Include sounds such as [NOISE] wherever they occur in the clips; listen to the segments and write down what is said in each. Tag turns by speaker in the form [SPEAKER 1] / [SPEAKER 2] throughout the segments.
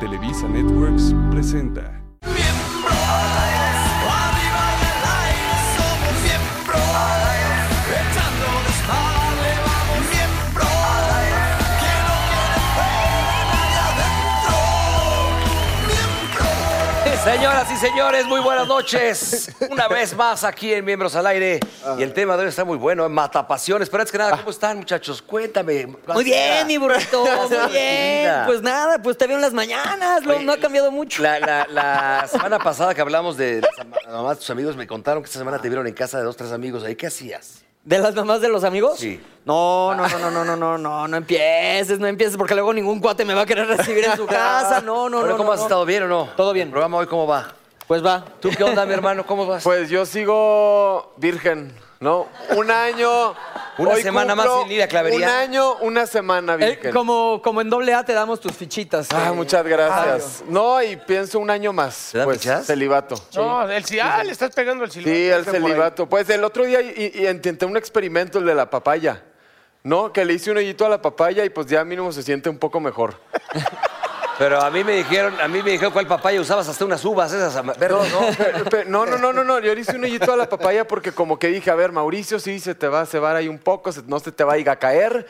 [SPEAKER 1] Televisa Networks presenta.
[SPEAKER 2] [LAUGHS] Señoras y señores, muy buenas noches. Una vez más aquí en Miembros al Aire. Y el tema de hoy está muy bueno, ¿eh? matapasiones. Pero antes que nada, ¿cómo están, muchachos? Cuéntame.
[SPEAKER 3] Muy bien, mi
[SPEAKER 2] [LAUGHS]
[SPEAKER 3] burrito, muy bien.
[SPEAKER 2] Linda.
[SPEAKER 3] Pues nada, pues te veo en las mañanas, lo-
[SPEAKER 2] Oye,
[SPEAKER 3] no ha cambiado mucho.
[SPEAKER 2] La, la- la semana pasada que hablamos de las ama- mamás, tus amigos me contaron que esta semana te vieron en casa de dos, tres amigos ahí. ¿Qué hacías?
[SPEAKER 3] ¿De las mamás de los amigos?
[SPEAKER 2] Sí.
[SPEAKER 3] No, no, no, no, no, no, no, no, no [LAUGHS] empieces, no empieces, porque luego ningún cuate me va a querer recibir en
[SPEAKER 2] [LAUGHS]
[SPEAKER 3] su casa. No, no,
[SPEAKER 2] Bueno,
[SPEAKER 3] no.
[SPEAKER 2] ¿Cómo
[SPEAKER 3] no,
[SPEAKER 2] has
[SPEAKER 3] no.
[SPEAKER 2] estado? ¿Bien o no?
[SPEAKER 3] Todo bien.
[SPEAKER 2] ¿El programa hoy cómo va?
[SPEAKER 3] Pues va.
[SPEAKER 2] ¿Tú qué onda, mi hermano? ¿Cómo vas?
[SPEAKER 4] Pues yo sigo virgen, ¿no? Un año.
[SPEAKER 2] [LAUGHS] Una
[SPEAKER 4] hoy
[SPEAKER 2] semana más
[SPEAKER 4] cumplo
[SPEAKER 2] sin ir a clavería.
[SPEAKER 4] Un año, una semana
[SPEAKER 3] Eh,
[SPEAKER 4] virgen.
[SPEAKER 3] como, como en doble A te damos tus fichitas.
[SPEAKER 4] Ah,
[SPEAKER 3] Eh,
[SPEAKER 4] muchas gracias. No, y pienso un año más.
[SPEAKER 2] ¿Te dan
[SPEAKER 4] pues,
[SPEAKER 2] fichas?
[SPEAKER 4] celibato.
[SPEAKER 5] No, el ci- ah, le estás pegando el silbato.
[SPEAKER 4] Sí, el
[SPEAKER 5] Este por ahí.
[SPEAKER 4] celibato. Pues el otro día y, y intenté un experimento, el de la papaya, ¿no? Que le hice un hoyito a la papaya y pues ya mínimo se siente un poco mejor.
[SPEAKER 2] Pero a mí me dijeron, a mí me dijeron cuál papaya usabas hasta unas uvas esas. ama- verdes, ¿no? [LAUGHS]
[SPEAKER 4] Pe- pe- No, no, no, no, no. Yo le hice un hoyito a la papaya porque como que dije, a ver, Mauricio, sí, se te va a cebar ahí un poco, se- no se te va a ir a caer.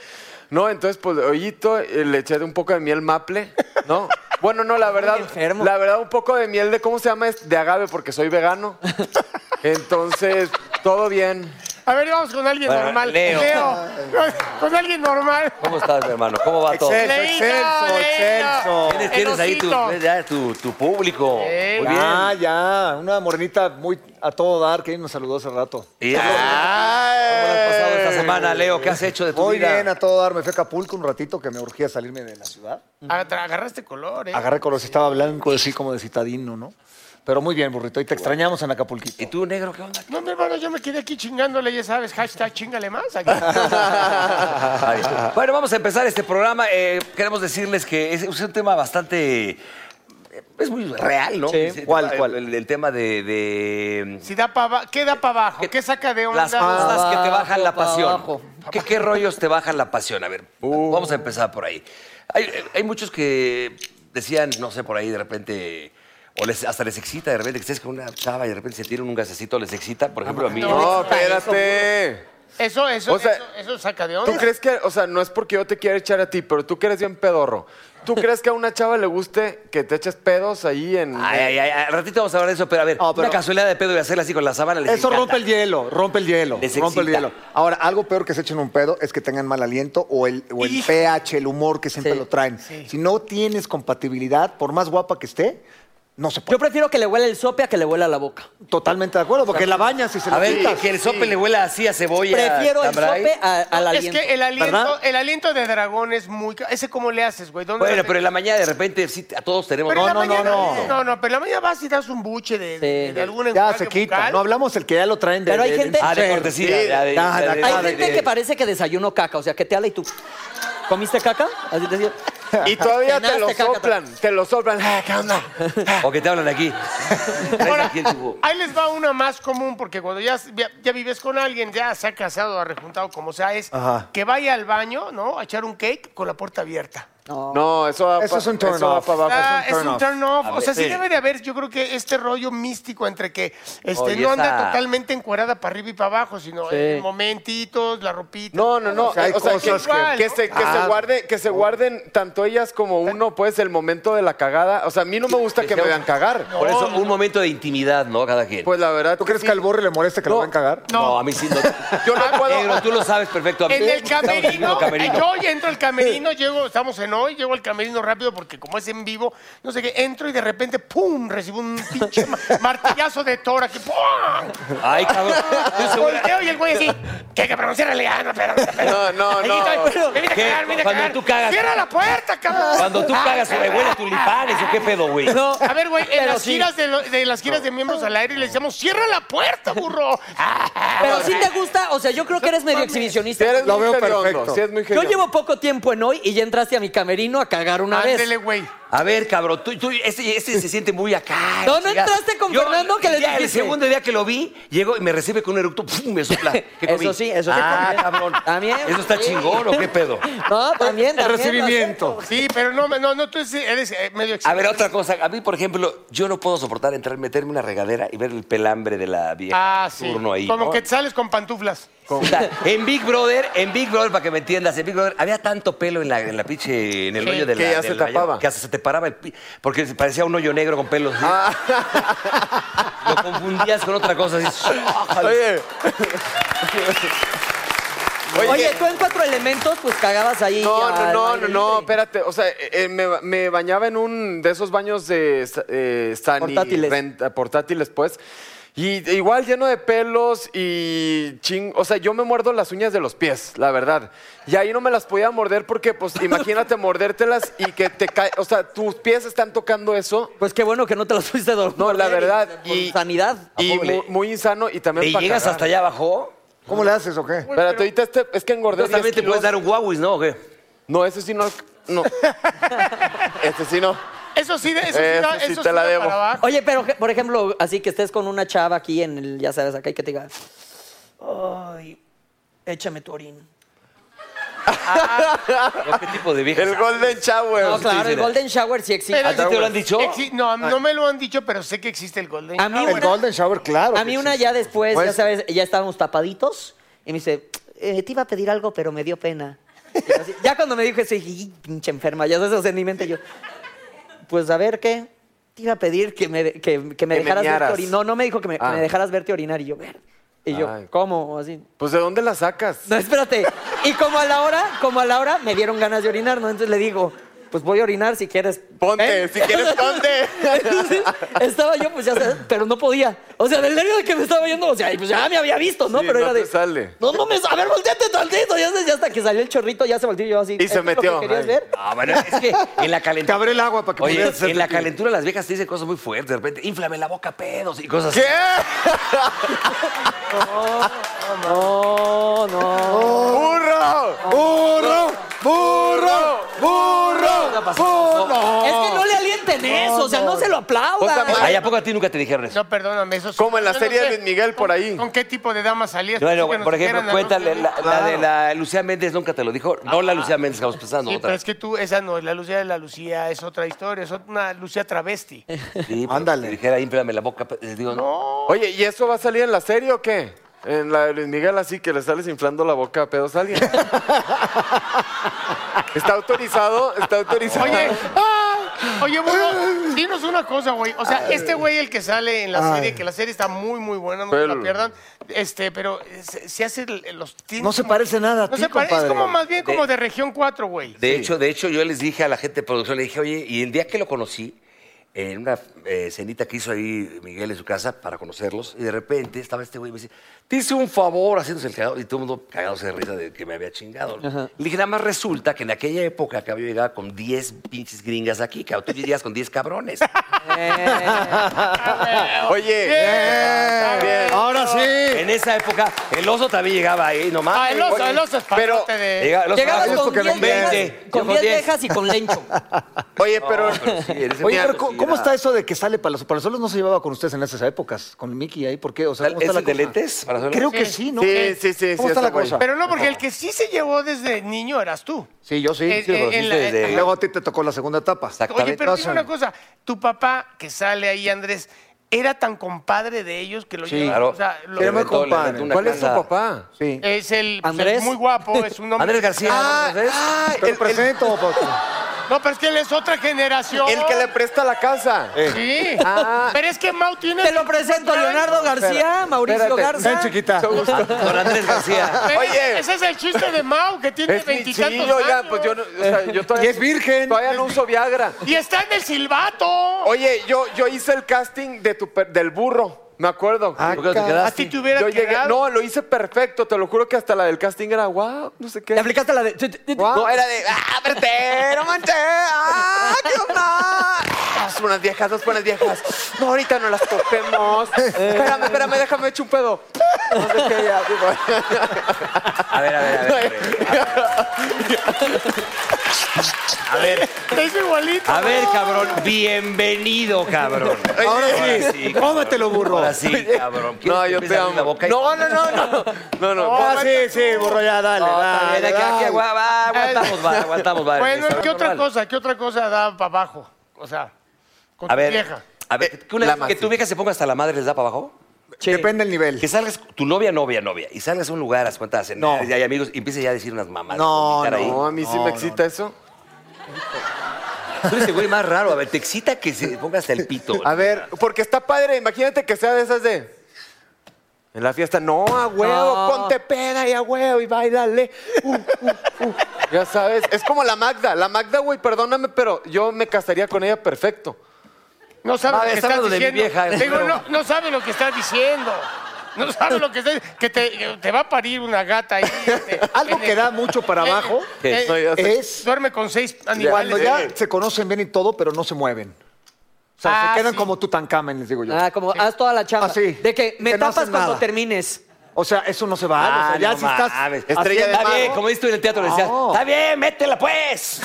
[SPEAKER 4] No, entonces, pues, hoyito, eh, le eché de un poco de miel maple, ¿no? Bueno, no, la verdad,
[SPEAKER 3] enfermo.
[SPEAKER 4] la verdad, un poco de miel de, ¿cómo se llama? Es De agave, porque soy vegano. Entonces, todo bien.
[SPEAKER 5] A ver, vamos con alguien
[SPEAKER 2] Bueno,
[SPEAKER 5] normal.
[SPEAKER 2] Leo.
[SPEAKER 5] Con alguien normal.
[SPEAKER 2] ¿Cómo estás, mi hermano? ¿Cómo va todo?
[SPEAKER 5] Excelso, excelso, excelso.
[SPEAKER 2] Tienes, tienes ahí tu, ya, tu, tu público.
[SPEAKER 5] Sí.
[SPEAKER 2] Muy bien.
[SPEAKER 6] Ah, ya, una morenita muy a todo dar que nos saludó hace rato.
[SPEAKER 2] Y ya. ¿Cómo la has pasado esta semana, Leo? ¿Qué has hecho de tu
[SPEAKER 6] Muy
[SPEAKER 2] vida?
[SPEAKER 6] bien, a todo dar. Me fui a Acapulco un ratito que me urgía salirme de la ciudad.
[SPEAKER 2] Ah,
[SPEAKER 5] Agarraste color, ¿eh?
[SPEAKER 6] Agarré color, sí estaba blanco, así como de citadino, ¿no? Pero muy bien, burrito. Y te extrañamos en Acapulquito.
[SPEAKER 2] ¿Y tú, negro,
[SPEAKER 6] [LAUGHS]
[SPEAKER 2] qué onda?
[SPEAKER 5] No, mi hermano, yo me quedé aquí chingándole, ya sabes, hashtag chingale más.
[SPEAKER 2] [LAUGHS]
[SPEAKER 5] Aquí.
[SPEAKER 2] Ahí está. Bueno, vamos a empezar este programa. Eh, queremos decirles que es, es un tema bastante. eh, Es muy real, ¿no?
[SPEAKER 3] Sí.
[SPEAKER 2] Es el
[SPEAKER 6] ¿Cuál,
[SPEAKER 2] tema-
[SPEAKER 6] cuál?
[SPEAKER 2] El, el tema de. de-
[SPEAKER 5] Si da para abajo, ¿qué da para abajo? ¿Qué saca de onda?
[SPEAKER 2] las cosas que te bajan la
[SPEAKER 3] pa'
[SPEAKER 2] pasión.
[SPEAKER 3] abajo.
[SPEAKER 2] ¿Qué, qué rollos te bajan la pasión? A ver, vamos a empezar por ahí. Hay, hay muchos que decían, no sé, por ahí de repente, o les- hasta les excita de repente que estés con una chava y de repente se tiran un gasecito, les excita, por ejemplo, a mí.
[SPEAKER 4] No, espérate.
[SPEAKER 5] Eso, eso,
[SPEAKER 4] O sea,
[SPEAKER 5] eso, eso saca de onda.
[SPEAKER 4] ¿Tú crees que, o sea, no es porque yo te quiera echar a ti, pero tú que eres bien pedorro, ¿tú crees que a una chava le guste que te eches pedos ahí en...
[SPEAKER 2] Ay, ay, ay, al ratito vamos a hablar de eso, pero a ver,
[SPEAKER 6] No, pero-
[SPEAKER 2] una casualidad de pedo y hacerla así con la sábana. les
[SPEAKER 6] Eso
[SPEAKER 2] encanta.
[SPEAKER 6] rompe el hielo, rompe el hielo,
[SPEAKER 2] Les
[SPEAKER 6] rompe el
[SPEAKER 2] excita.
[SPEAKER 6] hielo. Ahora, algo peor que se echen un pedo es que tengan mal aliento o el, o el pH, el humor que siempre lo traen. Si no tienes compatibilidad, por más guapa que esté, no se
[SPEAKER 3] Yo
[SPEAKER 6] puede.
[SPEAKER 3] prefiero que le huela el sope a que le huela la boca.
[SPEAKER 6] Totalmente de acuerdo, porque la bañas y se
[SPEAKER 2] A
[SPEAKER 6] la
[SPEAKER 2] ver,
[SPEAKER 6] quitas.
[SPEAKER 2] que el sope le huela así a cebolla.
[SPEAKER 3] Prefiero el
[SPEAKER 2] cambray.
[SPEAKER 3] sope a- al
[SPEAKER 5] es
[SPEAKER 3] aliento.
[SPEAKER 5] que el aliento,
[SPEAKER 6] ¿Verdad?
[SPEAKER 5] el aliento de dragón es muy... ca- ¿Ese cómo le haces, güey? ¿Dónde
[SPEAKER 2] Bueno,
[SPEAKER 5] lo-
[SPEAKER 2] pero en la mañana de repente sí, a todos tenemos.
[SPEAKER 5] Pero en la
[SPEAKER 6] no, no,
[SPEAKER 5] mañana-
[SPEAKER 6] no.
[SPEAKER 5] No, no, pero en la mañana vas y das un buche de, de- de algún
[SPEAKER 6] Ya
[SPEAKER 5] enjuague
[SPEAKER 6] se quita.
[SPEAKER 5] bucal.
[SPEAKER 6] No hablamos el que ya lo traen de
[SPEAKER 3] Pero hay
[SPEAKER 6] de- de-
[SPEAKER 3] gente-
[SPEAKER 2] Ah, de
[SPEAKER 3] Pero-
[SPEAKER 2] cortesía. ya de-
[SPEAKER 6] Ya,
[SPEAKER 2] ya de-
[SPEAKER 6] la
[SPEAKER 3] Hay
[SPEAKER 2] ya de-
[SPEAKER 3] gente que parece que desayuno caca, o sea, que te ala y tú. ¿Comiste caca? Así te digo.
[SPEAKER 4] Y todavía te lo
[SPEAKER 3] Cenaste caca.
[SPEAKER 4] soplan, te lo soplan. Ah, ¿Qué onda?
[SPEAKER 2] O que te hablan aquí. Traes
[SPEAKER 5] Ahora,
[SPEAKER 2] aquí el tubo.
[SPEAKER 5] ahí les va una más común, porque cuando ya, ya, ya vives con alguien, ya se ha casado, ha rejuntado, como sea, es que vaya al baño, ¿no? A echar un cake con la puerta abierta.
[SPEAKER 4] No, eso va
[SPEAKER 6] Eso
[SPEAKER 4] pa-
[SPEAKER 6] es un turn
[SPEAKER 4] eso va
[SPEAKER 6] off.
[SPEAKER 4] pa' abajo.
[SPEAKER 5] Ah,
[SPEAKER 6] es un
[SPEAKER 5] es un
[SPEAKER 6] turn
[SPEAKER 5] turn off.
[SPEAKER 2] A
[SPEAKER 5] O sea,
[SPEAKER 2] ver,
[SPEAKER 5] sí
[SPEAKER 2] sí.
[SPEAKER 5] debe de haber, yo creo que este rollo místico entre que este,
[SPEAKER 2] Oye,
[SPEAKER 5] no anda
[SPEAKER 2] esa-
[SPEAKER 5] totalmente encuerada para arriba y para abajo, sino en momentitos, la ropita.
[SPEAKER 4] No, no, no.
[SPEAKER 6] O sea, hay
[SPEAKER 4] o sea,
[SPEAKER 6] cosas
[SPEAKER 4] que,
[SPEAKER 5] que-
[SPEAKER 4] que se, que,
[SPEAKER 6] Ah.
[SPEAKER 4] se guarde, que se guarden tanto ellas como uno, pues, el momento de la cagada. O sea, a mí no me gusta que me vean cagar.
[SPEAKER 2] Por eso, un momento de intimidad, ¿no? Cada quien.
[SPEAKER 4] Pues la verdad.
[SPEAKER 6] ¿Tú crees que al borre le moleste que lo
[SPEAKER 4] No.
[SPEAKER 6] van a cagar?
[SPEAKER 2] no. a mí sí no. Yo no puedo. Negro, tú lo sabes perfecto. A mí-
[SPEAKER 5] En el
[SPEAKER 2] Estamos en el mismo
[SPEAKER 5] camerino, eh,
[SPEAKER 2] camerino.
[SPEAKER 5] yo entro al
[SPEAKER 2] [LAUGHS]
[SPEAKER 5] camerino, llego, estamos en hoy, llego al camerino rápido porque como es en vivo, no sé qué, entro y de repente, ¡pum! recibo un pinche
[SPEAKER 2] [LAUGHS]
[SPEAKER 5] ma- martillazo de tora que ¡pum!
[SPEAKER 2] Ay, cabrón. Yo seguro-
[SPEAKER 5] [LAUGHS] Volteo y el güey así, ¿qué cabrón? Ciérrale, ah, no, pero,
[SPEAKER 4] No, no, no.
[SPEAKER 5] Vení a
[SPEAKER 2] ¿Qué?
[SPEAKER 5] cagar, vení a
[SPEAKER 2] Cuando
[SPEAKER 5] cagar.
[SPEAKER 2] tú cagas-
[SPEAKER 5] Cierra la puerta, cabrón.
[SPEAKER 2] Cuando tú
[SPEAKER 5] Ah,
[SPEAKER 2] cagas, me huele a tulipanes o qué pedo, güey. No.
[SPEAKER 5] A ver, güey, en
[SPEAKER 3] Pero
[SPEAKER 5] las
[SPEAKER 3] sí.
[SPEAKER 5] giras de, lo- de las giras de miembros al aire le decíamos, cierra la puerta, burro.
[SPEAKER 3] Pero sí te gusta, o sea, yo creo que eres medio
[SPEAKER 4] Sí,
[SPEAKER 3] exhibicionista.
[SPEAKER 4] eres
[SPEAKER 6] Lo
[SPEAKER 4] muy
[SPEAKER 6] veo
[SPEAKER 4] hediondo,
[SPEAKER 6] perfecto.
[SPEAKER 4] sí, es muy
[SPEAKER 3] Yo
[SPEAKER 4] hediondo.
[SPEAKER 3] llevo poco tiempo en hoy y ya entraste a mi camerino a cagar una vez.
[SPEAKER 5] Ándele, güey.
[SPEAKER 2] A ver, cabrón, tú, tú ese, ese se siente muy acá.
[SPEAKER 3] No, no
[SPEAKER 2] chica.
[SPEAKER 3] entraste
[SPEAKER 2] [LAUGHS]
[SPEAKER 3] con Fernando, que
[SPEAKER 2] el
[SPEAKER 3] le
[SPEAKER 2] día- El
[SPEAKER 3] dijiste.
[SPEAKER 2] segundo día que lo vi, llegó y me recibe con un eructo, ¡pum!
[SPEAKER 3] [LAUGHS]
[SPEAKER 2] me sopla. ¿Qué
[SPEAKER 3] Eso
[SPEAKER 2] comí?
[SPEAKER 3] sí, eso sí
[SPEAKER 2] Ah,
[SPEAKER 3] también.
[SPEAKER 2] cabrón.
[SPEAKER 3] También,
[SPEAKER 2] ¿Eso está
[SPEAKER 3] sí.
[SPEAKER 2] chingón o qué pedo?
[SPEAKER 3] No, también, también.
[SPEAKER 6] recibimiento.
[SPEAKER 5] Sí, pero no, no, no, tú eres eh, medio
[SPEAKER 2] A
[SPEAKER 5] exhibicionista.
[SPEAKER 2] ver, otra cosa. A mí, por ejemplo, yo no puedo soportar entrar, meterme en una regadera y ver el pelambre de la vieja
[SPEAKER 5] Ah, sí.
[SPEAKER 2] turno ahí.
[SPEAKER 5] Como
[SPEAKER 2] ¿no?
[SPEAKER 5] que sales con pantuflas.
[SPEAKER 2] O sea, [LAUGHS] en Big Brother, en Big Brother, para que me entiendas, en Big Brother había tanto pelo en la, en la pinche, en el
[SPEAKER 5] Sí,
[SPEAKER 2] hoyo de la.
[SPEAKER 4] que ya
[SPEAKER 2] del
[SPEAKER 4] se
[SPEAKER 2] baño,
[SPEAKER 4] tapaba.
[SPEAKER 2] Que hasta se te paraba el pi- porque se parecía un hoyo negro con pelos. así.
[SPEAKER 4] Ah.
[SPEAKER 2] [LAUGHS] Lo confundías con otra cosa. así.
[SPEAKER 4] [LAUGHS] Oye.
[SPEAKER 3] Oye, tú en cuatro elementos, pues cagabas ahí.
[SPEAKER 4] No,
[SPEAKER 3] al
[SPEAKER 4] no, no,
[SPEAKER 3] aire
[SPEAKER 4] no, no,
[SPEAKER 3] libre.
[SPEAKER 4] espérate. O sea, eh, eh, me, ba- me bañaba en un de esos baños de sa- eh, san- y
[SPEAKER 3] Portátiles.
[SPEAKER 4] renta- portátiles, pues. Y igual lleno de pelos y ching, o sea, yo me muerdo las uñas de los pies, la verdad. Y ahí no me las podía morder porque, pues,
[SPEAKER 3] [LAUGHS]
[SPEAKER 4] imagínate mordértelas y que te cae, o sea, tus pies están tocando eso
[SPEAKER 3] Pues qué bueno que no te los fuiste a dormir.
[SPEAKER 4] No, la verdad,
[SPEAKER 3] Por
[SPEAKER 4] y-
[SPEAKER 3] sanidad.
[SPEAKER 2] ¿A
[SPEAKER 4] y
[SPEAKER 2] poco le-
[SPEAKER 4] mu- muy insano y
[SPEAKER 2] ¿Y
[SPEAKER 4] también. para
[SPEAKER 2] llegas
[SPEAKER 4] cagar.
[SPEAKER 2] hasta allá abajo?
[SPEAKER 6] ¿Cómo le haces o qué?
[SPEAKER 4] Espérate, ahorita este- es que engordé.
[SPEAKER 2] Entonces también
[SPEAKER 4] 10
[SPEAKER 2] te puedes
[SPEAKER 4] kilos.
[SPEAKER 2] dar un Huawei, ¿no? ¿O qué?
[SPEAKER 4] No, ese sí no.
[SPEAKER 5] [LAUGHS]
[SPEAKER 4] No. este sí no.
[SPEAKER 5] Eso sí, de- eso sí,
[SPEAKER 4] Eso
[SPEAKER 5] da-
[SPEAKER 4] sí
[SPEAKER 5] eso
[SPEAKER 4] te
[SPEAKER 5] sí
[SPEAKER 4] la
[SPEAKER 5] da
[SPEAKER 4] debo.
[SPEAKER 5] para abajo.
[SPEAKER 3] Oye, pero je- por ejemplo, así que estés con una chava aquí en el, ya sabes, acá y que te diga, ay, échame tu orina.
[SPEAKER 2] ¿O Ah, ¿Qué tipo de vieja?
[SPEAKER 4] El Golden Shower.
[SPEAKER 3] No, claro,
[SPEAKER 2] sí,
[SPEAKER 3] el
[SPEAKER 2] sí.
[SPEAKER 3] Golden Shower sí existe.
[SPEAKER 5] Pero-
[SPEAKER 2] ¿A ti te lo han dicho?
[SPEAKER 5] Exi- no, no me lo han dicho, pero sé que existe el Golden.
[SPEAKER 3] A mí
[SPEAKER 5] Shower.
[SPEAKER 6] El Golden Shower, claro.
[SPEAKER 3] A mí
[SPEAKER 6] que
[SPEAKER 3] una
[SPEAKER 6] existe.
[SPEAKER 3] ya después, ya
[SPEAKER 6] Pues-
[SPEAKER 3] sabes, ya estábamos tapaditos y me dice, "Eh, te iba a pedir algo, pero me dio pena. Y yo así- ya cuando me dijo eso, dije, "Y, pinche enferma, ya sabes, o sea, en mi mente yo, pues a ver, ¿qué? Te iba a pedir que me, que, que me dejaras verte
[SPEAKER 4] mearas.
[SPEAKER 3] orinar. No, no me dijo que me, que
[SPEAKER 4] Ah.
[SPEAKER 3] me dejaras verte orinar. Y yo, ver. Y yo,
[SPEAKER 4] Ay.
[SPEAKER 3] ¿cómo? O así.
[SPEAKER 4] Pues ¿de dónde la sacas?
[SPEAKER 3] No, espérate. Y como a la hora, como a la hora, me dieron ganas de orinar, ¿no? Entonces le digo, pues voy a orinar si quieres.
[SPEAKER 4] Ponte,
[SPEAKER 3] ven".
[SPEAKER 4] si quieres, ponte.
[SPEAKER 3] Entonces, [LAUGHS] estaba yo, pues ya sabes, pero no podía. O sea, del nervio de que me estaba yendo, o sea, pues ya me había visto, ¿no?
[SPEAKER 4] Sí,
[SPEAKER 3] pero
[SPEAKER 4] no
[SPEAKER 3] era
[SPEAKER 4] te
[SPEAKER 3] de.
[SPEAKER 4] sale.
[SPEAKER 3] No, no me. A ver, volteate tantito. Ya, sabes, ya hasta que salió el chorrito, ya se volteó y yo así.
[SPEAKER 4] Y se
[SPEAKER 3] "¿Esto es lo que
[SPEAKER 4] metió,
[SPEAKER 3] querías
[SPEAKER 4] ay.
[SPEAKER 3] ver?
[SPEAKER 2] Ah, bueno, es que en la
[SPEAKER 6] Te
[SPEAKER 2] calentura.
[SPEAKER 6] abre el agua para que
[SPEAKER 2] Oye,
[SPEAKER 6] pudieras hacer
[SPEAKER 2] en la
[SPEAKER 6] pipí.
[SPEAKER 2] calentura las viejas te dicen cosas muy fuertes, de repente, inflame la boca, pedos y cosas así.
[SPEAKER 3] [LAUGHS]
[SPEAKER 4] ¿Qué?
[SPEAKER 3] No, no.
[SPEAKER 4] ¡Burro! ¡Burro! ¡Burro! ¡Burro! ¡Burro!
[SPEAKER 3] Es que no le alienten eso, o sea, no, se lo aplaudan.
[SPEAKER 2] Ay, ¿a poco a ti nunca te dijeron eso?
[SPEAKER 5] No, perdóname, eso sí.
[SPEAKER 4] Como en la
[SPEAKER 5] Yo no
[SPEAKER 4] serie de
[SPEAKER 5] sé
[SPEAKER 4] Luis Miguel por ahí.
[SPEAKER 5] ¿Con qué tipo de damas salías?
[SPEAKER 2] No,
[SPEAKER 5] Pensé
[SPEAKER 2] no,
[SPEAKER 5] que nos
[SPEAKER 2] por ejemplo,
[SPEAKER 5] dijeran a
[SPEAKER 2] cuéntale,
[SPEAKER 5] nosotros.
[SPEAKER 2] la, la
[SPEAKER 4] Ah.
[SPEAKER 2] de la Lucía Méndez nunca te lo dijo. No la Lucía Méndez, estamos pensando
[SPEAKER 5] Ah. Sí,
[SPEAKER 2] otra.
[SPEAKER 5] pero es que tú, esa no, es la Lucía de la Lucía es otra historia, es una Lucía travesti.
[SPEAKER 2] Sí, pero
[SPEAKER 6] Ándale.
[SPEAKER 2] si te dijera, ímplame la boca, pe- digo, no.
[SPEAKER 4] Oye, ¿y eso va a salir en la serie o qué? En la de Luis Miguel, así que le sales inflando la boca a pedos a alguien. Está autorizado, está autorizado.
[SPEAKER 5] Oye, oye, bueno, dinos una cosa, güey. O sea, este güey, el que sale en la serie, que la serie está muy, muy buena, no se la
[SPEAKER 4] Pero-
[SPEAKER 5] pierdan. Este, pero eh, se, se hace el- los tiene
[SPEAKER 6] No se
[SPEAKER 5] como-
[SPEAKER 6] parece nada a
[SPEAKER 5] No
[SPEAKER 6] ti,
[SPEAKER 5] se parece, es
[SPEAKER 6] compadre.
[SPEAKER 5] como más bien como de región 4, güey.
[SPEAKER 2] De hecho, de hecho, yo les dije a la gente de producción, le dije, oye, y el día que lo conocí, en una eh, cenita que hizo ahí Miguel en su casa para conocerlos, y de repente estaba este güey y me dice, te hice un favor haciéndose el cagado, y todo el mundo cagándose de risa de que me había chingado. ¿no? Le dije, nada más resulta que en aquella época que yo llegaba con 10 pinches gringas aquí, cabrón, tú llegas con 10
[SPEAKER 5] [LAUGHS]
[SPEAKER 2] cabrones.
[SPEAKER 4] Oye. Bien.
[SPEAKER 6] Ahora sí.
[SPEAKER 2] En esa época, el oso también llegaba ahí nomás.
[SPEAKER 5] Ah, el oso,
[SPEAKER 2] Oye,
[SPEAKER 5] el oso es
[SPEAKER 4] pero-
[SPEAKER 5] parote de...
[SPEAKER 2] llega- el oso
[SPEAKER 3] Llegabas
[SPEAKER 2] estaba-
[SPEAKER 3] con
[SPEAKER 6] porque
[SPEAKER 3] 10
[SPEAKER 6] no
[SPEAKER 3] viejas,
[SPEAKER 2] veinte, yo
[SPEAKER 3] con
[SPEAKER 2] con
[SPEAKER 3] 10
[SPEAKER 2] diez.
[SPEAKER 4] [LAUGHS]
[SPEAKER 3] viejas y con lencho.
[SPEAKER 2] Oye, pero. sí, en ese
[SPEAKER 6] Oye,
[SPEAKER 2] tiempo
[SPEAKER 6] pero ¿cómo,
[SPEAKER 2] sí
[SPEAKER 6] cómo
[SPEAKER 2] era-
[SPEAKER 6] está eso de que sale Palazuelos? Palazuelos no se llevaba con ustedes en esas épocas, con Mickey ahí, ¿por qué? O sea, ¿cómo
[SPEAKER 2] ¿Es
[SPEAKER 6] está la
[SPEAKER 2] el de
[SPEAKER 6] cosa?
[SPEAKER 2] lentes? Palazuelos?
[SPEAKER 6] Creo que sí, ¿no?
[SPEAKER 4] Sí, sí, sí,
[SPEAKER 6] ¿Cómo
[SPEAKER 4] sí,
[SPEAKER 6] está la
[SPEAKER 4] ese güey.
[SPEAKER 6] cosa?
[SPEAKER 5] Pero no, porque el que sí se llevó desde niño eras tú.
[SPEAKER 6] Sí, yo sí.
[SPEAKER 5] En-
[SPEAKER 6] sí,
[SPEAKER 5] en-
[SPEAKER 6] sí,
[SPEAKER 5] en eh, la-
[SPEAKER 6] desde-
[SPEAKER 5] ajá.
[SPEAKER 6] Luego a ti te tocó la segunda etapa.
[SPEAKER 2] Exactamente.
[SPEAKER 5] Oye, pero
[SPEAKER 6] No,
[SPEAKER 5] dime
[SPEAKER 6] sí.
[SPEAKER 5] una cosa. Tu papá, que sale ahí, Andrés, ¿era tan compadre de ellos que lo
[SPEAKER 6] Sí,
[SPEAKER 5] llevaba?
[SPEAKER 2] Claro.
[SPEAKER 5] O sea, lo-
[SPEAKER 6] Era muy
[SPEAKER 2] Reventó-
[SPEAKER 6] compadre.
[SPEAKER 2] reventó una
[SPEAKER 4] ¿Cuál es su
[SPEAKER 2] casa.
[SPEAKER 4] papá?
[SPEAKER 6] Sí.
[SPEAKER 5] es el, pues,
[SPEAKER 3] ¿Andrés?
[SPEAKER 5] el muy guapo, es un hombre...
[SPEAKER 2] Andrés García.
[SPEAKER 4] Ah,
[SPEAKER 2] ¿no? ¿Ves?
[SPEAKER 4] ah,
[SPEAKER 6] Te
[SPEAKER 5] [LAUGHS]
[SPEAKER 6] lo presento, Paco.
[SPEAKER 5] No, pero es que él es otra generación.
[SPEAKER 4] el que le presta la casa.
[SPEAKER 5] Sí.
[SPEAKER 4] Ah.
[SPEAKER 5] Pero es que Mau tiene...
[SPEAKER 3] Te lo presento a Leonardo García, Mauricio
[SPEAKER 4] Espérate.
[SPEAKER 6] Ven,
[SPEAKER 3] Garza.
[SPEAKER 6] chiquita.
[SPEAKER 2] Don Andrés García.
[SPEAKER 5] Pero
[SPEAKER 4] Oye.
[SPEAKER 5] Ese es el chiste de Mau, que tiene
[SPEAKER 4] Es mi
[SPEAKER 5] veintitantos
[SPEAKER 4] chillo,
[SPEAKER 5] años.
[SPEAKER 4] ya, pues yo, no- o sea, yo todavía.
[SPEAKER 6] Y es virgen.
[SPEAKER 4] Todavía no uso Viagra.
[SPEAKER 5] Y está en el silbato.
[SPEAKER 4] Oye, yo, yo hice el casting de tu per- del burro, me acuerdo.
[SPEAKER 2] ¿Por qué no te
[SPEAKER 5] a
[SPEAKER 2] quedaste?
[SPEAKER 5] ti te hubiera
[SPEAKER 4] Yo llegué-
[SPEAKER 5] quedado.
[SPEAKER 4] no, lo hice perfecto, te lo juro que hasta la del casting era wow, no sé
[SPEAKER 3] Le
[SPEAKER 4] qué.
[SPEAKER 3] aplicaste la de.
[SPEAKER 4] Guau.
[SPEAKER 3] No,
[SPEAKER 4] era de, ah, verte, no manches, ah, qué onda. Dos buenas viejas, dos buenas viejas. No, ahorita no las topemos. Espérame, espérame, déjame echar un pedo. No sé qué, ya, digo.
[SPEAKER 2] A ver, a ver, a ver. A
[SPEAKER 4] [LAUGHS]
[SPEAKER 2] ver,
[SPEAKER 5] Te hizo igualito.
[SPEAKER 2] a ver, cabrón. Bienvenido, cabrón.
[SPEAKER 6] Ahora sí,
[SPEAKER 2] sí, cabrón.
[SPEAKER 6] cómetelo, burro.
[SPEAKER 2] Ahora sí, cabrón. ¿Quieres
[SPEAKER 4] No,
[SPEAKER 2] que
[SPEAKER 4] yo
[SPEAKER 2] empiece
[SPEAKER 4] te
[SPEAKER 2] a abrir
[SPEAKER 4] amo.
[SPEAKER 2] la boca y-
[SPEAKER 4] No, no, no, no. No, no.
[SPEAKER 6] Ah, sí, sí, burro, ya, dale,
[SPEAKER 2] Ah,
[SPEAKER 6] dale,
[SPEAKER 2] está bien, aquí- aquí
[SPEAKER 6] dale.
[SPEAKER 2] agua- va, aguantamos, va, aguantamos, va.
[SPEAKER 5] Bueno,
[SPEAKER 2] Está
[SPEAKER 5] ¿qué otra
[SPEAKER 2] normal.
[SPEAKER 5] cosa? ¿Qué otra cosa da para abajo? O sea, con
[SPEAKER 2] [LAUGHS] A
[SPEAKER 5] tu
[SPEAKER 2] ver,
[SPEAKER 5] vieja.
[SPEAKER 2] a ver, que una
[SPEAKER 4] la
[SPEAKER 2] vez que
[SPEAKER 4] máxima.
[SPEAKER 2] tu vieja se ponga hasta la madre les da para abajo.
[SPEAKER 6] Depende del nivel.
[SPEAKER 2] Que salgas, tu novia, novia, novia, y salgas a un lugar, haz cuentas,
[SPEAKER 6] No.
[SPEAKER 2] no. y hay amigos, y empieces ya a decir unas mamás.
[SPEAKER 6] No,
[SPEAKER 4] No, a mí sí
[SPEAKER 6] No, no,
[SPEAKER 4] me excita eso.
[SPEAKER 2] Tú eres el güey más raro, a ver, te excita que se ponga hasta el pito.
[SPEAKER 4] A ver, porque está padre, imagínate que sea de esas de. En la fiesta, no, a huevo, ponte peda y a huevo y bailale. Uh, Ya sabes, es como la Magda. La Magda, güey, perdóname, pero yo me casaría con ella perfecto.
[SPEAKER 5] No sabe
[SPEAKER 2] Va,
[SPEAKER 5] Ah, lo que
[SPEAKER 2] está
[SPEAKER 5] estás
[SPEAKER 2] hablando de mi
[SPEAKER 5] diciendo.
[SPEAKER 2] vieja,
[SPEAKER 5] Digo,
[SPEAKER 2] pero-
[SPEAKER 5] no, no sabe lo que estás diciendo. No sabe lo que estás que te, te va a parir una gata ahí.
[SPEAKER 2] [LAUGHS]
[SPEAKER 5] este,
[SPEAKER 6] Algo
[SPEAKER 5] en
[SPEAKER 6] que
[SPEAKER 5] el-
[SPEAKER 6] da mucho
[SPEAKER 5] [LAUGHS]
[SPEAKER 6] para
[SPEAKER 5] eh,
[SPEAKER 6] abajo
[SPEAKER 2] ¿Qué?
[SPEAKER 5] eh,
[SPEAKER 4] No, ya sé.
[SPEAKER 6] es
[SPEAKER 5] Duerme con seis
[SPEAKER 6] cuando
[SPEAKER 5] animales.
[SPEAKER 6] ya se conocen bien y todo, pero no se mueven. O sea,
[SPEAKER 5] Ah,
[SPEAKER 6] se quedan
[SPEAKER 5] sí.
[SPEAKER 6] como Tutankamen, les digo yo.
[SPEAKER 3] Ah, como haz toda la chamba.
[SPEAKER 6] Ah, sí.
[SPEAKER 3] De que me
[SPEAKER 6] Que no
[SPEAKER 3] tapas
[SPEAKER 6] hacen
[SPEAKER 3] cuando
[SPEAKER 6] nada.
[SPEAKER 3] termines.
[SPEAKER 6] O sea, eso Ah, no se va. o sea, ya si estás
[SPEAKER 2] Ah, Estrella de
[SPEAKER 6] haciendo-
[SPEAKER 2] Está bien, como dices tú en el teatro, decías,
[SPEAKER 6] No.
[SPEAKER 2] está
[SPEAKER 3] "Eh,
[SPEAKER 2] bien, [LAUGHS] métela pues.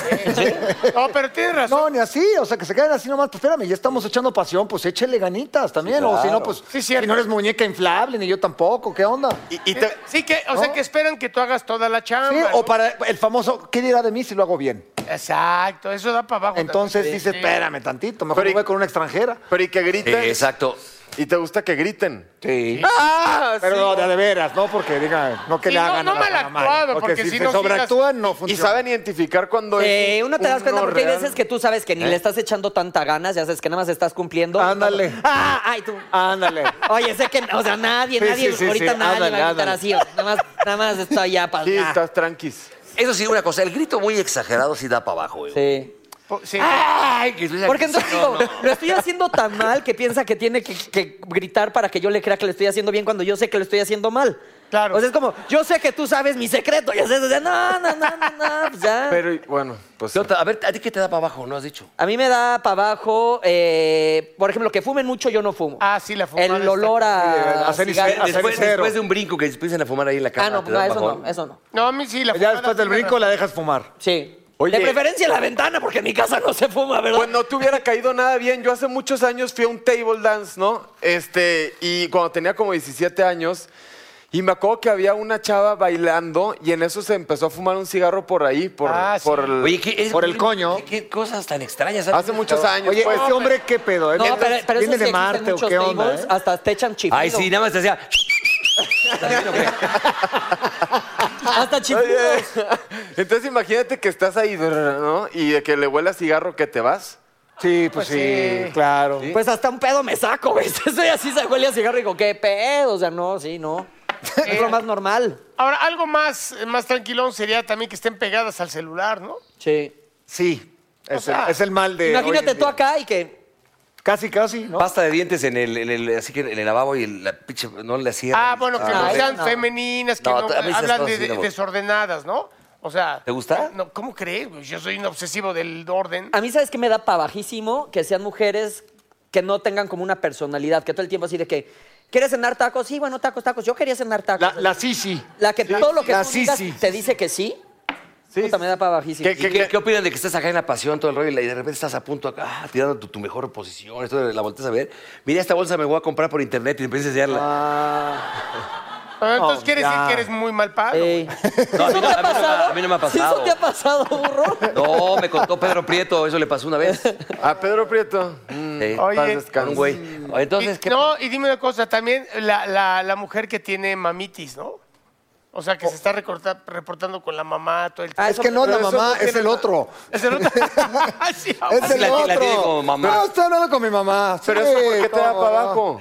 [SPEAKER 5] No, pero tienes razón.
[SPEAKER 6] No, ni así, o sea, que se queden así nomás, pues espérame, ya estamos echando pasión, pues échele ganitas también, o si no, pues
[SPEAKER 5] Sí,
[SPEAKER 6] si
[SPEAKER 5] cierto.
[SPEAKER 6] no eres muñeca inflable, ni yo tampoco, ¿qué onda?
[SPEAKER 5] Eh, Sí que, o sea, que esperan que tú hagas toda la chamba.
[SPEAKER 6] Sí,
[SPEAKER 5] ¿no?
[SPEAKER 6] o para el famoso, ¿qué dirá de mí si lo hago bien?
[SPEAKER 5] Exacto, eso da para abajo.
[SPEAKER 6] Entonces
[SPEAKER 5] también.
[SPEAKER 6] dices,
[SPEAKER 5] Sí.
[SPEAKER 6] espérame tantito, mejor
[SPEAKER 4] Pero
[SPEAKER 6] me
[SPEAKER 4] y-
[SPEAKER 6] voy con una extranjera.
[SPEAKER 4] Pero y que griten.
[SPEAKER 2] exacto.
[SPEAKER 4] Y te gusta que griten.
[SPEAKER 6] Eh, Sí.
[SPEAKER 4] ¡Ah!
[SPEAKER 6] Pero
[SPEAKER 4] sí.
[SPEAKER 6] no, de, de veras, no porque diga, no que
[SPEAKER 5] Sí,
[SPEAKER 6] le
[SPEAKER 5] no,
[SPEAKER 6] hagan
[SPEAKER 5] no
[SPEAKER 6] a la
[SPEAKER 5] mal
[SPEAKER 6] mamá,
[SPEAKER 5] actuado,
[SPEAKER 6] porque,
[SPEAKER 5] porque
[SPEAKER 6] si,
[SPEAKER 5] si
[SPEAKER 6] se
[SPEAKER 5] no, sí las-
[SPEAKER 6] sobreactúan no
[SPEAKER 4] Y
[SPEAKER 6] funciona.
[SPEAKER 4] saben identificar cuando
[SPEAKER 3] Sí,
[SPEAKER 4] es.
[SPEAKER 3] uno Eh, te das cuenta
[SPEAKER 4] no
[SPEAKER 3] porque hay
[SPEAKER 4] real.
[SPEAKER 3] veces que tú sabes que ni
[SPEAKER 2] ¿Eh?
[SPEAKER 3] le estás echando tanta ganas, ya sabes que nada más estás cumpliendo.
[SPEAKER 6] Ándale.
[SPEAKER 3] Ah, ay, tú.
[SPEAKER 6] Ándale.
[SPEAKER 3] [LAUGHS] Oye, sé que, o sea, nadie,
[SPEAKER 6] Sí,
[SPEAKER 3] nadie,
[SPEAKER 6] sí, sí,
[SPEAKER 3] ahorita
[SPEAKER 6] sí,
[SPEAKER 3] nadie
[SPEAKER 6] ándale,
[SPEAKER 3] va a gritar
[SPEAKER 6] ándale.
[SPEAKER 3] así, o sea, nada más, nada más estoy ya para.
[SPEAKER 4] Sí, estás tranquis.
[SPEAKER 2] Eso sí, una cosa, el grito muy exagerado sí Ah, da para abajo, güey.
[SPEAKER 3] Sí.
[SPEAKER 5] Po- sí.
[SPEAKER 2] Ay, que
[SPEAKER 3] Porque entonces
[SPEAKER 2] No,
[SPEAKER 3] digo,
[SPEAKER 2] no.
[SPEAKER 3] lo estoy haciendo tan mal que piensa que tiene que, que gritar para que yo le crea que le estoy haciendo bien cuando yo sé que le estoy haciendo mal.
[SPEAKER 5] Claro.
[SPEAKER 3] O sea, es como, yo sé que tú sabes mi secreto, ya sabes, o sea, no, no, no, no, no, pues ya.
[SPEAKER 4] Pero y- bueno, pues.
[SPEAKER 2] ¿Qué otra? A ver, ¿a ti qué te da para abajo? No has dicho.
[SPEAKER 3] A mí me da para abajo, eh, por ejemplo, que fumen mucho, yo no fumo.
[SPEAKER 5] Ah, sí, la fumada
[SPEAKER 3] El olor a,
[SPEAKER 6] Sí, a ceniza-
[SPEAKER 3] cigarro.
[SPEAKER 6] a
[SPEAKER 2] Ah, Después,
[SPEAKER 6] cenicero.
[SPEAKER 2] después de un brinco que empiezan a fumar ahí en la cama.
[SPEAKER 3] Ah, no,
[SPEAKER 2] ¿te
[SPEAKER 3] no,
[SPEAKER 2] da
[SPEAKER 3] eso
[SPEAKER 2] bajón?
[SPEAKER 3] no, eso no.
[SPEAKER 5] No, a mí sí la
[SPEAKER 6] Ya
[SPEAKER 5] fumada
[SPEAKER 6] después del
[SPEAKER 5] sí me
[SPEAKER 6] brinco la dejas fumar.
[SPEAKER 3] Sí.
[SPEAKER 4] Oye.
[SPEAKER 3] De preferencia la ventana, porque en mi casa no se fuma, ¿verdad?
[SPEAKER 4] Pues no te hubiera caído nada bien. Yo hace muchos años fui a un table dance, ¿no? Este, y cuando tenía como 17 años, y me acuerdo que había una chava bailando y en eso se empezó a fumar un cigarro por ahí, por,
[SPEAKER 5] Ah, sí.
[SPEAKER 4] por el-
[SPEAKER 2] Oye, ¿qué es-
[SPEAKER 6] Por el coño.
[SPEAKER 2] ¿Qué, qué cosas tan extrañas? ¿sabes?
[SPEAKER 4] hace muchos años.
[SPEAKER 6] Oye,
[SPEAKER 4] pues.
[SPEAKER 6] este hombre, ¿qué pedo? eh?
[SPEAKER 3] no, pero, pero eso
[SPEAKER 6] ¿Viene
[SPEAKER 3] sí
[SPEAKER 6] de
[SPEAKER 3] existen
[SPEAKER 6] Marte o
[SPEAKER 3] muchos
[SPEAKER 6] qué onda?
[SPEAKER 3] tables,
[SPEAKER 6] eh?
[SPEAKER 3] Hasta te echan chiflido.
[SPEAKER 2] Ay, sí, nada más te hacía.
[SPEAKER 3] Hasta chiflido.
[SPEAKER 4] Entonces imagínate que estás ahí, ¿no? Y de que le huele a cigarro que te vas.
[SPEAKER 6] Sí, pues, sí, claro.
[SPEAKER 3] Pues hasta un pedo me saco, ¿ves? Estoy así, se huele a cigarro y digo, ¿qué pedo? O sea, no, sí, no. [LAUGHS] Es lo más normal.
[SPEAKER 5] Ahora, algo más, más tranquilón sería también que estén pegadas al celular, ¿no?
[SPEAKER 3] Sí.
[SPEAKER 6] Sí, es,
[SPEAKER 5] sea,
[SPEAKER 6] el, es el mal de. hoy
[SPEAKER 3] Imagínate
[SPEAKER 6] en
[SPEAKER 3] tú
[SPEAKER 6] día.
[SPEAKER 3] acá y que...
[SPEAKER 6] Casi, casi, ¿no?
[SPEAKER 2] Pasta de dientes en el, en el- así que en el lavabo y el- la pinche no le hacía.
[SPEAKER 5] Ah, bueno, que
[SPEAKER 3] Ah,
[SPEAKER 5] no
[SPEAKER 3] eso
[SPEAKER 5] sean
[SPEAKER 3] no.
[SPEAKER 5] femeninas, que
[SPEAKER 2] No,
[SPEAKER 5] no,
[SPEAKER 2] a mí esas
[SPEAKER 5] hablan
[SPEAKER 2] cosas
[SPEAKER 5] de,
[SPEAKER 2] sí no me gustan.
[SPEAKER 5] desordenadas, ¿no? O sea.
[SPEAKER 2] ¿Te gusta?
[SPEAKER 5] No, ¿Cómo crees? güey? Yo soy un obsesivo del orden.
[SPEAKER 3] A mí, ¿sabes qué me da pa' bajísimo? Que sean mujeres que no tengan como una personalidad, que todo el tiempo así de que... ¿Quieres cenar tacos? Sí, bueno, tacos, tacos. Yo quería cenar tacos.
[SPEAKER 6] La, la Sisi.
[SPEAKER 3] La que todo lo que
[SPEAKER 6] La
[SPEAKER 3] tú digas
[SPEAKER 6] Sisi.
[SPEAKER 3] te dice que sí.
[SPEAKER 4] Sí,
[SPEAKER 3] Puta,
[SPEAKER 4] sí,
[SPEAKER 3] me da para bajísimo.
[SPEAKER 4] ¿Qué-
[SPEAKER 2] ¿Y ¿Qué, qué opinan de que estás acá en la pasión todo el rollo y de repente estás a punto acá, ah, tirando tu, tu mejor posición, esto de la volteas a ver? Mira, esta bolsa me voy a comprar por internet y empiezas a enseñarla.
[SPEAKER 3] Ah,
[SPEAKER 5] Ah, Entonces
[SPEAKER 3] Oh,
[SPEAKER 5] quieres
[SPEAKER 3] ya.
[SPEAKER 5] decir que eres muy mal padre.
[SPEAKER 3] ey.
[SPEAKER 2] No, a mí
[SPEAKER 3] ¿Eso te ha
[SPEAKER 2] no- a mí no me-
[SPEAKER 3] pasado?
[SPEAKER 2] a mí no me
[SPEAKER 3] [LAUGHS]
[SPEAKER 2] ha
[SPEAKER 3] ¿Eso
[SPEAKER 2] pasado.
[SPEAKER 3] te ha pasado, burro?
[SPEAKER 2] No, me contó Pedro Prieto, eso le pasó una vez.
[SPEAKER 4] A Pedro Prieto. Mm,
[SPEAKER 2] Sí,
[SPEAKER 5] Oye,
[SPEAKER 4] paz
[SPEAKER 2] con
[SPEAKER 4] descanse.
[SPEAKER 2] un güey. Entonces,
[SPEAKER 5] Y-
[SPEAKER 2] ¿qué?
[SPEAKER 5] No, y dime una cosa, también la, la- la mujer que tiene mamitis, ¿no? O sea, que se está recorta- reportando con la mamá todo el tiempo.
[SPEAKER 3] Oh. Ah,
[SPEAKER 6] Es que no es la
[SPEAKER 5] Pero eso
[SPEAKER 6] mamá,
[SPEAKER 5] no
[SPEAKER 6] es
[SPEAKER 5] tiene
[SPEAKER 6] el
[SPEAKER 5] nada.
[SPEAKER 6] otro.
[SPEAKER 5] Es el otro. [LAUGHS] Ah, Sí,
[SPEAKER 3] Ah,
[SPEAKER 6] Es
[SPEAKER 2] sí
[SPEAKER 6] el
[SPEAKER 2] la- la tiene como
[SPEAKER 6] otro.
[SPEAKER 2] mamá.
[SPEAKER 6] No, estoy hablando con mi mamá.
[SPEAKER 4] Pero
[SPEAKER 6] Sí,
[SPEAKER 4] eso, ¿por qué te da
[SPEAKER 6] cómo
[SPEAKER 4] para
[SPEAKER 6] no.
[SPEAKER 4] abajo?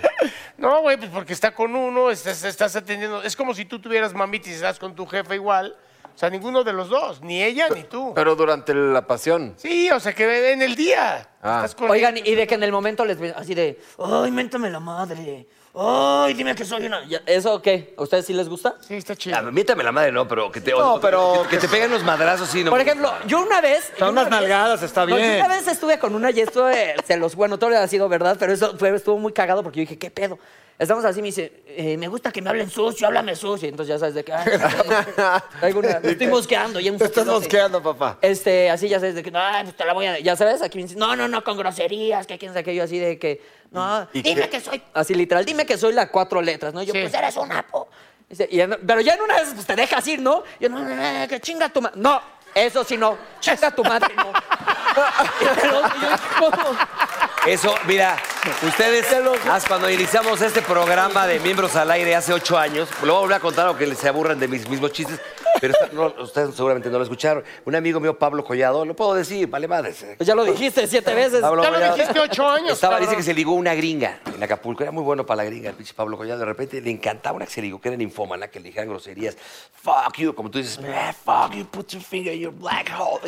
[SPEAKER 5] No, güey, pues porque está con uno, estás, estás atendiendo. Es como si tú tuvieras mamitis y estás con tu jefe igual. O sea, ninguno de los dos, ni ella ni tú.
[SPEAKER 4] Pero durante la pasión.
[SPEAKER 5] Sí, o sea, que en el día.
[SPEAKER 4] Ah.
[SPEAKER 5] Estás con
[SPEAKER 3] Oigan, y de que en el momento les ven así de, ay, méntame la madre. Ay, dime que soy una. Ya, ¿Eso qué? ¿A ustedes sí les gusta?
[SPEAKER 5] Sí, está chido.
[SPEAKER 2] Ah, Miéntame la madre, no, pero que te,
[SPEAKER 6] No, pero-
[SPEAKER 2] que, que te peguen los madrazos, sí, no. pues,
[SPEAKER 3] Por ejemplo, yo una vez.
[SPEAKER 7] Son
[SPEAKER 3] una
[SPEAKER 7] unas
[SPEAKER 3] vez-
[SPEAKER 7] nalgadas, está
[SPEAKER 3] No, yo
[SPEAKER 7] bien.
[SPEAKER 3] una vez estuve con una y estuve. Se los. Bueno, todo ha sido verdad, pero eso fue- estuvo muy cagado porque yo dije, ¿qué pedo? Estamos así, me dice, eh, me gusta que me hablen sucio, háblame sucio. Entonces ya sabes de qué. ay,
[SPEAKER 6] [LAUGHS]
[SPEAKER 3] traigo una- me estoy mosqueando. Ya un
[SPEAKER 6] Te estás
[SPEAKER 3] sacerdote.
[SPEAKER 6] mosqueando, papá.
[SPEAKER 3] Este, así ya sabes de que, no, pues te la voy a. Ya sabes, aquí me dice, no, no, no, con groserías, que quién sabe qué. Yo así de que,
[SPEAKER 6] Mm,
[SPEAKER 3] no, dime que soy. Así literal, dime que soy las cuatro letras, ¿no? Yo,
[SPEAKER 5] Sí.
[SPEAKER 3] pues eres un apo. Dice, y en- pero ya en una vez pues, te dejas ir, ¿no? Yo, no, no, no, que chinga tu madre. No, eso sí no. Chinga tu madre, no. [LAUGHS] Y el otro, yo dije, ¿cómo?
[SPEAKER 2] Eso, mira, ustedes, haz- cuando iniciamos este programa de Miembros al Aire hace ocho años, lo voy a volver a contar aunque les se aburran de mis mismos chistes, pero está- no, ustedes seguramente no lo escucharon. Un amigo mío, Pablo Collado, lo puedo decir, vale madres. eh.
[SPEAKER 3] Pues ya lo dijiste siete veces.
[SPEAKER 2] Pablo
[SPEAKER 5] Ya lo
[SPEAKER 2] Collado
[SPEAKER 5] dijiste ocho años,
[SPEAKER 2] Estaba,
[SPEAKER 5] cabrón.
[SPEAKER 2] dice que se ligó una gringa en Acapulco, era muy bueno para la gringa, el pinche Pablo Collado. De repente le encantaba una que se ligó, que era ninfómana, que le dijeran groserías. Fuck you, como tú dices, "Man, fuck you, put your finger in your black hole.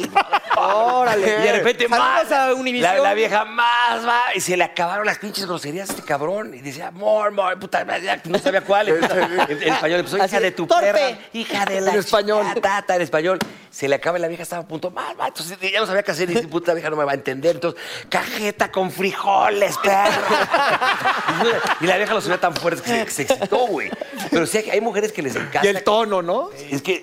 [SPEAKER 3] Órale.
[SPEAKER 2] Y de repente
[SPEAKER 3] Saludos
[SPEAKER 2] más.
[SPEAKER 3] a Univision.
[SPEAKER 2] La, la vieja más va. Y se le acabaron las pinches groserías a este cabrón. Y decía, more, more, puta, no sabía
[SPEAKER 7] [LAUGHS]
[SPEAKER 2] cuál. En, en español, le puso,
[SPEAKER 3] Así
[SPEAKER 2] hija
[SPEAKER 3] de,
[SPEAKER 2] de tu
[SPEAKER 3] "Torpe".
[SPEAKER 2] perra. Hija de la
[SPEAKER 6] En español.
[SPEAKER 2] chica, Tata, en español. Se le acaba y la vieja estaba a punto, más, más. Entonces ya no sabía qué hacer. Y dice, puta, la vieja no me va a entender. Entonces, cajeta con frijoles, perro. [LAUGHS] y la vieja lo subía tan fuerte que se, que se excitó, güey. Pero sí, hay- hay mujeres que les encanta.
[SPEAKER 7] Y el tono, ¿no?
[SPEAKER 2] Es que.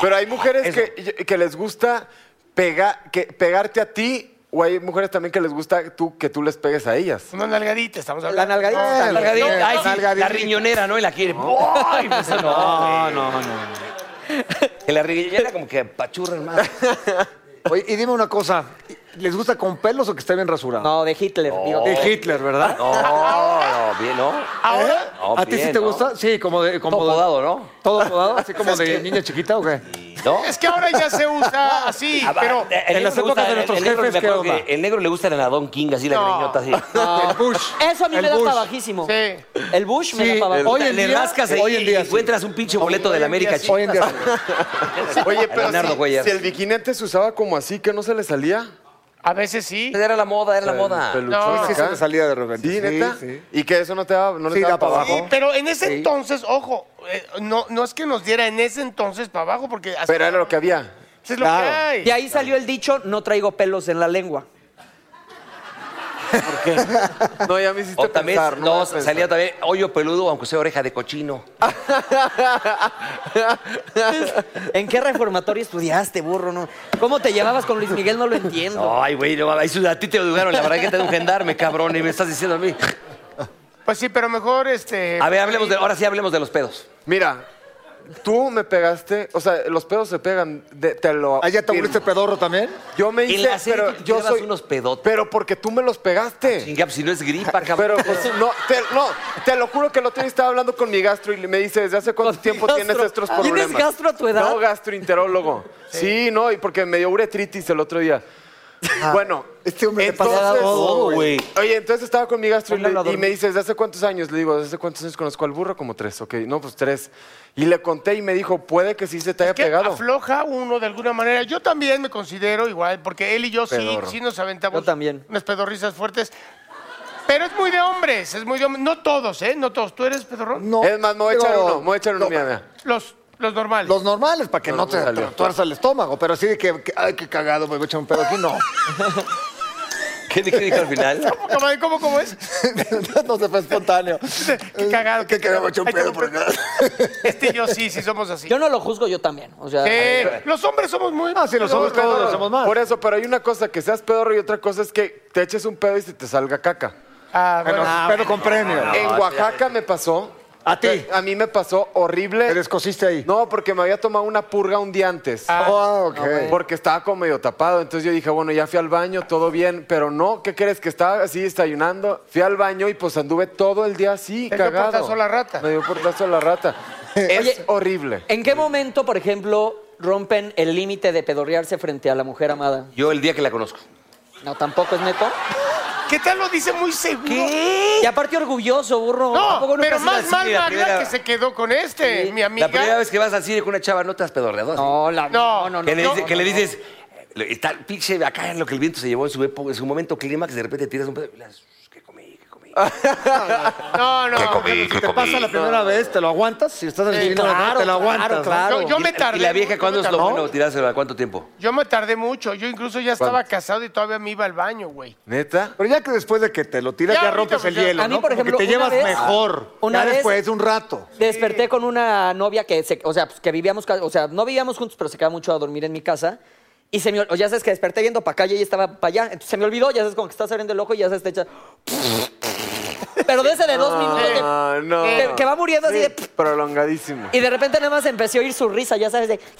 [SPEAKER 4] Pero hay mujeres
[SPEAKER 2] Eso.
[SPEAKER 4] que, que les gusta pega- que, pegarte a ti o hay mujeres también que les gusta tú, que tú les pegues a ellas.
[SPEAKER 5] Una nalgadita, estamos hablando.
[SPEAKER 3] La nalgadita. la
[SPEAKER 6] Bueno,
[SPEAKER 3] nalgadita.
[SPEAKER 2] Ay, sí, la
[SPEAKER 6] Nalgadita.
[SPEAKER 2] riñonera, ¿no? Y la quiere. ¡Ay! Pues, no, no, no, Que la riñonera como que pachurra
[SPEAKER 3] Eh,
[SPEAKER 2] más.
[SPEAKER 6] [LAUGHS] Oye, y dime una cosa. ¿Les gusta con pelos o que esté bien rasurado?
[SPEAKER 3] No, de Hitler. digo.
[SPEAKER 6] De Hitler, ¿verdad?
[SPEAKER 2] No, no, bien, ¿no?
[SPEAKER 6] ¿Ahora?
[SPEAKER 2] No,
[SPEAKER 6] ¿A ti sí
[SPEAKER 2] Oh, bien,
[SPEAKER 6] te
[SPEAKER 2] ¿no?
[SPEAKER 6] gusta? Sí, como de... Como
[SPEAKER 2] Todo
[SPEAKER 6] de-
[SPEAKER 2] podado, ¿no?
[SPEAKER 6] ¿Todo podado? ¿Así como de niña chiquita o qué?
[SPEAKER 2] ¿No?
[SPEAKER 5] Es que ahora ya se usa así,
[SPEAKER 2] Ah, va,
[SPEAKER 5] pero.
[SPEAKER 2] el negro
[SPEAKER 6] las
[SPEAKER 2] le
[SPEAKER 6] épocas de
[SPEAKER 2] el-
[SPEAKER 6] nuestros
[SPEAKER 2] el negro,
[SPEAKER 6] jefes,
[SPEAKER 2] me
[SPEAKER 6] ¿qué
[SPEAKER 2] acuerdo
[SPEAKER 6] onda?
[SPEAKER 2] que El negro le gusta el anadón King, así, la
[SPEAKER 5] No.
[SPEAKER 2] greñota, así.
[SPEAKER 6] El Bush.
[SPEAKER 3] Eso a mí
[SPEAKER 6] El
[SPEAKER 3] me da
[SPEAKER 6] Bush.
[SPEAKER 3] para bajísimo.
[SPEAKER 5] Sí.
[SPEAKER 3] El Bush me
[SPEAKER 6] Sí,
[SPEAKER 3] da para
[SPEAKER 6] el-
[SPEAKER 3] bajísimo.
[SPEAKER 6] Hoy en
[SPEAKER 2] le
[SPEAKER 6] día-
[SPEAKER 2] rascas ahí
[SPEAKER 6] hoy en día
[SPEAKER 2] y
[SPEAKER 6] sí.
[SPEAKER 2] encuentras un pinche boleto de la América chica.
[SPEAKER 6] Hoy en día... sí.
[SPEAKER 4] Oye, pero
[SPEAKER 2] Leonardo
[SPEAKER 4] si,
[SPEAKER 2] Cuellar.
[SPEAKER 4] si el bikini antes se usaba como así, que no se le salía.
[SPEAKER 5] A veces sí.
[SPEAKER 2] Pues Era la moda, era la
[SPEAKER 4] El
[SPEAKER 2] moda.
[SPEAKER 4] peluchón
[SPEAKER 5] No.
[SPEAKER 6] Sí, se
[SPEAKER 4] acá.
[SPEAKER 6] me salía de repente.
[SPEAKER 4] Sí, neta.
[SPEAKER 6] sí.
[SPEAKER 4] Y que eso no te daba, no le
[SPEAKER 6] Sí,
[SPEAKER 4] daba
[SPEAKER 6] da para
[SPEAKER 5] Sí,
[SPEAKER 6] abajo.
[SPEAKER 5] pero en ese entonces, ojo, eh, no, no es que nos diera en ese entonces para abajo, porque así
[SPEAKER 4] Pero era lo que había.
[SPEAKER 5] Pues es lo que
[SPEAKER 6] claro.
[SPEAKER 5] hay.
[SPEAKER 3] De ahí salió el dicho, no traigo pelos en la lengua.
[SPEAKER 4] No, ya me hiciste
[SPEAKER 2] O también,
[SPEAKER 4] pensar. me
[SPEAKER 2] no,
[SPEAKER 4] voy a pensar.
[SPEAKER 2] salía también hoyo peludo, aunque sea oreja de cochino.
[SPEAKER 3] [LAUGHS] ¿En qué reformatorio estudiaste, burro? No? ¿Cómo te llevabas con Luis Miguel? No lo entiendo.
[SPEAKER 2] Ay, güey, no, mames, eso a ti te educaron, la verdad que te de un gendarme, cabrón, y me estás diciendo a mí.
[SPEAKER 5] Pues sí, pero mejor este.
[SPEAKER 2] A ver, hablemos de, ahora sí hablemos de los pedos.
[SPEAKER 4] Mira, tú me pegaste, o sea, los pedos se pegan, de- te lo.
[SPEAKER 6] ¿Ah, ya te
[SPEAKER 4] firmo.
[SPEAKER 6] volviste pedorro también?
[SPEAKER 4] Yo me
[SPEAKER 2] En
[SPEAKER 4] hice,
[SPEAKER 2] la serie
[SPEAKER 4] pero
[SPEAKER 2] te
[SPEAKER 4] yo
[SPEAKER 2] llevas
[SPEAKER 4] soy
[SPEAKER 2] unos pedotes.
[SPEAKER 4] Pero porque tú me los pegaste.
[SPEAKER 2] Chinga, pues, si no es gripa,
[SPEAKER 4] Pero
[SPEAKER 2] cabrón.
[SPEAKER 4] pues no, te, no, te lo juro que el otro día estaba hablando con mi gastro y me dice, ¿desde hace cuánto
[SPEAKER 3] Con
[SPEAKER 4] tiempo
[SPEAKER 3] mi
[SPEAKER 4] tienes
[SPEAKER 3] gastro.
[SPEAKER 4] estos
[SPEAKER 3] Ah, ¿tienes
[SPEAKER 4] problemas?
[SPEAKER 3] gastro a tu edad?
[SPEAKER 4] No, gastroenterólogo. Sí, no, y porque me dio uretritis el otro día. Bueno,
[SPEAKER 6] Este hombre le pasa
[SPEAKER 4] entonces-
[SPEAKER 6] todo,
[SPEAKER 2] güey.
[SPEAKER 4] Oye, entonces estaba con mi gastro y, le-
[SPEAKER 3] Póngalo a
[SPEAKER 4] y me
[SPEAKER 3] dormir.
[SPEAKER 4] dice, ¿desde hace cuántos años? Le digo, ¿desde hace cuántos años conozco al burro? Como tres, ok. No, pues tres. Y le conté y me dijo, puede que sí se te haya
[SPEAKER 5] Es que
[SPEAKER 4] pegado.
[SPEAKER 5] afloja uno de alguna manera. Yo también me considero igual, porque él y yo sí,
[SPEAKER 4] Pedorro.
[SPEAKER 5] sí nos aventamos
[SPEAKER 3] Yo también.
[SPEAKER 5] unas pedorrizas fuertes. Pero es muy de hombres, es muy de hombres. No todos, ¿eh? No todos. ¿Tú eres pedorrón?
[SPEAKER 6] No,
[SPEAKER 4] Es más, me voy a echar
[SPEAKER 6] digo,
[SPEAKER 4] uno, me voy a echar uno,
[SPEAKER 6] no,
[SPEAKER 4] mira, mira.
[SPEAKER 5] Los, los normales.
[SPEAKER 6] Los normales, para que
[SPEAKER 4] No,
[SPEAKER 6] no,
[SPEAKER 4] no me
[SPEAKER 6] te
[SPEAKER 4] salió.
[SPEAKER 6] tuerza el estómago, pero así de que, que, ay, qué cagado, me voy a echar un pedo aquí, no.
[SPEAKER 2] [LAUGHS] ¿Qué, qué dijo al final?
[SPEAKER 5] ¿Cómo, cabrón? ¿Cómo, cómo es?
[SPEAKER 6] [LAUGHS] no se fue espontáneo. Eh,
[SPEAKER 5] Qué cagado.
[SPEAKER 6] Que quedaba hecho un
[SPEAKER 5] Ay,
[SPEAKER 6] pedo
[SPEAKER 5] todo
[SPEAKER 6] por
[SPEAKER 5] pe-
[SPEAKER 6] acá.
[SPEAKER 5] Este y yo sí, sí somos así.
[SPEAKER 3] Yo no lo juzgo, yo también. O sea,
[SPEAKER 5] Eh, los hombres somos muy...
[SPEAKER 6] Ah, sí, los somos todos,
[SPEAKER 5] pedorros.
[SPEAKER 6] los somos más.
[SPEAKER 4] Por eso, pero hay una cosa que seas pedorro y otra cosa es que te eches un pedo y se te salga caca.
[SPEAKER 5] Ah, bueno.
[SPEAKER 6] Pero, pero con premio.
[SPEAKER 4] en Oaxaca me pasó.
[SPEAKER 6] ¿A ti?
[SPEAKER 4] A mí me pasó horrible.
[SPEAKER 6] Te descosiste ahí.
[SPEAKER 4] No, porque me había tomado una purga un día antes.
[SPEAKER 6] Ah, ok.
[SPEAKER 4] Porque estaba como medio tapado. Entonces yo dije, bueno, ya fui al baño, todo bien. Pero no, ¿qué crees? Que estaba así desayunando. Fui al baño y pues anduve todo el día así,
[SPEAKER 5] Te dio
[SPEAKER 4] cagado.
[SPEAKER 5] portazo a la rata.
[SPEAKER 4] Me dio portazo a la rata. es
[SPEAKER 3] Oye,
[SPEAKER 4] horrible.
[SPEAKER 3] ¿En qué momento, por ejemplo, rompen el límite de pedorrearse frente a la mujer amada?
[SPEAKER 2] Yo el día que la conozco.
[SPEAKER 3] No, tampoco es neto.
[SPEAKER 5] ¿Qué tal lo dice muy seguro?
[SPEAKER 3] Y aparte orgulloso, burro.
[SPEAKER 5] No,
[SPEAKER 3] Tampoco nunca
[SPEAKER 5] pero
[SPEAKER 3] se
[SPEAKER 5] más
[SPEAKER 3] las-
[SPEAKER 5] mal
[SPEAKER 2] la
[SPEAKER 5] María
[SPEAKER 2] primera-
[SPEAKER 5] que se quedó con este, mi amiga.
[SPEAKER 2] La primera vez que vas al cine con una chava, no te has pedorreado. así?
[SPEAKER 3] No, la...
[SPEAKER 5] No,
[SPEAKER 3] no, no.
[SPEAKER 2] que le,
[SPEAKER 3] no,
[SPEAKER 2] dice-
[SPEAKER 3] no,
[SPEAKER 2] que le
[SPEAKER 3] no.
[SPEAKER 2] dices, eh, está el pinche acá en lo que el viento se llevó en su, epo- en su momento clímax, de repente tiras un pedo y le das, ¿qué comí? ¿Qué comí?
[SPEAKER 5] No, no.
[SPEAKER 2] ¿Qué
[SPEAKER 7] Te pasa la primera vez, te lo aguantas. Si estás en
[SPEAKER 5] Eh,
[SPEAKER 7] el
[SPEAKER 3] Sí,
[SPEAKER 7] divino,
[SPEAKER 3] claro,
[SPEAKER 7] te
[SPEAKER 3] claro,
[SPEAKER 7] lo aguantas.
[SPEAKER 3] claro.
[SPEAKER 5] Yo, yo me tardé.
[SPEAKER 2] ¿Y la vieja
[SPEAKER 5] mucho,
[SPEAKER 2] cuándo
[SPEAKER 5] yo me
[SPEAKER 2] es lo
[SPEAKER 5] tardé-
[SPEAKER 2] bueno tirárselo? ¿A cuánto tiempo?
[SPEAKER 5] Yo me tardé mucho. Yo incluso ya estaba casado y todavía me iba al baño, güey.
[SPEAKER 4] ¿Neta?
[SPEAKER 6] Pero ya que después de que te lo tiras,
[SPEAKER 5] Ya
[SPEAKER 6] ya,
[SPEAKER 5] ahorita,
[SPEAKER 6] rompes
[SPEAKER 5] pues,
[SPEAKER 6] el
[SPEAKER 5] ya.
[SPEAKER 6] hielo,
[SPEAKER 3] A mí,
[SPEAKER 6] ¿no?
[SPEAKER 3] por
[SPEAKER 6] Como que
[SPEAKER 3] ejemplo,
[SPEAKER 6] te
[SPEAKER 3] una
[SPEAKER 6] llevas
[SPEAKER 3] vez- Ah.
[SPEAKER 6] mejor.
[SPEAKER 3] una
[SPEAKER 6] ya
[SPEAKER 3] vez-
[SPEAKER 6] después de un rato.
[SPEAKER 3] Desperté con una novia que, se- o sea, pues, que vivíamos, ca- o sea, no vivíamos juntos, pero se quedaba mucho a dormir en mi casa. Y se me, ol- o ya sabes que desperté viendo para acá y ella estaba para allá. Entonces se me olvidó, ya sabes, como que estás abriendo el ojo y ya sabes, te echa. [LAUGHS] Pero de ese de dos minutos de-
[SPEAKER 4] Ah, no.
[SPEAKER 3] que, que va muriendo así de.
[SPEAKER 4] Sí, Prolongadísimo.
[SPEAKER 3] Y de repente nada más empecé a oír su risa, ya sabes, de. [LAUGHS]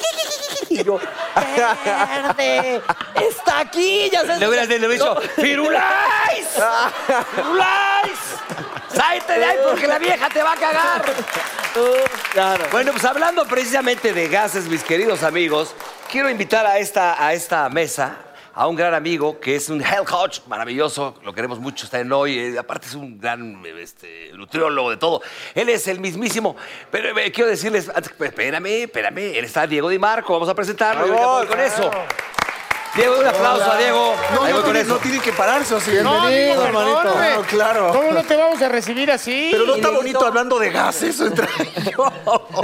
[SPEAKER 3] Y yo, ¡Verde! ¡Está aquí! Ya sabes.
[SPEAKER 2] Le hubieras le hubieras dicho, ¡Firulais! ¡Firulais! ¡Sáete de [LAUGHS] ahí porque la vieja te va a cagar!
[SPEAKER 3] Claro.
[SPEAKER 2] Bueno, pues hablando precisamente de gases, mis queridos amigos, quiero invitar a esta, a esta mesa a un gran amigo que es un health coach maravilloso, lo queremos mucho, está en hoy, eh, aparte es un gran eh, este, nutriólogo de todo. Él es el mismísimo, pero eh, quiero decirles, antes- espérame, espérame, él está Diego Di Marco, vamos a presentarlo y ahorita voy con eso. Diego, un aplauso a Diego. Ahí voy con eso.
[SPEAKER 7] tiene que pararse así.
[SPEAKER 5] No, amigo, perdón, güey.
[SPEAKER 7] Claro, claro.
[SPEAKER 5] ¿Cómo no te vamos a recibir así?
[SPEAKER 7] Pero no está
[SPEAKER 3] Dieguito.
[SPEAKER 7] bonito hablando de gases. entre-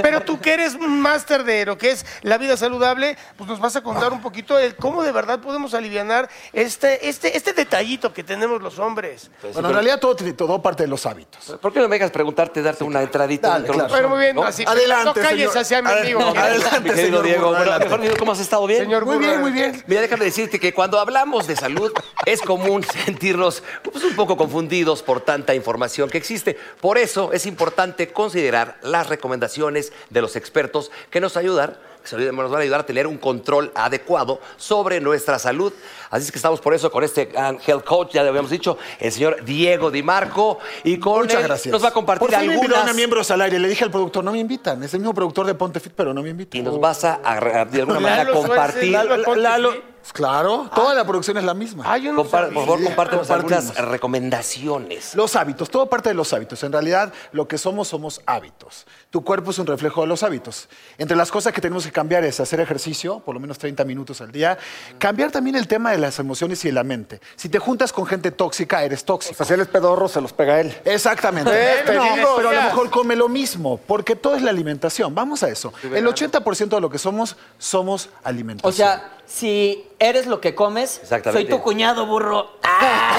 [SPEAKER 5] Pero tú que eres un máster de lo que es la vida saludable, pues nos vas a contar un poquito de cómo de verdad podemos aliviar este, este, este detallito que tenemos los hombres.
[SPEAKER 7] Bueno, en realidad todo, tiene- todo parte de los hábitos.
[SPEAKER 2] ¿Por qué no me dejas preguntarte, darte una entradita?
[SPEAKER 7] Dale,
[SPEAKER 2] dentro de un-
[SPEAKER 7] claro.
[SPEAKER 5] Bueno, muy bien, así.
[SPEAKER 7] Adelante,
[SPEAKER 5] No calles
[SPEAKER 7] señor.
[SPEAKER 5] hacia mi amigo.
[SPEAKER 2] Mi
[SPEAKER 7] Adelante,
[SPEAKER 2] querido
[SPEAKER 7] señor
[SPEAKER 2] Diego,
[SPEAKER 7] Burro,
[SPEAKER 2] bueno,
[SPEAKER 7] adelante.
[SPEAKER 2] mejor Diego, ¿cómo has estado? ¿Bien?
[SPEAKER 5] Señor
[SPEAKER 7] Muy bien,
[SPEAKER 5] Burra.
[SPEAKER 7] muy bien.
[SPEAKER 2] Mira, déjame decirte que cuando hablamos de salud es común [LAUGHS] sentirnos pues, un poco confundidos por tanta información que existe. Por eso es importante considerar las recomendaciones de los expertos que nos ayudan, que se- nos van a ayudar a tener un control adecuado sobre nuestra salud. Así es que estamos por eso con este gran health coach, ya lo habíamos dicho, el señor Diego Di Marco. Y con
[SPEAKER 7] Muchas
[SPEAKER 2] él
[SPEAKER 7] gracias.
[SPEAKER 2] nos va a compartir
[SPEAKER 7] Por fin me invitaron
[SPEAKER 2] algunas...
[SPEAKER 7] a miembros al aire. Le dije al productor, no me invitan. Es el mismo productor de Ponte Fit, pero no me invitan.
[SPEAKER 2] Y nos vas a, a- de alguna manera,
[SPEAKER 5] Lalo Suárez,
[SPEAKER 2] compartir... Ah.
[SPEAKER 5] Lalo Ponte, ¿sí?
[SPEAKER 7] Pues Claro, toda la producción es la misma.
[SPEAKER 5] Ay, yo no
[SPEAKER 2] Compar-
[SPEAKER 5] sabía.
[SPEAKER 2] por favor, compártenos algunas
[SPEAKER 7] Compartimos.
[SPEAKER 2] recomendaciones.
[SPEAKER 7] Los hábitos, todo parte de los hábitos. En realidad, lo que somos somos hábitos. Tu cuerpo es un reflejo de los hábitos. Entre las cosas que tenemos que cambiar es hacer ejercicio, por lo menos 30 minutos al día. Cambiar también el tema de las emociones y de la mente. Si te juntas con gente tóxica, eres tóxico.
[SPEAKER 6] O sea, Pues si él es pedorro, se los pega a él.
[SPEAKER 7] Exactamente.
[SPEAKER 5] Eh, te
[SPEAKER 7] No,
[SPEAKER 5] digo,
[SPEAKER 7] pero a
[SPEAKER 5] ya.
[SPEAKER 7] lo mejor come lo mismo, porque todo es la alimentación. Vamos a eso. El 80% de lo que somos, somos alimentación.
[SPEAKER 3] O sea, si eres lo que comes, soy
[SPEAKER 2] Exactamente.
[SPEAKER 3] tu cuñado, burro.
[SPEAKER 6] Ah,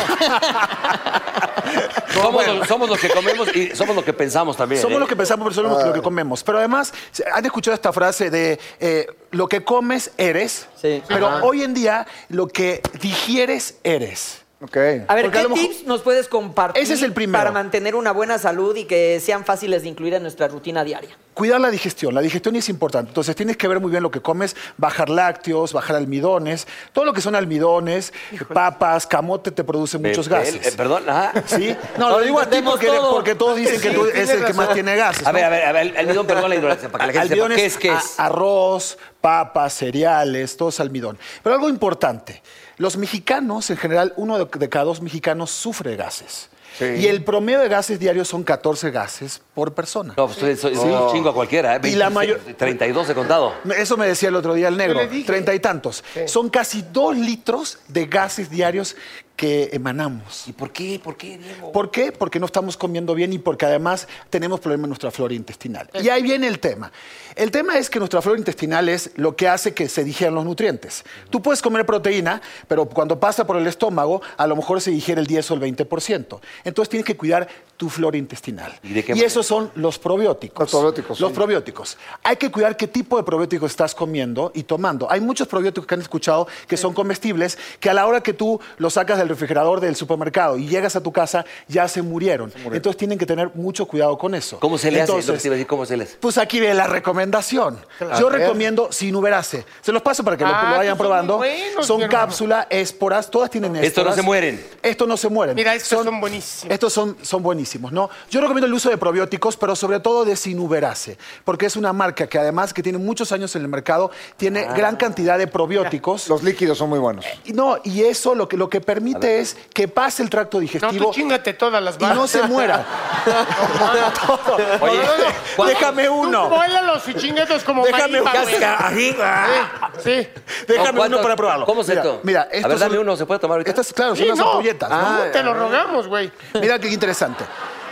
[SPEAKER 2] Somos, los, somos los que comemos y somos lo que pensamos también.
[SPEAKER 7] Somos
[SPEAKER 2] ¿eh?
[SPEAKER 7] lo que pensamos, pero somos lo que comemos. Pero además, han escuchado esta frase de eh, lo que comes eres,
[SPEAKER 3] Sí.
[SPEAKER 7] pero
[SPEAKER 3] Ajá.
[SPEAKER 7] hoy en día lo que digieres eres.
[SPEAKER 6] Ok.
[SPEAKER 3] A ver,
[SPEAKER 7] Porque
[SPEAKER 3] ¿qué
[SPEAKER 7] a lo mejor-
[SPEAKER 3] tips nos puedes compartir
[SPEAKER 7] Ese es el primero.
[SPEAKER 3] para mantener una buena salud y que sean fáciles de incluir en nuestra rutina diaria?
[SPEAKER 7] Cuidar la digestión, la digestión es importante. Entonces tienes que ver muy bien lo que comes, bajar lácteos, bajar almidones, todo lo que son almidones, papas, camote te produce muchos
[SPEAKER 2] Eh,
[SPEAKER 7] gases.
[SPEAKER 2] eh, perdón, ajá.
[SPEAKER 7] [LAUGHS] Sí, no, lo digo a ti
[SPEAKER 3] entendemos
[SPEAKER 7] porque,
[SPEAKER 3] todo.
[SPEAKER 7] porque
[SPEAKER 2] [LAUGHS]
[SPEAKER 7] todos dicen que tú es el que más tiene gases.
[SPEAKER 2] A
[SPEAKER 7] ¿no?
[SPEAKER 2] ver, a ver, a ver, almidón, perdón la ignorancia, para que la gente sepa
[SPEAKER 7] Almidón
[SPEAKER 2] qué es, qué es.
[SPEAKER 7] a- arroz, papas, cereales, todo es almidón. Pero algo importante, los mexicanos, en general, uno de, de cada dos mexicanos sufre gases. Y el promedio de gases diarios son 14 gases por persona.
[SPEAKER 2] No, pues soy, soy- soy un chingo a cualquiera, ¿eh?
[SPEAKER 7] Y la
[SPEAKER 2] 26,
[SPEAKER 7] mayor-
[SPEAKER 2] 32 he contado.
[SPEAKER 7] Eso me decía el otro día el negro,
[SPEAKER 5] le dije.
[SPEAKER 7] treinta y tantos. Son casi dos litros de gases diarios que emanamos.
[SPEAKER 2] ¿Y por qué? ¿Por qué, Diego?
[SPEAKER 7] ¿Por qué? Porque no estamos comiendo bien y porque además tenemos problemas en nuestra flora intestinal. Y ahí viene el tema. El tema es que nuestra flora intestinal es lo que hace que se digieran los nutrientes. Tú puedes comer proteína, pero cuando pasa por el estómago, a lo mejor se digiere el 10 o el 20%. Entonces tienes que cuidar tu flora intestinal.
[SPEAKER 2] ¿Y de qué
[SPEAKER 7] y
[SPEAKER 2] manera?
[SPEAKER 7] esos son los probióticos.
[SPEAKER 6] Los probióticos,
[SPEAKER 7] Los
[SPEAKER 6] sí.
[SPEAKER 7] probióticos. Hay que cuidar qué tipo de probióticos estás comiendo y tomando. Hay muchos probióticos que han escuchado que son comestibles, que a la hora que tú los sacas del refrigerador del supermercado y llegas a tu casa, ya se murieron. Entonces tienen que tener mucho cuidado con eso.
[SPEAKER 2] ¿Cómo se le hace? Es lo que
[SPEAKER 7] Entonces,
[SPEAKER 2] te iba a decir, ¿Cómo se le hace?
[SPEAKER 7] Pues aquí viene la recomendación. Yo recomiendo sinuberase. Se los paso para que lo-
[SPEAKER 5] Ah,
[SPEAKER 7] lo, vayan
[SPEAKER 5] estos son muy
[SPEAKER 7] probando.
[SPEAKER 5] buenos, mi
[SPEAKER 7] son
[SPEAKER 5] hermano.
[SPEAKER 7] cápsulas, esporas, todas tienen esporas.
[SPEAKER 2] Estos no se mueren.
[SPEAKER 7] Estos no se mueren.
[SPEAKER 5] Mira, estos son buenísimos.
[SPEAKER 7] Estos son, son buenísimos, ¿no? Yo recomiendo el uso de probióticos, pero sobre todo de sinuberase, porque es una marca que además que tiene muchos años en el mercado, tiene
[SPEAKER 5] Ah.
[SPEAKER 7] gran cantidad de probióticos. Eh,
[SPEAKER 6] Los líquidos son muy buenos.
[SPEAKER 7] Y No, y eso lo que, lo que permite es que pase el tracto
[SPEAKER 5] No, tú
[SPEAKER 7] digestivo
[SPEAKER 5] chingate todas las
[SPEAKER 7] y
[SPEAKER 5] balas.
[SPEAKER 7] no
[SPEAKER 5] [LAUGHS]
[SPEAKER 7] se muera. [LAUGHS] Todo.
[SPEAKER 2] Oye,
[SPEAKER 7] No, no, no.
[SPEAKER 2] ¿cuándo-
[SPEAKER 7] Déjame
[SPEAKER 5] Tú
[SPEAKER 7] uno.
[SPEAKER 5] vuélalos y chingados como
[SPEAKER 7] Déjame
[SPEAKER 5] maripa, güey. Sí. sí.
[SPEAKER 7] Ah, Déjame
[SPEAKER 2] ¿Cuánto-
[SPEAKER 7] uno para probarlo.
[SPEAKER 2] ¿Cómo se
[SPEAKER 7] Mira,
[SPEAKER 2] to-
[SPEAKER 7] Mira,
[SPEAKER 2] A ver,
[SPEAKER 7] estos
[SPEAKER 2] dame
[SPEAKER 7] son-
[SPEAKER 2] uno, ¿se puede tomar ahorita?
[SPEAKER 7] Estas, claro, son
[SPEAKER 5] Sí,
[SPEAKER 7] unas
[SPEAKER 5] no.
[SPEAKER 7] ampolletas. ¿no?
[SPEAKER 5] No, te lo rogamos, güey.
[SPEAKER 7] Mira qué interesante.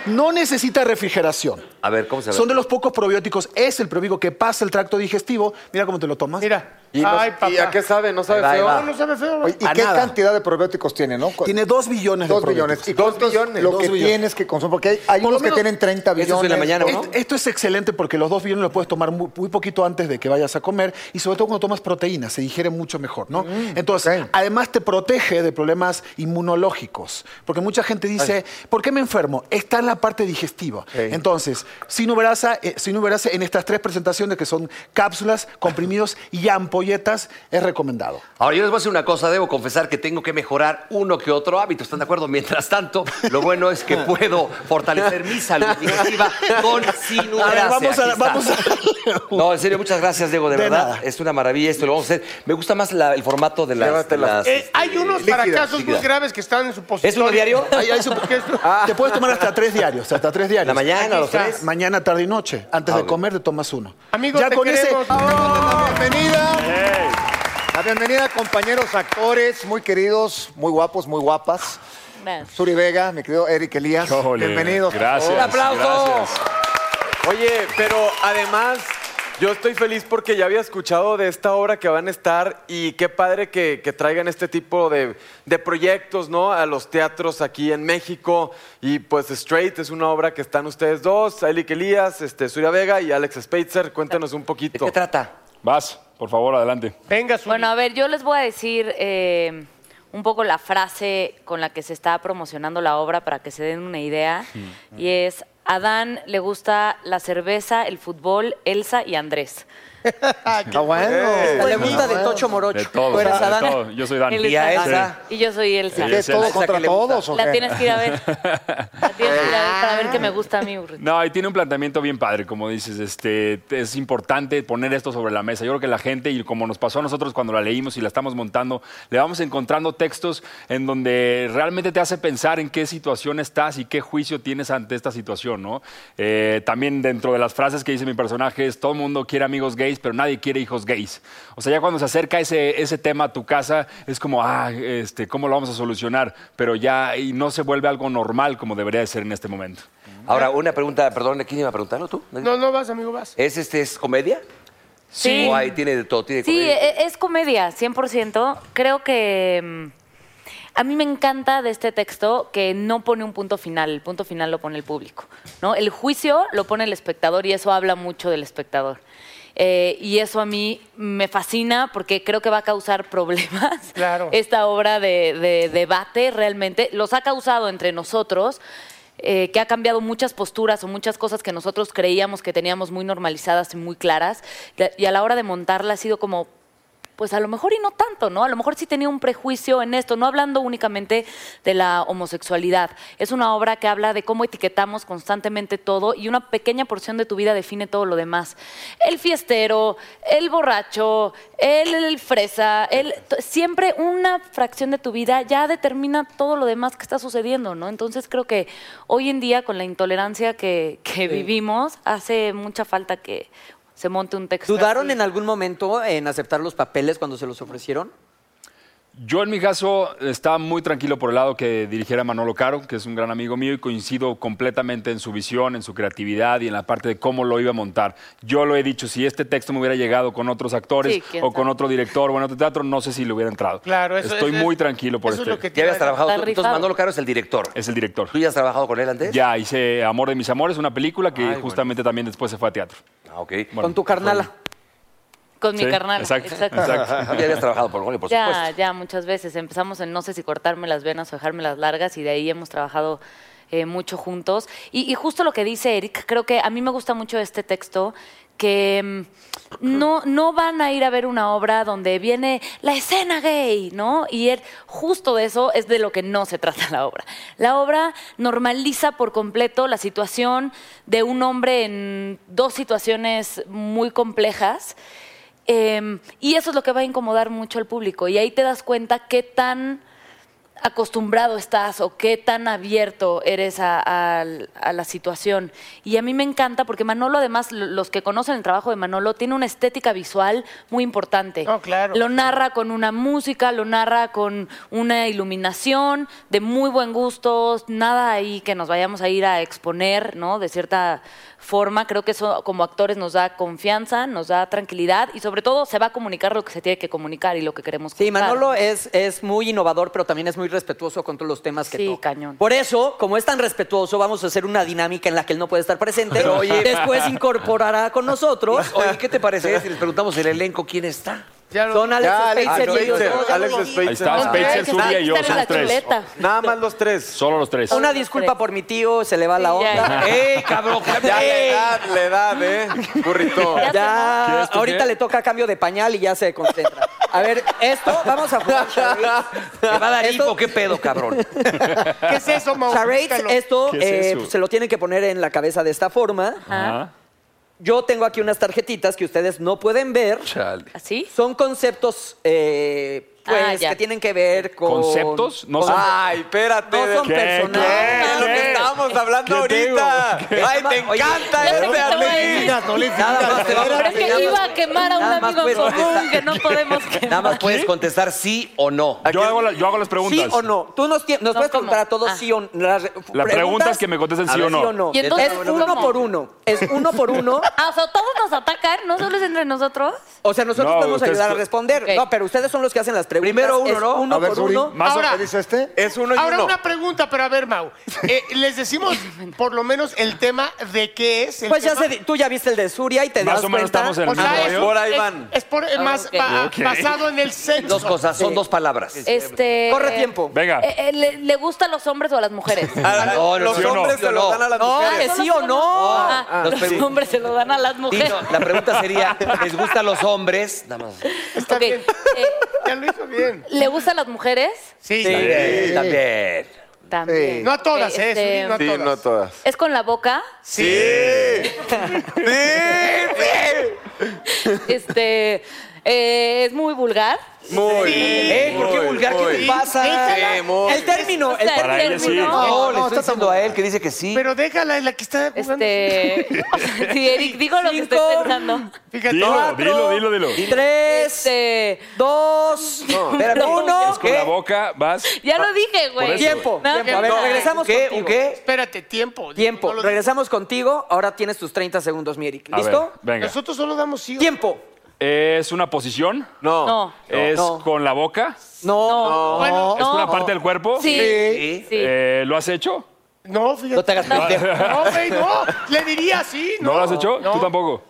[SPEAKER 7] No necesita refrigeración.
[SPEAKER 2] A ver, ¿cómo se ve?
[SPEAKER 7] Son de los pocos probióticos. Es el probiótico que pasa el tracto digestivo. Mira cómo te lo tomas.
[SPEAKER 5] Mira.
[SPEAKER 4] ¿Y, no-
[SPEAKER 5] Ay,
[SPEAKER 4] y
[SPEAKER 5] papá.
[SPEAKER 4] a qué sabe? ¿No sabe
[SPEAKER 2] Ahí va, ahí
[SPEAKER 4] feo?
[SPEAKER 2] va.
[SPEAKER 5] No, no sabe feo.
[SPEAKER 6] Oye, ¿Y
[SPEAKER 7] A
[SPEAKER 6] qué
[SPEAKER 7] nada.
[SPEAKER 6] cantidad de probióticos tiene, no?
[SPEAKER 7] Tiene dos billones de
[SPEAKER 6] Dos billones. ¿Y
[SPEAKER 7] probióticos.
[SPEAKER 6] cuántos
[SPEAKER 4] billones.
[SPEAKER 6] Lo
[SPEAKER 7] Dos
[SPEAKER 6] que
[SPEAKER 7] billones.
[SPEAKER 6] tienes que consumir, porque hay, hay
[SPEAKER 7] Por lo
[SPEAKER 6] unos que
[SPEAKER 7] menos-
[SPEAKER 6] tienen 30
[SPEAKER 2] Eso es
[SPEAKER 6] billones. Este,
[SPEAKER 2] en la mañana, ¿no?
[SPEAKER 7] Est- Esto es excelente porque los dos billones los puedes tomar muy, muy poquito antes de que vayas a comer y sobre todo cuando tomas proteínas, se digiere mucho mejor, ¿no?
[SPEAKER 2] Mm,
[SPEAKER 7] Entonces,
[SPEAKER 6] ok.
[SPEAKER 7] además te protege de problemas inmunológicos, porque mucha gente dice, ¿por qué me enfermo? Está en la parte digestiva. Entonces, sinuberasa, eh, sinuberasa en estas tres presentaciones que son cápsulas,
[SPEAKER 2] [LAUGHS]
[SPEAKER 7] comprimidos y ampolletas es recomendado.
[SPEAKER 2] Ahora, yo les voy a decir una cosa, debo confesar que tengo que mejorar uno que otro hábito, ¿están de acuerdo? Mientras tanto, lo bueno es que puedo fortalecer mi salud digestiva con
[SPEAKER 7] A ver,
[SPEAKER 2] sinuberase.
[SPEAKER 7] vamos a-
[SPEAKER 2] Aquí está.
[SPEAKER 7] vamos a-
[SPEAKER 2] No, en serio, muchas gracias, Diego, de,
[SPEAKER 7] De
[SPEAKER 2] verdad.
[SPEAKER 7] nada.
[SPEAKER 2] Es una maravilla esto, lo vamos a hacer. Me gusta más la- el formato de las... de
[SPEAKER 4] Llévatelas.
[SPEAKER 2] las-
[SPEAKER 5] Eh, hay unos para casos muy graves que están en su posición.
[SPEAKER 2] ¿Es uno
[SPEAKER 5] [LAUGHS]
[SPEAKER 2] diario?
[SPEAKER 7] Ahí hay su- Ah. Te puedes tomar hasta tres diarios, hasta tres diarios.
[SPEAKER 2] ¿La mañana,
[SPEAKER 5] Aquí
[SPEAKER 2] los
[SPEAKER 5] está.
[SPEAKER 2] tres?
[SPEAKER 7] Mañana, tarde y noche. Antes
[SPEAKER 2] Ah,
[SPEAKER 7] de
[SPEAKER 2] ok.
[SPEAKER 7] comer te tomas uno.
[SPEAKER 5] Amigos,
[SPEAKER 7] ya
[SPEAKER 5] te
[SPEAKER 7] con
[SPEAKER 5] queremos.
[SPEAKER 7] ese.
[SPEAKER 6] Bienvenida. La bienvenida, compañeros actores, muy queridos, muy guapos, muy guapas. Suri Vega, mi querido Eric Elías. Bienvenidos.
[SPEAKER 2] ¡Un aplauso!
[SPEAKER 4] Oye, pero además yo estoy feliz porque ya había escuchado de esta obra que van a estar y qué padre que, que traigan este tipo de, de proyectos, ¿no? A los teatros aquí en México y pues Straight es una obra que están ustedes dos, Elick Elías, este, Surya Vega y Alex Spitzer. Cuéntanos un
[SPEAKER 2] ¿De
[SPEAKER 4] poquito.
[SPEAKER 2] qué trata?
[SPEAKER 8] Vas, por favor, adelante.
[SPEAKER 5] Venga, su.
[SPEAKER 9] Bueno, a ver, yo les voy a decir eh, un poco la frase con la que se está promocionando la obra para que se den una idea. Y es, a Dan le gusta la cerveza, el fútbol, Elsa y Andrés.
[SPEAKER 6] Está bueno.
[SPEAKER 3] Le gusta de Tocho Morocho.
[SPEAKER 8] De todo,
[SPEAKER 3] Tú eres
[SPEAKER 8] de
[SPEAKER 3] Adán.
[SPEAKER 8] todo. Yo soy Dan.
[SPEAKER 9] Él
[SPEAKER 2] Y
[SPEAKER 9] es
[SPEAKER 2] a
[SPEAKER 9] Adán.
[SPEAKER 2] Elsa.
[SPEAKER 9] Y yo soy Elsa.
[SPEAKER 6] ¿Qué,
[SPEAKER 8] Sí,
[SPEAKER 6] todo
[SPEAKER 8] esa
[SPEAKER 6] contra
[SPEAKER 2] que le gusta.
[SPEAKER 6] todos o
[SPEAKER 9] La
[SPEAKER 6] qué?
[SPEAKER 9] tienes que ir a ver. La tienes que ir a ver para ver que me gusta a mí, burrito.
[SPEAKER 8] No, y tiene un planteamiento bien padre, como dices, este, es importante poner esto sobre la mesa. Yo creo que la gente, y como nos pasó a nosotros cuando la leímos y la estamos montando, le vamos encontrando textos en donde realmente te hace pensar en qué situación estás y qué juicio tienes ante esta situación, ¿no? Eh, también dentro de las frases que dice mi personaje es, todo el mundo quiere amigos gays, pero nadie quiere hijos gays. O sea, ya cuando se acerca ese, ese tema a tu casa, es como, ah, este, ¿cómo lo vamos a solucionar? Pero ya y no se vuelve algo normal como debería de ser en este momento.
[SPEAKER 2] Ahora, una pregunta, perdón, ¿quién iba a preguntarlo tú?
[SPEAKER 5] No, no vas, amigo, vas.
[SPEAKER 2] ¿Es, este, ¿Es comedia?
[SPEAKER 9] Sí.
[SPEAKER 2] ¿O ahí tiene de todo? Tiene
[SPEAKER 9] Sí,
[SPEAKER 2] comedia?
[SPEAKER 9] e- es comedia, 100%. Creo que... mm, A mí me encanta de este texto que no pone un punto final, el punto final lo pone el público. ¿no? El juicio lo pone el espectador y eso habla mucho del espectador. Eh, y eso a mí me fascina porque creo que va a causar [LAUGHS] problemas.
[SPEAKER 5] [LAUGHS] Claro.
[SPEAKER 9] Esta obra de, de debate realmente los ha causado entre nosotros, eh, que ha cambiado muchas posturas o muchas cosas que nosotros creíamos que teníamos muy normalizadas y muy claras. Y a la hora de montarla ha sido como, pues a lo mejor y no tanto, ¿no? A lo mejor sí tenía un prejuicio en esto, no hablando únicamente de la homosexualidad. Es una obra que habla de cómo etiquetamos constantemente todo y una pequeña porción de tu vida define todo lo demás. El fiestero, el borracho, el, el fresa, el, t- siempre una fracción de tu vida ya determina todo lo demás que está sucediendo, ¿no? Entonces creo que hoy en día con la intolerancia que, que vivimos hace mucha falta que se monte un texto.
[SPEAKER 3] ¿Dudaron
[SPEAKER 9] así.
[SPEAKER 3] en algún momento en aceptar los papeles cuando se los ofrecieron?
[SPEAKER 8] Yo en mi caso estaba muy tranquilo por el lado que dirigiera Manolo Caro, que es un gran amigo mío y coincido completamente en su visión, en su creatividad y en la parte de cómo lo iba a montar. Yo lo he dicho, si este texto me hubiera llegado con otros actores
[SPEAKER 5] Sí, quién
[SPEAKER 8] o con
[SPEAKER 5] sabe.
[SPEAKER 8] otro director o en otro teatro, no sé si le hubiera entrado.
[SPEAKER 5] Claro, eso
[SPEAKER 8] Estoy
[SPEAKER 5] eso es-
[SPEAKER 8] muy tranquilo por
[SPEAKER 5] eso es
[SPEAKER 8] este.
[SPEAKER 5] lo que te Ya habías iba a decir. trabajado tú, Está entonces rifado. Manolo
[SPEAKER 8] Caro es el director. Es el director. ¿Tú ya has trabajado con él antes? Ya, hice Amor de mis amores, una película que justamente también después se fue a teatro. Ah, ok.
[SPEAKER 3] Con tu carnala.
[SPEAKER 9] Con mi
[SPEAKER 8] Sí,
[SPEAKER 9] carnal.
[SPEAKER 8] Exacto. exacto.
[SPEAKER 2] Tú [LAUGHS] ya habías trabajado por Gole, por
[SPEAKER 9] ya,
[SPEAKER 2] supuesto.
[SPEAKER 9] ya, muchas veces. Empezamos en no sé si cortarme las venas o dejarme las largas y de ahí hemos trabajado eh, mucho juntos. Y, y justo lo que dice Eric, creo que a mí me gusta mucho este texto que mm, no, no van a ir a ver una obra donde viene la escena gay, ¿no? Y él- justo de eso es de lo que no se trata la obra. La obra normaliza por completo la situación de un hombre en dos situaciones muy complejas. Eh, y eso es lo que va a incomodar mucho al público. Y ahí te das cuenta qué tan acostumbrado estás o qué tan abierto eres a, a- a la situación. Y a mí me encanta porque Manolo, además, lo- los que conocen el trabajo de Manolo, tiene una estética visual muy importante. Lo narra con una música, lo narra con una iluminación de muy buen gusto, nada ahí que nos vayamos a ir a exponer, ¿no? De cierta forma, creo que eso como actores nos da confianza, nos da tranquilidad y sobre todo se va a comunicar lo que se tiene que comunicar y lo que queremos
[SPEAKER 3] Sí,
[SPEAKER 9] contar.
[SPEAKER 3] Manolo es, es muy innovador, pero también es muy respetuoso con todos los temas que
[SPEAKER 9] Sí,
[SPEAKER 3] toca.
[SPEAKER 9] cañón.
[SPEAKER 3] Por eso, como es tan respetuoso, vamos a hacer una dinámica en la que él no puede estar presente.
[SPEAKER 2] [LAUGHS]
[SPEAKER 3] después incorporará con nosotros.
[SPEAKER 2] Oye, ¿qué te
[SPEAKER 7] [LAUGHS]
[SPEAKER 2] parece si les preguntamos el elenco quién está?
[SPEAKER 3] Son Alex
[SPEAKER 2] Ya, Alex
[SPEAKER 3] Spencer y yo.
[SPEAKER 2] Spencer,
[SPEAKER 3] Somos
[SPEAKER 2] Alex
[SPEAKER 3] los-
[SPEAKER 2] Spencer.
[SPEAKER 8] Ahí está, Spencer, Zuria y yo, somos tres.
[SPEAKER 4] Nada más los tres.
[SPEAKER 8] Solo los tres.
[SPEAKER 3] Una disculpa por mi tío, se le va la onda.
[SPEAKER 4] ya.
[SPEAKER 3] ¡Ey, cabrón!
[SPEAKER 4] Ya la
[SPEAKER 3] ¡Ey!
[SPEAKER 4] edad, la edad, ¿eh? Burrito.
[SPEAKER 3] Ya,
[SPEAKER 4] ¿Quieres tu
[SPEAKER 3] ahorita
[SPEAKER 4] qué?
[SPEAKER 3] le toca cambio de pañal y ya se concentra. A ver, esto, vamos a jugar. charades.
[SPEAKER 2] ¿Te va a dar
[SPEAKER 3] Esto-
[SPEAKER 2] hipo? ¿Qué pedo, cabrón?
[SPEAKER 5] ¿Qué es eso, Mau?
[SPEAKER 3] Charades,
[SPEAKER 5] Explícalo.
[SPEAKER 3] esto
[SPEAKER 2] ¿Qué es
[SPEAKER 3] eh,
[SPEAKER 2] eso?
[SPEAKER 3] se lo tienen que poner en la cabeza de esta forma. Yo tengo aquí unas tarjetitas que ustedes no pueden ver.
[SPEAKER 9] ¿Así?
[SPEAKER 3] Son conceptos eh, pues,
[SPEAKER 9] Ah, ya.
[SPEAKER 3] que tienen que ver con...
[SPEAKER 8] ¿Conceptos? No son-
[SPEAKER 4] Ay, espérate.
[SPEAKER 3] No son
[SPEAKER 4] ¿Qué?
[SPEAKER 3] personajes.
[SPEAKER 8] Eh,
[SPEAKER 4] ¿Qué? Es lo que estábamos hablando ahorita. Ay, te encanta este Arlequín.
[SPEAKER 3] Nada más te vamos a-
[SPEAKER 9] Pero es que iba a quemar a un
[SPEAKER 3] Nada más
[SPEAKER 9] amigo en
[SPEAKER 3] puedes
[SPEAKER 9] común
[SPEAKER 3] contestar.
[SPEAKER 9] que no
[SPEAKER 3] [LAUGHS]
[SPEAKER 9] podemos quemar.
[SPEAKER 2] Nada más puedes contestar sí o no.
[SPEAKER 8] Yo hago, la- yo hago las preguntas.
[SPEAKER 3] ¿Sí o no? Ah. Tú nos, tie- nos puedes preguntar a
[SPEAKER 2] Ah.
[SPEAKER 3] todos sí o no. Las re-
[SPEAKER 8] preguntas que me contesten
[SPEAKER 3] a
[SPEAKER 8] sí
[SPEAKER 3] ver,
[SPEAKER 8] o no.
[SPEAKER 9] Y entonces,
[SPEAKER 3] es uno
[SPEAKER 9] ¿cómo?
[SPEAKER 3] por uno. Es uno por uno.
[SPEAKER 9] [LAUGHS] Ah, o sea, todos nos atacan, no solo es entre nosotros.
[SPEAKER 3] O sea, nosotros
[SPEAKER 4] No,
[SPEAKER 3] podemos
[SPEAKER 4] ustedes
[SPEAKER 3] ayudar a
[SPEAKER 4] co-
[SPEAKER 3] responder. No, pero ustedes son los que hacen las preguntas.
[SPEAKER 4] Primero uno,
[SPEAKER 3] Es
[SPEAKER 4] ¿no?
[SPEAKER 3] Uno
[SPEAKER 4] A ver,
[SPEAKER 3] por
[SPEAKER 4] Zuri,
[SPEAKER 3] uno.
[SPEAKER 4] más o-
[SPEAKER 5] Ahora-
[SPEAKER 4] ¿qué dice este? Es uno y
[SPEAKER 5] Ahora
[SPEAKER 4] uno.
[SPEAKER 5] una pregunta, pero a ver, Mau. Eh, les decimos por lo menos el tema de qué es. El
[SPEAKER 3] Pues ya
[SPEAKER 5] tema?
[SPEAKER 3] se di- tú ya viste el de Suria y te
[SPEAKER 8] Más
[SPEAKER 3] das
[SPEAKER 8] o menos
[SPEAKER 3] cuenta.
[SPEAKER 8] estamos en el
[SPEAKER 3] O sea,
[SPEAKER 8] mismo
[SPEAKER 3] es-
[SPEAKER 8] rollo.
[SPEAKER 4] Por ahí
[SPEAKER 3] es-
[SPEAKER 4] van.
[SPEAKER 5] Es por- eh, más
[SPEAKER 9] Ok.
[SPEAKER 5] ba-
[SPEAKER 8] Ok.
[SPEAKER 5] basado en el sexo.
[SPEAKER 2] Dos cosas, son
[SPEAKER 3] Sí.
[SPEAKER 2] dos palabras.
[SPEAKER 9] Este.
[SPEAKER 3] Corre tiempo.
[SPEAKER 8] Venga.
[SPEAKER 9] eh, eh, le, le gusta a los hombres o a las
[SPEAKER 3] [LAUGHS]
[SPEAKER 9] mujeres?
[SPEAKER 4] Ah,
[SPEAKER 2] No, no,
[SPEAKER 4] los
[SPEAKER 2] sí o no.
[SPEAKER 4] hombres se
[SPEAKER 2] Sí o
[SPEAKER 4] lo
[SPEAKER 2] no.
[SPEAKER 4] dan a las
[SPEAKER 3] No,
[SPEAKER 4] mujeres.
[SPEAKER 3] que sí o no.
[SPEAKER 9] Ah,
[SPEAKER 2] ah,
[SPEAKER 9] los
[SPEAKER 2] los-
[SPEAKER 9] hombres se lo dan a las
[SPEAKER 2] Sí,
[SPEAKER 9] mujeres.
[SPEAKER 2] no, la pregunta sería, ¿les gustan los hombres? Nada más.
[SPEAKER 5] Está
[SPEAKER 9] [LAUGHS] Ok,
[SPEAKER 5] bien.
[SPEAKER 9] eh,
[SPEAKER 5] [LAUGHS] Ya lo hizo bien.
[SPEAKER 9] ¿Le gustan las mujeres?
[SPEAKER 5] Sí.
[SPEAKER 2] También. también.
[SPEAKER 9] También.
[SPEAKER 5] No a todas,
[SPEAKER 9] Ok,
[SPEAKER 5] ¿eh?
[SPEAKER 9] este,
[SPEAKER 5] Zuri, no a
[SPEAKER 4] Sí,
[SPEAKER 5] todas.
[SPEAKER 4] no todas.
[SPEAKER 9] ¿Es con la boca? Este. eh, ¿Es muy vulgar?
[SPEAKER 4] Muy.
[SPEAKER 2] Eh, ¿por qué
[SPEAKER 4] muy,
[SPEAKER 2] vulgar? ¿Qué
[SPEAKER 4] muy.
[SPEAKER 2] te pasa?
[SPEAKER 4] Sí, muy.
[SPEAKER 3] El término,
[SPEAKER 9] O sea,
[SPEAKER 3] el
[SPEAKER 9] el
[SPEAKER 3] término.
[SPEAKER 8] ella sí.
[SPEAKER 9] término,
[SPEAKER 2] No,
[SPEAKER 5] No,
[SPEAKER 2] le estoy
[SPEAKER 5] está
[SPEAKER 2] diciendo a él que dice que sí.
[SPEAKER 5] Pero déjala, es la que está jugando.
[SPEAKER 9] Este. [LAUGHS] Sí, Eric, digo lo que estoy
[SPEAKER 3] Cinco.
[SPEAKER 9] pensando.
[SPEAKER 5] Fíjate.
[SPEAKER 8] Dilo, dilo, dilo, dilo.
[SPEAKER 3] Tres,
[SPEAKER 9] Este.
[SPEAKER 3] dos,
[SPEAKER 2] Espérame,
[SPEAKER 3] uno.
[SPEAKER 8] Es con la boca, vas.
[SPEAKER 9] Ya lo dije,
[SPEAKER 8] Por
[SPEAKER 9] güey.
[SPEAKER 8] eso,
[SPEAKER 3] Tiempo,
[SPEAKER 9] No,
[SPEAKER 3] tiempo. A ver,
[SPEAKER 9] no.
[SPEAKER 3] regresamos
[SPEAKER 2] ¿Qué?
[SPEAKER 3] contigo.
[SPEAKER 2] ¿Un qué?
[SPEAKER 5] Espérate, tiempo.
[SPEAKER 3] Tiempo.
[SPEAKER 5] No lo-
[SPEAKER 3] Regresamos contigo. Ahora tienes tus 30 segundos, mi Eric.
[SPEAKER 8] A ver,
[SPEAKER 3] ¿Listo?
[SPEAKER 8] venga.
[SPEAKER 5] Nosotros solo damos sí. o-
[SPEAKER 3] Tiempo.
[SPEAKER 8] ¿Es una posición?
[SPEAKER 4] No.
[SPEAKER 9] No.
[SPEAKER 8] ¿Es
[SPEAKER 3] No.
[SPEAKER 8] con la boca?
[SPEAKER 3] No.
[SPEAKER 5] Bueno,
[SPEAKER 8] ¿Es una parte del cuerpo?
[SPEAKER 9] Sí.
[SPEAKER 2] Sí.
[SPEAKER 9] Sí.
[SPEAKER 8] Eh, ¿Lo has hecho?
[SPEAKER 5] no, fíjate.
[SPEAKER 3] No te hagas pendejo.
[SPEAKER 8] [LAUGHS]
[SPEAKER 5] No, güey, no. Le diría sí,
[SPEAKER 8] Ah. ¿No,
[SPEAKER 5] ¿no?
[SPEAKER 8] lo has hecho?
[SPEAKER 5] No.
[SPEAKER 8] ¿Tú tampoco?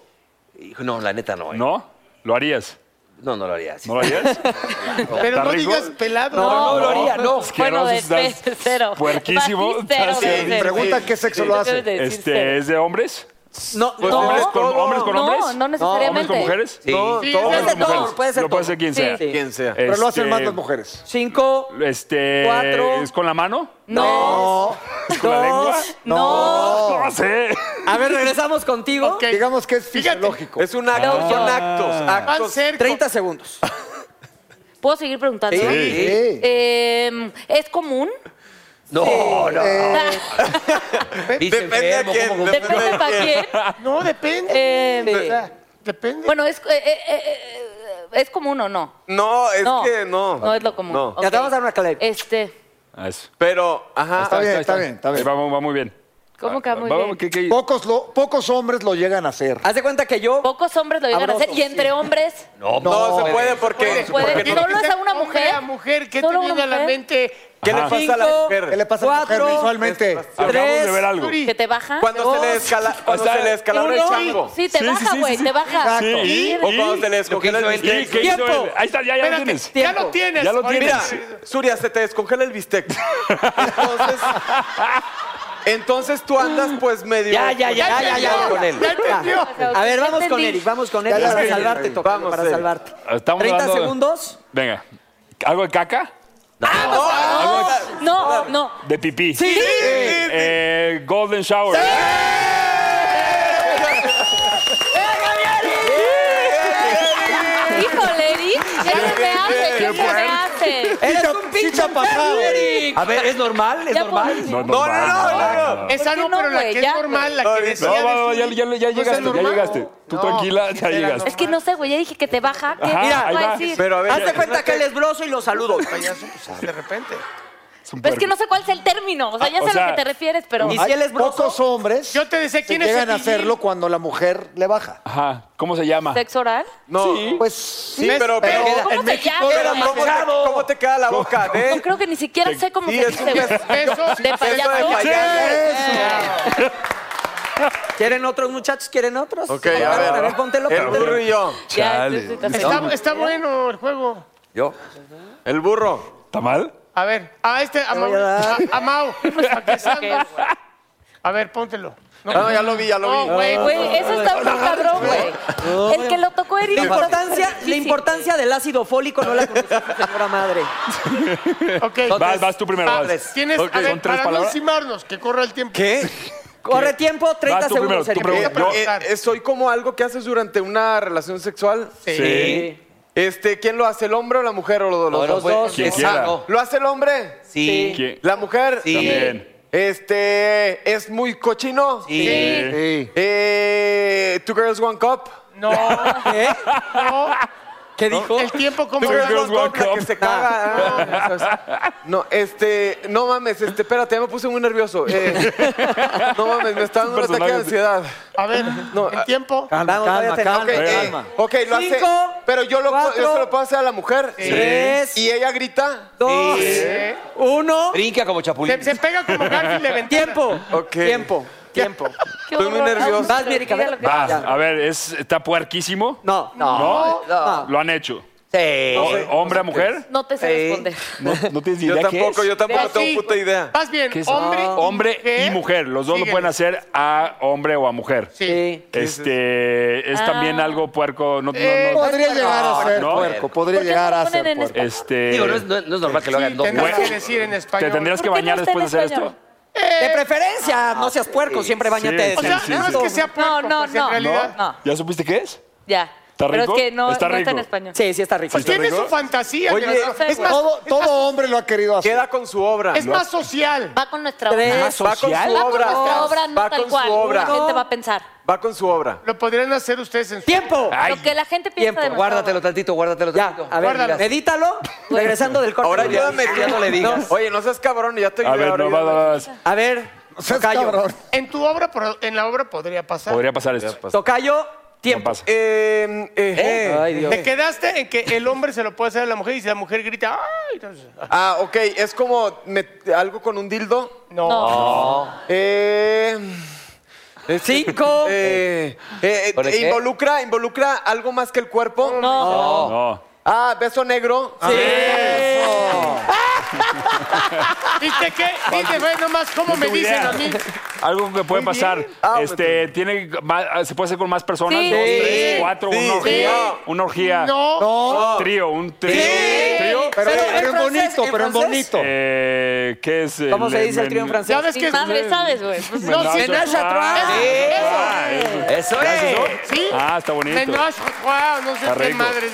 [SPEAKER 2] Hijo, No, la neta no. eh.
[SPEAKER 8] ¿No? ¿Lo harías?
[SPEAKER 2] No, no lo haría. Sí.
[SPEAKER 8] ¿No
[SPEAKER 2] [LAUGHS]
[SPEAKER 8] lo harías?
[SPEAKER 5] Pero no
[SPEAKER 8] ¿Está rico?
[SPEAKER 5] digas pelado.
[SPEAKER 3] No, lo haría, no.
[SPEAKER 8] Asqueroso,
[SPEAKER 9] Bueno, de-
[SPEAKER 8] estás
[SPEAKER 9] de- cero.
[SPEAKER 8] puerquísimo,
[SPEAKER 9] [LAUGHS] Para ti, cero,
[SPEAKER 8] estás-
[SPEAKER 9] de- de-
[SPEAKER 6] Pregunta qué sexo lo hace.
[SPEAKER 9] Debes de decir
[SPEAKER 8] Este,
[SPEAKER 9] cero.
[SPEAKER 8] ¿Es de hombres?
[SPEAKER 3] No,
[SPEAKER 8] Pues,
[SPEAKER 3] no.
[SPEAKER 8] ¿Hombres con hombres? Con
[SPEAKER 9] no,
[SPEAKER 8] hombres?
[SPEAKER 9] no necesariamente.
[SPEAKER 8] ¿Hombres con mujeres?
[SPEAKER 2] Sí.
[SPEAKER 4] No,
[SPEAKER 5] Sí,
[SPEAKER 3] Puede
[SPEAKER 4] todos.
[SPEAKER 8] Hombres
[SPEAKER 3] ser
[SPEAKER 8] con
[SPEAKER 3] todo,
[SPEAKER 8] mujeres.
[SPEAKER 3] puede ser
[SPEAKER 8] Lo puede ser
[SPEAKER 3] todo.
[SPEAKER 8] quien
[SPEAKER 9] Sí.
[SPEAKER 8] sea.
[SPEAKER 9] Sí.
[SPEAKER 4] Quien sea.
[SPEAKER 6] Pero lo hacen
[SPEAKER 8] Este,
[SPEAKER 6] más las mujeres.
[SPEAKER 3] Cinco.
[SPEAKER 8] Este,
[SPEAKER 3] Cuatro.
[SPEAKER 8] ¿Es con la mano?
[SPEAKER 3] No.
[SPEAKER 8] ¿Es con la lengua?
[SPEAKER 3] No.
[SPEAKER 8] No lo sé.
[SPEAKER 3] A ver, regresamos contigo.
[SPEAKER 5] Ok.
[SPEAKER 6] Digamos que es
[SPEAKER 5] Fíjate.
[SPEAKER 6] fisiológico.
[SPEAKER 4] Es un acto,
[SPEAKER 9] No.
[SPEAKER 4] son actos,
[SPEAKER 5] Van
[SPEAKER 4] actos.
[SPEAKER 5] cerca.
[SPEAKER 3] 30 segundos.
[SPEAKER 9] ¿Puedo seguir preguntando?
[SPEAKER 6] Sí.
[SPEAKER 9] Eh, ¿Es común?
[SPEAKER 2] No, no.
[SPEAKER 9] Eh,
[SPEAKER 2] Dice
[SPEAKER 4] Depende a
[SPEAKER 2] enfermo,
[SPEAKER 4] quién.
[SPEAKER 2] ¿cómo con-
[SPEAKER 9] Depende para quién.
[SPEAKER 5] No, depende.
[SPEAKER 9] [LAUGHS] Eh,
[SPEAKER 5] O sea, depende.
[SPEAKER 9] Bueno, es, eh, eh, eh, eh, ¿Es común o no?
[SPEAKER 4] No, es
[SPEAKER 9] No.
[SPEAKER 4] que no.
[SPEAKER 9] No es lo común.
[SPEAKER 4] No.
[SPEAKER 9] Ok. Este,
[SPEAKER 8] Ah,
[SPEAKER 4] Pero, ajá.
[SPEAKER 6] Está bien, está bien, está bien.
[SPEAKER 8] Va, va muy bien.
[SPEAKER 9] ¿cómo que va muy bien?
[SPEAKER 6] Pocos, lo- pocos hombres lo llegan a hacer.
[SPEAKER 3] Haz de cuenta que yo.
[SPEAKER 9] Pocos hombres lo llegan a hacer.
[SPEAKER 6] Abrazos,
[SPEAKER 9] Y
[SPEAKER 6] [LAUGHS]
[SPEAKER 9] entre hombres,
[SPEAKER 2] No,
[SPEAKER 4] No, se puede porque.
[SPEAKER 9] puede-
[SPEAKER 4] porque no-
[SPEAKER 9] ¿solo es a una mujer?
[SPEAKER 5] a mujer, ¿qué te
[SPEAKER 9] ¿Solo una
[SPEAKER 5] viene a la
[SPEAKER 9] mujer?
[SPEAKER 5] mente?
[SPEAKER 4] ¿Qué le pasa a la
[SPEAKER 3] Cinco.
[SPEAKER 4] mujer?
[SPEAKER 6] ¿Qué le pasa a la mujer
[SPEAKER 3] Cuatro.
[SPEAKER 6] visualmente?
[SPEAKER 8] Acabamos de ver algo.
[SPEAKER 9] que te baja.
[SPEAKER 4] Cuando se le
[SPEAKER 9] [LAUGHS]
[SPEAKER 4] escala, cuando
[SPEAKER 8] O sea,
[SPEAKER 4] se le escalaron el
[SPEAKER 9] Uno.
[SPEAKER 4] chango.
[SPEAKER 9] Sí, te
[SPEAKER 8] Sí, sí,
[SPEAKER 9] baja,
[SPEAKER 8] sí,
[SPEAKER 9] güey,
[SPEAKER 8] sí, sí.
[SPEAKER 9] te baja.
[SPEAKER 8] Sí, y-
[SPEAKER 9] Y-
[SPEAKER 4] O cuando se le
[SPEAKER 2] Lo
[SPEAKER 4] descongela
[SPEAKER 2] que
[SPEAKER 4] el
[SPEAKER 2] hizo él.
[SPEAKER 4] bistec.
[SPEAKER 8] ¿Y qué hizo
[SPEAKER 3] Tiempo.
[SPEAKER 8] él? Ahí está, ya, ya lo
[SPEAKER 5] Espérate,
[SPEAKER 8] tienes.
[SPEAKER 5] ya lo tienes.
[SPEAKER 8] Ya lo
[SPEAKER 5] ahorita.
[SPEAKER 8] tienes.
[SPEAKER 4] Mira, Surya, se te descongela el bistec.
[SPEAKER 8] [LAUGHS]
[SPEAKER 4] Entonces, entonces tú andas pues medio...
[SPEAKER 3] Ya, ya, ya, ya, ya, ya, ya.
[SPEAKER 4] Con él.
[SPEAKER 3] Ya entendió. A ver, vamos con
[SPEAKER 9] Entendí.
[SPEAKER 3] Eric, vamos con Eric
[SPEAKER 6] Ya, ya,
[SPEAKER 3] para
[SPEAKER 6] ya, ya,
[SPEAKER 3] salvarte,
[SPEAKER 6] ya.
[SPEAKER 3] Tocayo,
[SPEAKER 4] Vamos,
[SPEAKER 3] para
[SPEAKER 4] Eric.
[SPEAKER 3] salvarte.
[SPEAKER 8] Estamos
[SPEAKER 3] 30
[SPEAKER 8] hablando de-
[SPEAKER 3] segundos.
[SPEAKER 8] Venga. ¿Algo de caca? Ah, pues,
[SPEAKER 9] Ah. Oh, No, no.
[SPEAKER 8] De pipí. Eh, golden Shower.
[SPEAKER 9] Híjole, Eric, ¿qué se me hace? ¿Qué se me hace?
[SPEAKER 3] Eres un pinche papá,
[SPEAKER 2] eh.
[SPEAKER 3] Eric. A ver, ¿es normal, es
[SPEAKER 9] Ya
[SPEAKER 3] normal.
[SPEAKER 9] por-
[SPEAKER 8] No, no, no, no.
[SPEAKER 5] Es algo,
[SPEAKER 9] no,
[SPEAKER 5] pero la
[SPEAKER 9] güey?
[SPEAKER 5] que es
[SPEAKER 9] Ya,
[SPEAKER 5] normal, la que decía.
[SPEAKER 8] No,
[SPEAKER 5] de
[SPEAKER 8] va, va,
[SPEAKER 5] Suri.
[SPEAKER 8] ya, ya, ya
[SPEAKER 5] No es
[SPEAKER 8] llegaste, ya
[SPEAKER 5] normal.
[SPEAKER 8] llegaste. Tú
[SPEAKER 5] No,
[SPEAKER 8] tranquila, ya
[SPEAKER 5] era
[SPEAKER 8] llegaste.
[SPEAKER 5] normal.
[SPEAKER 9] Es que no sé, güey, ya dije que te baja. ¿Qué
[SPEAKER 8] Ajá,
[SPEAKER 9] Mira,
[SPEAKER 8] ahí
[SPEAKER 9] va a
[SPEAKER 8] va.
[SPEAKER 9] decir?
[SPEAKER 4] Pero a ver...
[SPEAKER 3] Hazte cuenta que él es broso y lo saludo.
[SPEAKER 5] Payaso, pues, de repente.
[SPEAKER 9] Pero es que no sé cuál es el término. O sea, ya
[SPEAKER 8] O
[SPEAKER 9] sé a
[SPEAKER 8] sea,
[SPEAKER 9] lo que te refieres,
[SPEAKER 6] [LAUGHS]
[SPEAKER 9] pero.
[SPEAKER 3] ni- si él es broso.
[SPEAKER 6] Pocos hombres
[SPEAKER 5] Yo te decía,
[SPEAKER 6] se
[SPEAKER 5] ¿quién es
[SPEAKER 6] llegan a
[SPEAKER 5] Cepillín?
[SPEAKER 6] hacerlo cuando la mujer le baja.
[SPEAKER 8] Ajá, ¿cómo se llama?
[SPEAKER 9] ¿Sexo oral?
[SPEAKER 4] No,
[SPEAKER 6] Pues sí,
[SPEAKER 4] Sí, pero- pero-
[SPEAKER 9] ¿Cómo
[SPEAKER 6] en
[SPEAKER 9] se
[SPEAKER 6] México
[SPEAKER 9] llama?
[SPEAKER 6] era
[SPEAKER 9] Pero-
[SPEAKER 6] más-
[SPEAKER 4] ¿cómo, te, cómo te queda la boca?
[SPEAKER 9] No
[SPEAKER 4] ¿eh?
[SPEAKER 9] creo que ni siquiera sé cómo
[SPEAKER 4] Sí,
[SPEAKER 9] se
[SPEAKER 4] es un
[SPEAKER 9] dice,
[SPEAKER 4] [LAUGHS]
[SPEAKER 9] güey.
[SPEAKER 5] beso, sí,
[SPEAKER 9] ¿De
[SPEAKER 5] beso de
[SPEAKER 9] payaso?
[SPEAKER 3] ¿Quieren otros, muchachos? ¿Quieren otros?
[SPEAKER 4] Ok, a ver.
[SPEAKER 3] A ver, póntelo.
[SPEAKER 4] El burro y yo.
[SPEAKER 9] Ya, esto- esto- esto-
[SPEAKER 5] Está, está bueno el juego.
[SPEAKER 2] Yo.
[SPEAKER 4] El burro.
[SPEAKER 8] ¿Está mal?
[SPEAKER 5] A ver, a este, a Mau.
[SPEAKER 3] voy a dar.
[SPEAKER 5] A, a
[SPEAKER 9] [LAUGHS]
[SPEAKER 5] Mau.
[SPEAKER 9] Pues,
[SPEAKER 5] ¿a qué santos? A ver, póntelo. No,
[SPEAKER 4] No, ya lo vi, ya lo
[SPEAKER 5] no,
[SPEAKER 4] vi.
[SPEAKER 5] güey.
[SPEAKER 9] Güey, eso está muy cabrón, güey. El que lo tocó Eric.
[SPEAKER 3] La importancia,
[SPEAKER 9] Difícil.
[SPEAKER 3] la importancia del ácido fólico no la conoció su [LAUGHS] señora madre.
[SPEAKER 5] Ok.
[SPEAKER 8] Vas, vas tú primero. vas.
[SPEAKER 3] Padres.
[SPEAKER 5] Tienes,
[SPEAKER 8] Ok,
[SPEAKER 5] a ver,
[SPEAKER 8] son tres
[SPEAKER 5] para no
[SPEAKER 8] palabras.
[SPEAKER 5] encimarnos, que corra el tiempo.
[SPEAKER 4] ¿Qué?
[SPEAKER 3] [LAUGHS] Corre tiempo, 30
[SPEAKER 8] Vas tú primero,
[SPEAKER 3] segundos.
[SPEAKER 8] tú
[SPEAKER 3] Eric.
[SPEAKER 8] primero.
[SPEAKER 5] Yo-
[SPEAKER 4] Eh, eh, ¿Soy como algo que haces durante una relación sexual?
[SPEAKER 8] Sí.
[SPEAKER 4] Este, ¿Quién lo hace, el hombre o la mujer o los,
[SPEAKER 3] Los
[SPEAKER 4] dos?
[SPEAKER 3] dos.
[SPEAKER 8] Quien
[SPEAKER 3] no.
[SPEAKER 8] quiera.
[SPEAKER 4] ¿Lo hace el hombre?
[SPEAKER 3] Sí.
[SPEAKER 8] ¿Quién?
[SPEAKER 4] ¿La mujer?
[SPEAKER 3] Sí.
[SPEAKER 8] También.
[SPEAKER 4] Este, ¿es muy cochino?
[SPEAKER 3] Sí.
[SPEAKER 6] Sí.
[SPEAKER 4] Eh, Two Girls One Cup. [LAUGHS]
[SPEAKER 5] No,
[SPEAKER 3] ¿Qué?
[SPEAKER 5] no.
[SPEAKER 3] ¿Qué dijo?
[SPEAKER 5] El tiempo como...
[SPEAKER 4] Two Girls, One Cup. la que se
[SPEAKER 3] Nah.
[SPEAKER 4] caga. Ah, no, este, no mames, este, espérate, ya me puse muy nervioso. [LAUGHS] Eh, no mames, me está dando un ataque
[SPEAKER 8] personaje.
[SPEAKER 4] de ansiedad.
[SPEAKER 5] A ver,
[SPEAKER 4] No,
[SPEAKER 5] el
[SPEAKER 4] ah,
[SPEAKER 5] tiempo...
[SPEAKER 3] Vamos,
[SPEAKER 6] calma,
[SPEAKER 3] váyate,
[SPEAKER 6] calma,
[SPEAKER 3] no,
[SPEAKER 4] Eh,
[SPEAKER 3] eh,
[SPEAKER 4] ok, lo hace.
[SPEAKER 3] Cinco,
[SPEAKER 4] Pero yo lo, puedo- yo
[SPEAKER 3] cuatro,
[SPEAKER 4] se lo puedo hacer a la mujer.
[SPEAKER 3] Tres,
[SPEAKER 4] Y ella grita.
[SPEAKER 3] dos,
[SPEAKER 5] Eh,
[SPEAKER 3] uno.
[SPEAKER 2] Brinca como chapulín.
[SPEAKER 5] Se, se pega como Garfield de ventana.
[SPEAKER 3] Tiempo.
[SPEAKER 4] Ok.
[SPEAKER 3] Tiempo. Tiempo.
[SPEAKER 9] [LAUGHS] Qué
[SPEAKER 4] Estoy muy
[SPEAKER 9] horror.
[SPEAKER 4] nervioso.
[SPEAKER 3] Vas, mi Erika, a ver.
[SPEAKER 9] Dígalo que-
[SPEAKER 8] Vas,
[SPEAKER 3] Ya.
[SPEAKER 8] a ver, es, ¿está puerquísimo?
[SPEAKER 3] No, no. No.
[SPEAKER 8] Lo han hecho.
[SPEAKER 3] Sí.
[SPEAKER 8] O- ¿Hombre a mujer?
[SPEAKER 9] No te sé
[SPEAKER 3] Sí.
[SPEAKER 9] responder.
[SPEAKER 8] No, no tienes ni
[SPEAKER 4] Yo
[SPEAKER 8] idea
[SPEAKER 4] tampoco,
[SPEAKER 8] qué es.
[SPEAKER 4] yo tampoco
[SPEAKER 5] Pero sí,
[SPEAKER 4] tengo puta idea.
[SPEAKER 5] Vas bien,
[SPEAKER 8] ¿Qué es?
[SPEAKER 5] hombre, y
[SPEAKER 8] Hombre y mujer. Los dos lo pueden
[SPEAKER 5] Síguele.
[SPEAKER 8] hacer a hombre o a mujer.
[SPEAKER 5] Sí.
[SPEAKER 8] Este, es
[SPEAKER 9] Ah.
[SPEAKER 8] también algo puerco. No, no,
[SPEAKER 5] Eh,
[SPEAKER 8] no.
[SPEAKER 6] Podría llegar a ser
[SPEAKER 8] No.
[SPEAKER 6] puerco, podría llegar a ser
[SPEAKER 9] ponen en
[SPEAKER 6] puerco.
[SPEAKER 8] Este,
[SPEAKER 2] Digo, no es, no es- no es normal que lo hagan dos
[SPEAKER 5] Tendrás
[SPEAKER 2] mujeres.
[SPEAKER 5] que decir en
[SPEAKER 8] ¿Te
[SPEAKER 5] español. Eh,
[SPEAKER 8] tendrías que
[SPEAKER 9] ¿Por qué no
[SPEAKER 8] bañar
[SPEAKER 9] está en
[SPEAKER 8] después de hacer
[SPEAKER 9] español?
[SPEAKER 8] esto?
[SPEAKER 3] De preferencia, no seas puerco, siempre bañate
[SPEAKER 8] Sí,
[SPEAKER 3] de
[SPEAKER 5] O sea,
[SPEAKER 8] Sí,
[SPEAKER 5] no
[SPEAKER 8] sí.
[SPEAKER 5] es que sea puerco,
[SPEAKER 9] No, no,
[SPEAKER 5] pues, en
[SPEAKER 9] no.
[SPEAKER 5] realidad...
[SPEAKER 9] No,
[SPEAKER 8] ¿Ya supiste qué es?
[SPEAKER 9] ya.
[SPEAKER 8] ¿Está
[SPEAKER 9] Pero es
[SPEAKER 8] rico?
[SPEAKER 9] que no
[SPEAKER 8] ¿Está
[SPEAKER 9] no está en
[SPEAKER 8] rico?
[SPEAKER 9] español.
[SPEAKER 3] Sí, sí está rico.
[SPEAKER 8] Sí, está
[SPEAKER 5] Pues Tiene su
[SPEAKER 8] rico?
[SPEAKER 5] fantasía.
[SPEAKER 4] Oye,
[SPEAKER 5] pero no
[SPEAKER 9] sé,
[SPEAKER 5] es
[SPEAKER 9] güey.
[SPEAKER 5] más,
[SPEAKER 6] Todo, todo hombre lo ha querido hacer.
[SPEAKER 4] Queda con su obra.
[SPEAKER 5] es más social.
[SPEAKER 9] Va con nuestra obra.
[SPEAKER 3] Tres,
[SPEAKER 4] Va con su
[SPEAKER 9] Va con
[SPEAKER 4] obra.
[SPEAKER 9] nuestra obra, no
[SPEAKER 4] Va
[SPEAKER 9] tal
[SPEAKER 4] con
[SPEAKER 9] cual.
[SPEAKER 4] su obra.
[SPEAKER 9] La gente va a pensar.
[SPEAKER 4] Va con su obra.
[SPEAKER 5] Lo podrían hacer ustedes en su...
[SPEAKER 3] tiempo.
[SPEAKER 9] Lo que la gente piensa
[SPEAKER 3] Tiempo,
[SPEAKER 9] de
[SPEAKER 2] Guárdatelo
[SPEAKER 9] nosotros.
[SPEAKER 2] Guárdatelo tantito, guárdatelo
[SPEAKER 3] Ya,
[SPEAKER 2] tantito.
[SPEAKER 3] a ver,
[SPEAKER 5] Guárdalo.
[SPEAKER 3] medítalo. Regresando del corte.
[SPEAKER 4] Ahora ayúdame tú.
[SPEAKER 3] ya no le digas.
[SPEAKER 4] Oye, no seas cabrón, ya te
[SPEAKER 8] A
[SPEAKER 4] ayudé
[SPEAKER 8] ver,
[SPEAKER 4] ahora,
[SPEAKER 8] no, va,
[SPEAKER 4] ayúdame.
[SPEAKER 8] va, va.
[SPEAKER 3] A ver,
[SPEAKER 6] Seas
[SPEAKER 3] tocayo.
[SPEAKER 6] cabrón.
[SPEAKER 5] En tu obra, pero en la obra podría pasar.
[SPEAKER 8] Podría pasar esto.
[SPEAKER 3] Tocayo,
[SPEAKER 8] No
[SPEAKER 3] tiempo.
[SPEAKER 8] pasa.
[SPEAKER 4] Eh, eh, eh.
[SPEAKER 3] Ay, Dios.
[SPEAKER 5] Te quedaste en que el hombre se lo puede hacer a la mujer y si la mujer grita, ¡ay! entonces-
[SPEAKER 4] Ah, ok, es como me- algo con un dildo.
[SPEAKER 5] No.
[SPEAKER 4] Eh, este,
[SPEAKER 3] Cinco.
[SPEAKER 4] [LAUGHS] eh, eh,
[SPEAKER 2] ¿Por qué?
[SPEAKER 4] involucra, involucra algo más que el cuerpo.
[SPEAKER 9] No.
[SPEAKER 8] No.
[SPEAKER 4] Ah, beso negro. Ah.
[SPEAKER 3] Sí. [LAUGHS]
[SPEAKER 5] ¿Viste qué? Viste, güey, nomás cómo me
[SPEAKER 8] Tu
[SPEAKER 5] dicen
[SPEAKER 8] idea.
[SPEAKER 5] a mí.
[SPEAKER 8] [LAUGHS] Algo que puede pasar.
[SPEAKER 4] Ah,
[SPEAKER 8] este, tiene, ma- se puede hacer con más personas.
[SPEAKER 9] Sí.
[SPEAKER 8] Dos,
[SPEAKER 9] Sí.
[SPEAKER 8] tres, cuatro,
[SPEAKER 4] Sí.
[SPEAKER 8] una orgía. Una orgía.
[SPEAKER 5] No.
[SPEAKER 8] Un trío, un trío. ¿Trío?
[SPEAKER 6] Pero,
[SPEAKER 3] Pero en
[SPEAKER 6] pero es
[SPEAKER 3] francés,
[SPEAKER 6] bonito,
[SPEAKER 3] en
[SPEAKER 6] pero es
[SPEAKER 3] francés.
[SPEAKER 6] bonito.
[SPEAKER 8] Eh, ¿Qué es?
[SPEAKER 3] ¿Cómo se dice el trío en
[SPEAKER 8] francés?
[SPEAKER 5] Ya
[SPEAKER 3] francés?
[SPEAKER 5] ves
[SPEAKER 9] Ni
[SPEAKER 5] que es-
[SPEAKER 9] madre, ¿sabes, güey?
[SPEAKER 5] No, sí,
[SPEAKER 3] Menage à trois.
[SPEAKER 2] Eso es.
[SPEAKER 5] Sí.
[SPEAKER 8] Ah, está bonito.
[SPEAKER 5] Menage, guau, no sé
[SPEAKER 8] Está
[SPEAKER 5] qué
[SPEAKER 8] rico.
[SPEAKER 5] madre. es.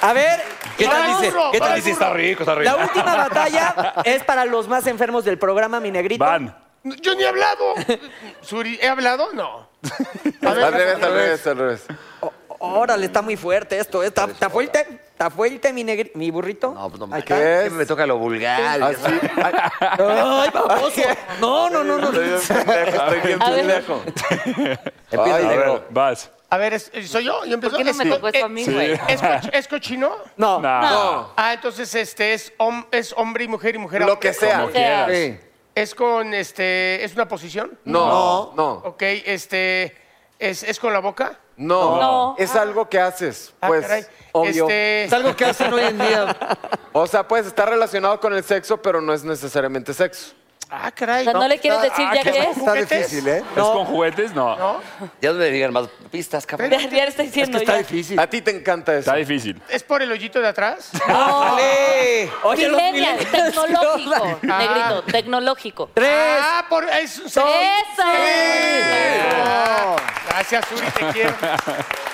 [SPEAKER 3] A ver,
[SPEAKER 2] ¿Qué
[SPEAKER 5] Ahora
[SPEAKER 2] tal
[SPEAKER 5] el
[SPEAKER 2] dice?
[SPEAKER 5] burro,
[SPEAKER 2] ¿Qué
[SPEAKER 5] ahora
[SPEAKER 2] tal
[SPEAKER 5] el
[SPEAKER 2] dice?
[SPEAKER 5] burro.
[SPEAKER 2] Está rico, está rico.
[SPEAKER 3] la última [LAUGHS] batalla es para los más enfermos del programa, mi negrito.
[SPEAKER 8] Van.
[SPEAKER 5] Yo ni he hablado. Suri, ¿he hablado? No. A ver,
[SPEAKER 4] Al revés, al revés, al revés.
[SPEAKER 3] Órale, está muy fuerte esto. ¿eh? ¿Está, está fuerte? ¿Está fuerte mi, negri- mi burrito? No, pues no
[SPEAKER 2] ¿Qué Siempre me toca lo vulgar.
[SPEAKER 3] ¿Ah,
[SPEAKER 2] [LAUGHS]
[SPEAKER 3] sí? Ay, baboso. No, no, no, no.
[SPEAKER 4] Estoy bien
[SPEAKER 3] A ver.
[SPEAKER 4] pendejo.
[SPEAKER 2] Empieza,
[SPEAKER 4] Ay,
[SPEAKER 2] negro.
[SPEAKER 4] a ver, Vas.
[SPEAKER 5] A ver, es- ¿soy yo? ¿Yo empiezo?
[SPEAKER 9] ¿Por qué no
[SPEAKER 5] Es
[SPEAKER 9] me
[SPEAKER 5] co-
[SPEAKER 9] tocó esto a mí,
[SPEAKER 5] eh,
[SPEAKER 9] güey?
[SPEAKER 5] ¿Es, co- es cochino?
[SPEAKER 3] No.
[SPEAKER 4] No.
[SPEAKER 5] Ah, entonces este es, hom- es hombre y mujer y mujer. a
[SPEAKER 4] Lo
[SPEAKER 5] hombre.
[SPEAKER 4] que sea.
[SPEAKER 9] Como quieras.
[SPEAKER 4] Sí.
[SPEAKER 5] ¿Es con este. ¿Es una posición?
[SPEAKER 4] No, no,
[SPEAKER 5] Ok, este. ¿Es, es con la boca?
[SPEAKER 4] no.
[SPEAKER 9] No.
[SPEAKER 4] Es algo que haces,
[SPEAKER 5] Ah,
[SPEAKER 4] pues,
[SPEAKER 5] caray.
[SPEAKER 4] obvio.
[SPEAKER 5] Este,
[SPEAKER 3] Es algo que hacen hoy en día.
[SPEAKER 4] O sea, pues está relacionado con el sexo, pero no es necesariamente sexo.
[SPEAKER 5] Ah, caray.
[SPEAKER 9] O sea, no, le quieres decir ya
[SPEAKER 5] que
[SPEAKER 9] qué es.
[SPEAKER 6] Está
[SPEAKER 5] ¿Juguetes?
[SPEAKER 6] difícil, ¿eh?
[SPEAKER 8] ¿Es con juguetes? No.
[SPEAKER 5] ¿No?
[SPEAKER 2] Ya no me digan más pistas, cabrón.
[SPEAKER 9] Ya, ya le está diciendo ya.
[SPEAKER 4] A ti te encanta eso.
[SPEAKER 8] Está difícil.
[SPEAKER 5] ¿Es por el hoyito de atrás?
[SPEAKER 3] ¡Órale! Oye, los
[SPEAKER 9] Millennial,
[SPEAKER 3] millennials.
[SPEAKER 9] [LAUGHS] tecnológico,
[SPEAKER 5] [LAUGHS] Ah.
[SPEAKER 9] negrito, tecnológico.
[SPEAKER 3] Tres.
[SPEAKER 5] Ah, por. Es, son-
[SPEAKER 9] ¡Eso!
[SPEAKER 5] Gracias, Uri, te quiero.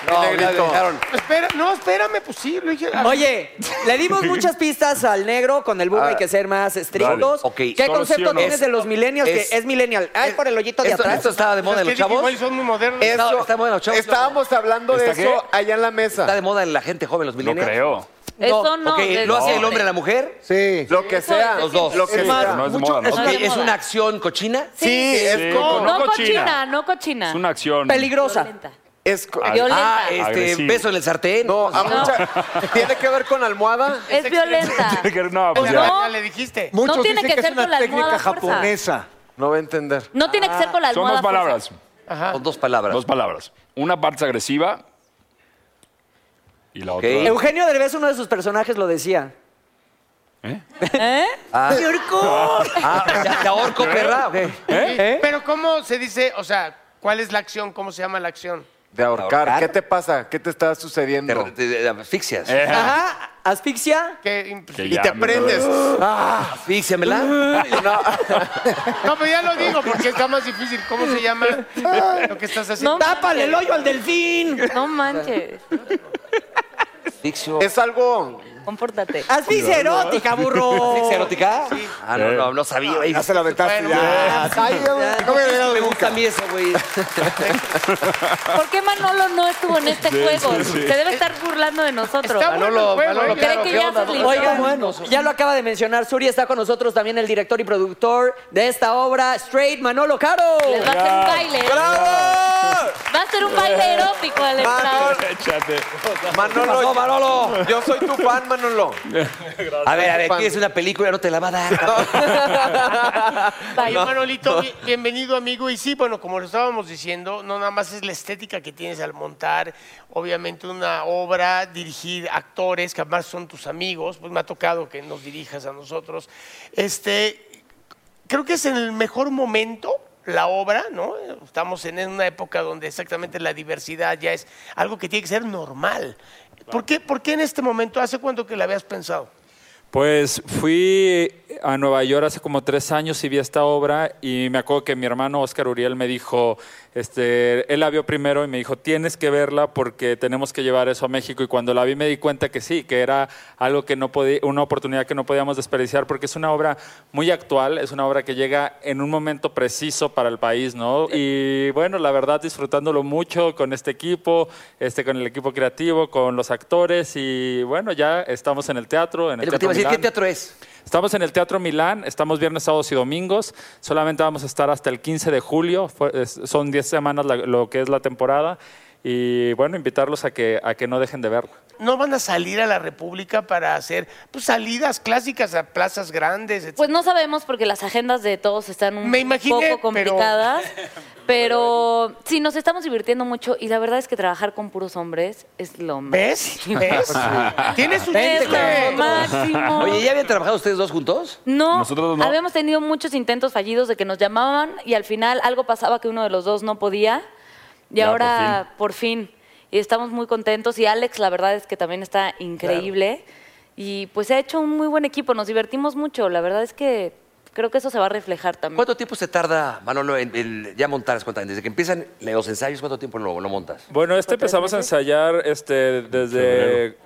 [SPEAKER 2] No, ya
[SPEAKER 4] Negrito.
[SPEAKER 2] dejaron.
[SPEAKER 5] Espera, no, espérame, pues sí, lo dije.
[SPEAKER 3] Oye, le
[SPEAKER 5] [LAUGHS]
[SPEAKER 3] dimos muchas pistas al negro, con el burro hay que ser más estrictos.
[SPEAKER 2] Vale, Ah, ok.
[SPEAKER 3] ¿Qué
[SPEAKER 8] Solo
[SPEAKER 3] concepto
[SPEAKER 8] sí o no.
[SPEAKER 3] tienes de los millennials?
[SPEAKER 2] Es-
[SPEAKER 3] que es millennial. Ay, por el hoyito de
[SPEAKER 2] esto,
[SPEAKER 3] atrás.
[SPEAKER 2] Esto estaba de
[SPEAKER 5] Pues
[SPEAKER 2] moda
[SPEAKER 5] es
[SPEAKER 2] en
[SPEAKER 5] que
[SPEAKER 2] los chavos.
[SPEAKER 5] igual son muy modernos.
[SPEAKER 2] Eso- No, está bueno, chavos.
[SPEAKER 4] Estábamos hablando de
[SPEAKER 8] ¿Está qué?
[SPEAKER 4] eso allá en la
[SPEAKER 2] Está de
[SPEAKER 4] mesa.
[SPEAKER 2] moda en la gente joven, los
[SPEAKER 8] No
[SPEAKER 2] millennials.
[SPEAKER 8] creo.
[SPEAKER 9] Eso no.
[SPEAKER 2] Ok,
[SPEAKER 9] desde
[SPEAKER 2] ¿Lo hace el
[SPEAKER 9] siempre.
[SPEAKER 2] hombre a la mujer?
[SPEAKER 6] Sí.
[SPEAKER 4] Lo que
[SPEAKER 9] Eso
[SPEAKER 4] sea.
[SPEAKER 9] es
[SPEAKER 2] Los dos.
[SPEAKER 4] Lo que
[SPEAKER 2] Es
[SPEAKER 4] sea.
[SPEAKER 8] Pero no es de moda, ¿no?
[SPEAKER 2] Ok,
[SPEAKER 9] no es de
[SPEAKER 2] ¿Es
[SPEAKER 9] moda.
[SPEAKER 2] una acción cochina?
[SPEAKER 4] Sí, es,
[SPEAKER 8] Sí,
[SPEAKER 4] co-
[SPEAKER 8] no
[SPEAKER 9] No cochina,
[SPEAKER 8] cochina.
[SPEAKER 9] no cochina.
[SPEAKER 8] Es una acción.
[SPEAKER 3] Peligrosa.
[SPEAKER 9] Violenta.
[SPEAKER 4] es co-
[SPEAKER 8] Ah,
[SPEAKER 9] Violenta.
[SPEAKER 2] Ah, este,
[SPEAKER 8] Agresivo. ah,
[SPEAKER 2] beso en el sartén.
[SPEAKER 4] No, a mucha- ¿Tiene que ver con almohada?
[SPEAKER 9] Es violenta.
[SPEAKER 8] No, pues
[SPEAKER 9] No.
[SPEAKER 8] ya.
[SPEAKER 5] Ya le dijiste.
[SPEAKER 6] Muchos
[SPEAKER 9] No tiene
[SPEAKER 6] dicen
[SPEAKER 9] que
[SPEAKER 6] que,
[SPEAKER 9] ser
[SPEAKER 6] es
[SPEAKER 9] con la
[SPEAKER 6] una técnica
[SPEAKER 9] almohada, fuerza.
[SPEAKER 6] japonesa.
[SPEAKER 4] No va a entender.
[SPEAKER 9] No tiene que ser con la
[SPEAKER 8] Son
[SPEAKER 9] almohada.
[SPEAKER 8] dos palabras.
[SPEAKER 2] Son dos palabras.
[SPEAKER 8] Dos palabras. Una parte es agresiva y la
[SPEAKER 2] Ok.
[SPEAKER 8] otra.
[SPEAKER 3] Eugenio Derbez, uno de sus personajes, lo decía.
[SPEAKER 8] ¿Eh?
[SPEAKER 2] Ah.
[SPEAKER 3] ¡Qué orco!
[SPEAKER 2] Ah, ¿te- ¿te ahorco, perra? Ok.
[SPEAKER 5] ¿Eh? Pero ¿cómo se dice? O sea, ¿cuál es la acción? ¿Cómo se llama la acción?
[SPEAKER 4] De ahorcar.
[SPEAKER 2] ¿Ahorcar?
[SPEAKER 4] ¿Qué te pasa? ¿Qué te está sucediendo?
[SPEAKER 2] Te, te- te asfixias.
[SPEAKER 8] Eh,
[SPEAKER 3] Ajá, asfixia. Ah.
[SPEAKER 5] Que
[SPEAKER 8] que
[SPEAKER 5] imp-
[SPEAKER 8] ya,
[SPEAKER 4] y te
[SPEAKER 8] me-
[SPEAKER 4] prendes.
[SPEAKER 5] [LAUGHS]
[SPEAKER 8] [LAUGHS]
[SPEAKER 2] Asfixiamela.
[SPEAKER 5] No, pero ya lo digo porque está más difícil. ¿Cómo se llama lo que estás haciendo?
[SPEAKER 9] No.
[SPEAKER 3] ¡Tápale el hoyo al delfín!
[SPEAKER 9] No manches.
[SPEAKER 2] Asfixio.
[SPEAKER 4] Es algo.
[SPEAKER 9] Compórtate.
[SPEAKER 3] ¡Asfixia erótica,
[SPEAKER 9] [LAUGHS]
[SPEAKER 3] burro!
[SPEAKER 2] ¿Asfixia erótica? Ah,
[SPEAKER 8] Eh.
[SPEAKER 2] no, no, no sabía. güey.
[SPEAKER 6] Ya se la aventaste
[SPEAKER 5] Bueno,
[SPEAKER 6] ya. Ay,
[SPEAKER 3] Ya,
[SPEAKER 6] no me había dado
[SPEAKER 3] me
[SPEAKER 6] nunca.
[SPEAKER 3] gusta a mí eso, güey.
[SPEAKER 9] ¿Por qué Manolo no estuvo en este juego? Se debe estar burlando de nosotros.
[SPEAKER 5] Está bueno el juego, ¿eh?
[SPEAKER 9] ¿Cree que ya se libró?
[SPEAKER 3] Oigan, ya lo acaba de mencionar Suri, está con nosotros también el director y productor de esta obra, Straight Manolo Caro.
[SPEAKER 9] Les va a hacer un baile.
[SPEAKER 3] ¡Bravo!
[SPEAKER 9] Va a ser un baile erótico al entrado.
[SPEAKER 8] Échate.
[SPEAKER 4] Manolo.
[SPEAKER 2] No, Manolo.
[SPEAKER 4] Yo soy tu fan, Manolo.
[SPEAKER 2] A ver, a ver, ¿qué es una película? No te la va a dar.
[SPEAKER 5] Oye, Manolito, bi- bienvenido, amigo. Y sí, bueno, como lo estábamos diciendo, no nada más es la estética que tienes al montar, obviamente una obra, dirigir actores que además son tus amigos, pues me ha tocado que nos dirijas a nosotros. Este, creo que es en el mejor momento la obra, ¿no? Estamos en una época donde exactamente la diversidad ya es algo que tiene que ser normal. ¿Por qué, por qué en este momento? ¿Hace cuánto que la habías pensado?
[SPEAKER 10] Pues fui a Nueva York hace como tres años y vi esta obra y me acuerdo que mi hermano Oscar Uriel me dijo, este, él la vio primero y me dijo, tienes que verla porque tenemos que llevar eso a México y cuando la vi me di cuenta que sí, que era algo que no podía, una oportunidad que no podíamos desperdiciar porque es una obra muy actual, es una obra que llega en un momento preciso para el país, ¿no? Y bueno, la verdad disfrutándolo mucho con este equipo, este, con el equipo creativo, con los actores y bueno, ya estamos en el teatro, en
[SPEAKER 2] Es
[SPEAKER 10] el
[SPEAKER 2] lo que te iba a decir, ¿qué
[SPEAKER 10] Milán.
[SPEAKER 2] teatro es?
[SPEAKER 10] Estamos en el Teatro Milán, estamos viernes, sábados y domingos. Solamente vamos a estar hasta el 15 de julio. Fue- es- son 10 semanas la- lo que es la temporada. Y bueno, invitarlos a que, a que no dejen de verla.
[SPEAKER 5] no van a salir a la República para hacer pues, salidas clásicas a plazas grandes, etc.
[SPEAKER 9] Pues no sabemos porque las agendas de todos están un
[SPEAKER 5] Me imaginé,
[SPEAKER 9] poco complicadas. Pero... sí, nos estamos divirtiendo mucho y la verdad es que trabajar con puros hombres es lo más.
[SPEAKER 5] ¿Ves? ¿Ves? Tienes un
[SPEAKER 9] Es
[SPEAKER 5] chiste.
[SPEAKER 9] lo máximo.
[SPEAKER 2] Oye, ¿ya habían trabajado ustedes dos juntos?
[SPEAKER 9] No,
[SPEAKER 8] Nosotros no.
[SPEAKER 9] habíamos tenido muchos intentos fallidos de que nos llamaban y al final algo pasaba que uno de los dos no podía. Y
[SPEAKER 8] Ya,
[SPEAKER 9] ahora, por fin. y estamos muy contentos. Y Alex, la verdad es que también está increíble. Y pues se ha hecho un muy buen equipo, nos divertimos mucho. La verdad es que creo que eso se va a reflejar también.
[SPEAKER 2] ¿Cuánto tiempo Pues se tarda, Manolo, en, en ya montar las cuentas? Desde que empiezan los ensayos, ¿cuánto tiempo lo, lo montas?
[SPEAKER 10] Bueno, este empezamos a ensayar este, desde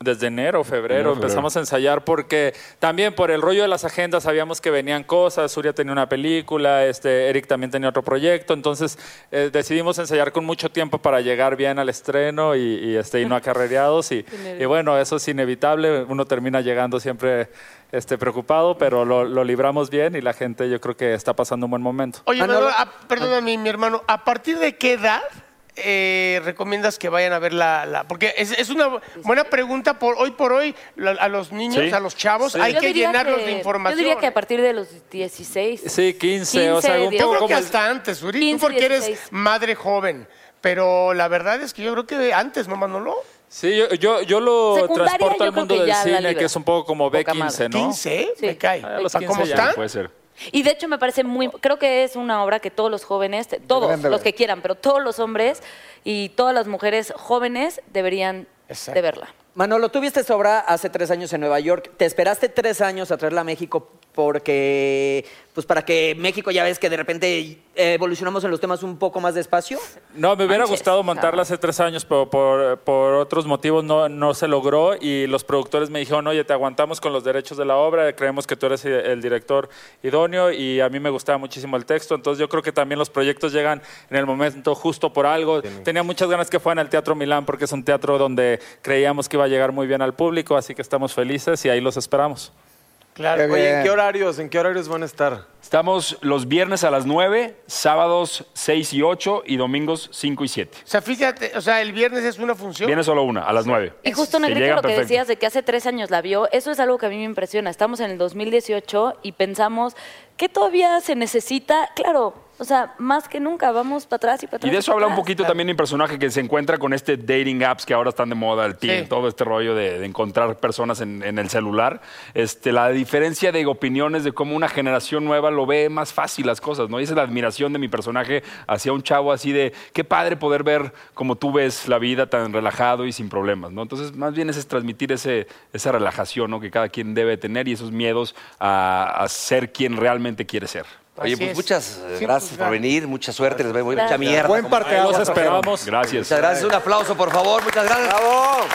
[SPEAKER 10] Desde
[SPEAKER 8] Enero,
[SPEAKER 10] enero, febrero,
[SPEAKER 8] febrero.
[SPEAKER 10] empezamos a ensayar porque también por el rollo de las agendas sabíamos que venían cosas. Surya tenía una película, este, Eric también tenía otro proyecto. Entonces eh, decidimos ensayar con mucho tiempo para llegar bien al estreno y, y, este, y no acarrereados. Y, y bueno, eso es inevitable. Uno termina llegando siempre este, preocupado, pero lo, lo libramos bien y la gente yo creo que está pasando un buen momento.
[SPEAKER 5] Oye, Manuel, ah, a- perdóname, mi hermano, ¿a partir de qué edad eh, recomiendas que vayan a ver la...? la- porque es, es una buena pregunta por hoy por hoy la- a los niños,
[SPEAKER 10] Sí.
[SPEAKER 5] a los chavos,
[SPEAKER 10] Sí.
[SPEAKER 5] hay
[SPEAKER 9] Yo
[SPEAKER 5] que
[SPEAKER 9] diría
[SPEAKER 5] llenarlos
[SPEAKER 9] que-
[SPEAKER 5] de información.
[SPEAKER 9] Yo diría que a partir de los 16.
[SPEAKER 10] Sí, 15, o sea, un
[SPEAKER 5] Yo
[SPEAKER 9] 15,
[SPEAKER 10] poco
[SPEAKER 5] creo
[SPEAKER 10] como
[SPEAKER 5] que
[SPEAKER 10] el-
[SPEAKER 5] hasta antes, Uri, tú
[SPEAKER 9] 15,
[SPEAKER 5] porque eres
[SPEAKER 9] 16.
[SPEAKER 5] madre joven. Pero la verdad es que yo creo que antes, no Manolo.
[SPEAKER 10] Sí, yo, yo, yo lo
[SPEAKER 5] Secundaria,
[SPEAKER 10] transporto
[SPEAKER 5] yo
[SPEAKER 10] al
[SPEAKER 5] creo
[SPEAKER 10] mundo
[SPEAKER 5] que
[SPEAKER 10] del
[SPEAKER 5] ya la
[SPEAKER 10] cine,
[SPEAKER 5] libra.
[SPEAKER 10] que es un poco como
[SPEAKER 5] Poca
[SPEAKER 10] B15,
[SPEAKER 5] madre.
[SPEAKER 10] ¿no?
[SPEAKER 5] 15, me cae.
[SPEAKER 10] A los
[SPEAKER 5] ¿Para
[SPEAKER 10] 15
[SPEAKER 5] cómo
[SPEAKER 10] ya
[SPEAKER 5] está?
[SPEAKER 10] puede ser.
[SPEAKER 9] Y de hecho me parece muy, creo que es una obra que todos los jóvenes, te- todos
[SPEAKER 10] Deberían de
[SPEAKER 9] los
[SPEAKER 10] ver.
[SPEAKER 9] que quieran, pero todos los hombres y todas las mujeres jóvenes deberían de verla.
[SPEAKER 3] Manolo, tú viste esta obra hace tres años en Nueva York. Te esperaste tres años a traerla a México porque, pues para que México ya ves que de repente eh, evolucionamos en los temas un poco más despacio.
[SPEAKER 10] No, me hubiera
[SPEAKER 3] Manches,
[SPEAKER 10] gustado montarla hace tres años, pero por, por otros motivos no, no se logró y los productores me dijeron, oye, te aguantamos con los derechos de la obra, creemos que tú eres i- el director idóneo y a mí me gustaba muchísimo el texto, entonces yo creo que también los proyectos llegan en el momento justo por algo. Tenía muchas ganas que fueran al Teatro Milán porque es un teatro donde creíamos que iba a llegar muy bien al público, así que estamos felices y ahí los esperamos.
[SPEAKER 5] Claro.
[SPEAKER 10] Qué
[SPEAKER 4] Oye,
[SPEAKER 10] bien.
[SPEAKER 4] ¿en qué horarios? ¿En qué horarios van a estar?
[SPEAKER 8] Estamos los viernes a las 9, sábados 6 y 8 y domingos 5 y 7.
[SPEAKER 5] O sea, fíjate, o sea, el viernes es una función.
[SPEAKER 8] Viene solo una, a las 9.
[SPEAKER 9] Y justo, Negrito, lo que decías de que hace tres años la vio, eso es algo que a mí me impresiona. Estamos en el 2018 y pensamos que todavía se necesita, claro, o sea, más que nunca, vamos para atrás y para atrás.
[SPEAKER 8] Y de eso
[SPEAKER 9] para
[SPEAKER 8] habla un
[SPEAKER 9] atrás.
[SPEAKER 8] poquito también mi personaje que se encuentra con este dating apps que ahora están de moda, el Tinder,
[SPEAKER 9] Sí.
[SPEAKER 8] todo este rollo de, de encontrar personas en, en el celular. Este, la diferencia de opiniones de cómo una generación nueva lo ve más fácil las cosas, ¿no? Y esa es la admiración de mi personaje hacia un chavo así de qué padre poder ver como tú ves la vida tan relajado y sin problemas, ¿no? Entonces, más bien es transmitir ese, esa relajación, ¿no? Que cada quien debe tener y esos miedos a- a ser quien realmente quiere ser.
[SPEAKER 2] Oye, pues muchas eh,
[SPEAKER 8] Sí,
[SPEAKER 2] gracias
[SPEAKER 8] pues,
[SPEAKER 2] por
[SPEAKER 8] claro.
[SPEAKER 2] venir, mucha suerte, les veo mucha
[SPEAKER 8] Gracias.
[SPEAKER 2] mierda.
[SPEAKER 8] Buen parteaguas,
[SPEAKER 2] Los
[SPEAKER 8] Los esperamos. Gracias.
[SPEAKER 2] Muchas gracias, un aplauso por favor, muchas gracias.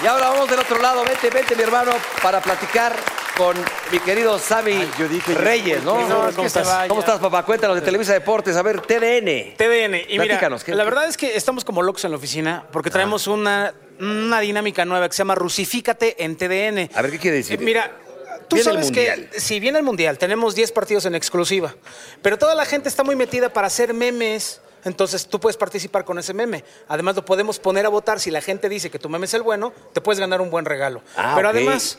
[SPEAKER 2] Y ahora vamos del otro lado, vete, vete mi hermano, para platicar con mi querido Sammy Reyes, ¿no?
[SPEAKER 11] Sí, no, es que
[SPEAKER 2] ¿Cómo,
[SPEAKER 11] se
[SPEAKER 2] estás?
[SPEAKER 11] vaya.
[SPEAKER 2] ¿Cómo estás, papá? Cuéntanos de Televisa Deportes, a ver, TDN.
[SPEAKER 11] TDN. Y mira,
[SPEAKER 2] Platícanos, ¿qué-
[SPEAKER 11] la verdad es que estamos como locos en la oficina porque traemos una, una dinámica nueva que se llama Rusifícate en TDN.
[SPEAKER 2] A ver, ¿qué quiere decir?
[SPEAKER 11] Eh, Mira, tú
[SPEAKER 2] Viene el
[SPEAKER 11] sabes que si viene el Mundial, tenemos 10 partidos en exclusiva, pero toda la gente está muy metida para hacer memes. Entonces tú puedes participar con ese meme. Además lo podemos poner a votar. Si la gente dice que tu meme es el bueno, te puedes ganar un buen regalo.
[SPEAKER 12] Ah,
[SPEAKER 11] pero
[SPEAKER 12] ok.
[SPEAKER 11] además,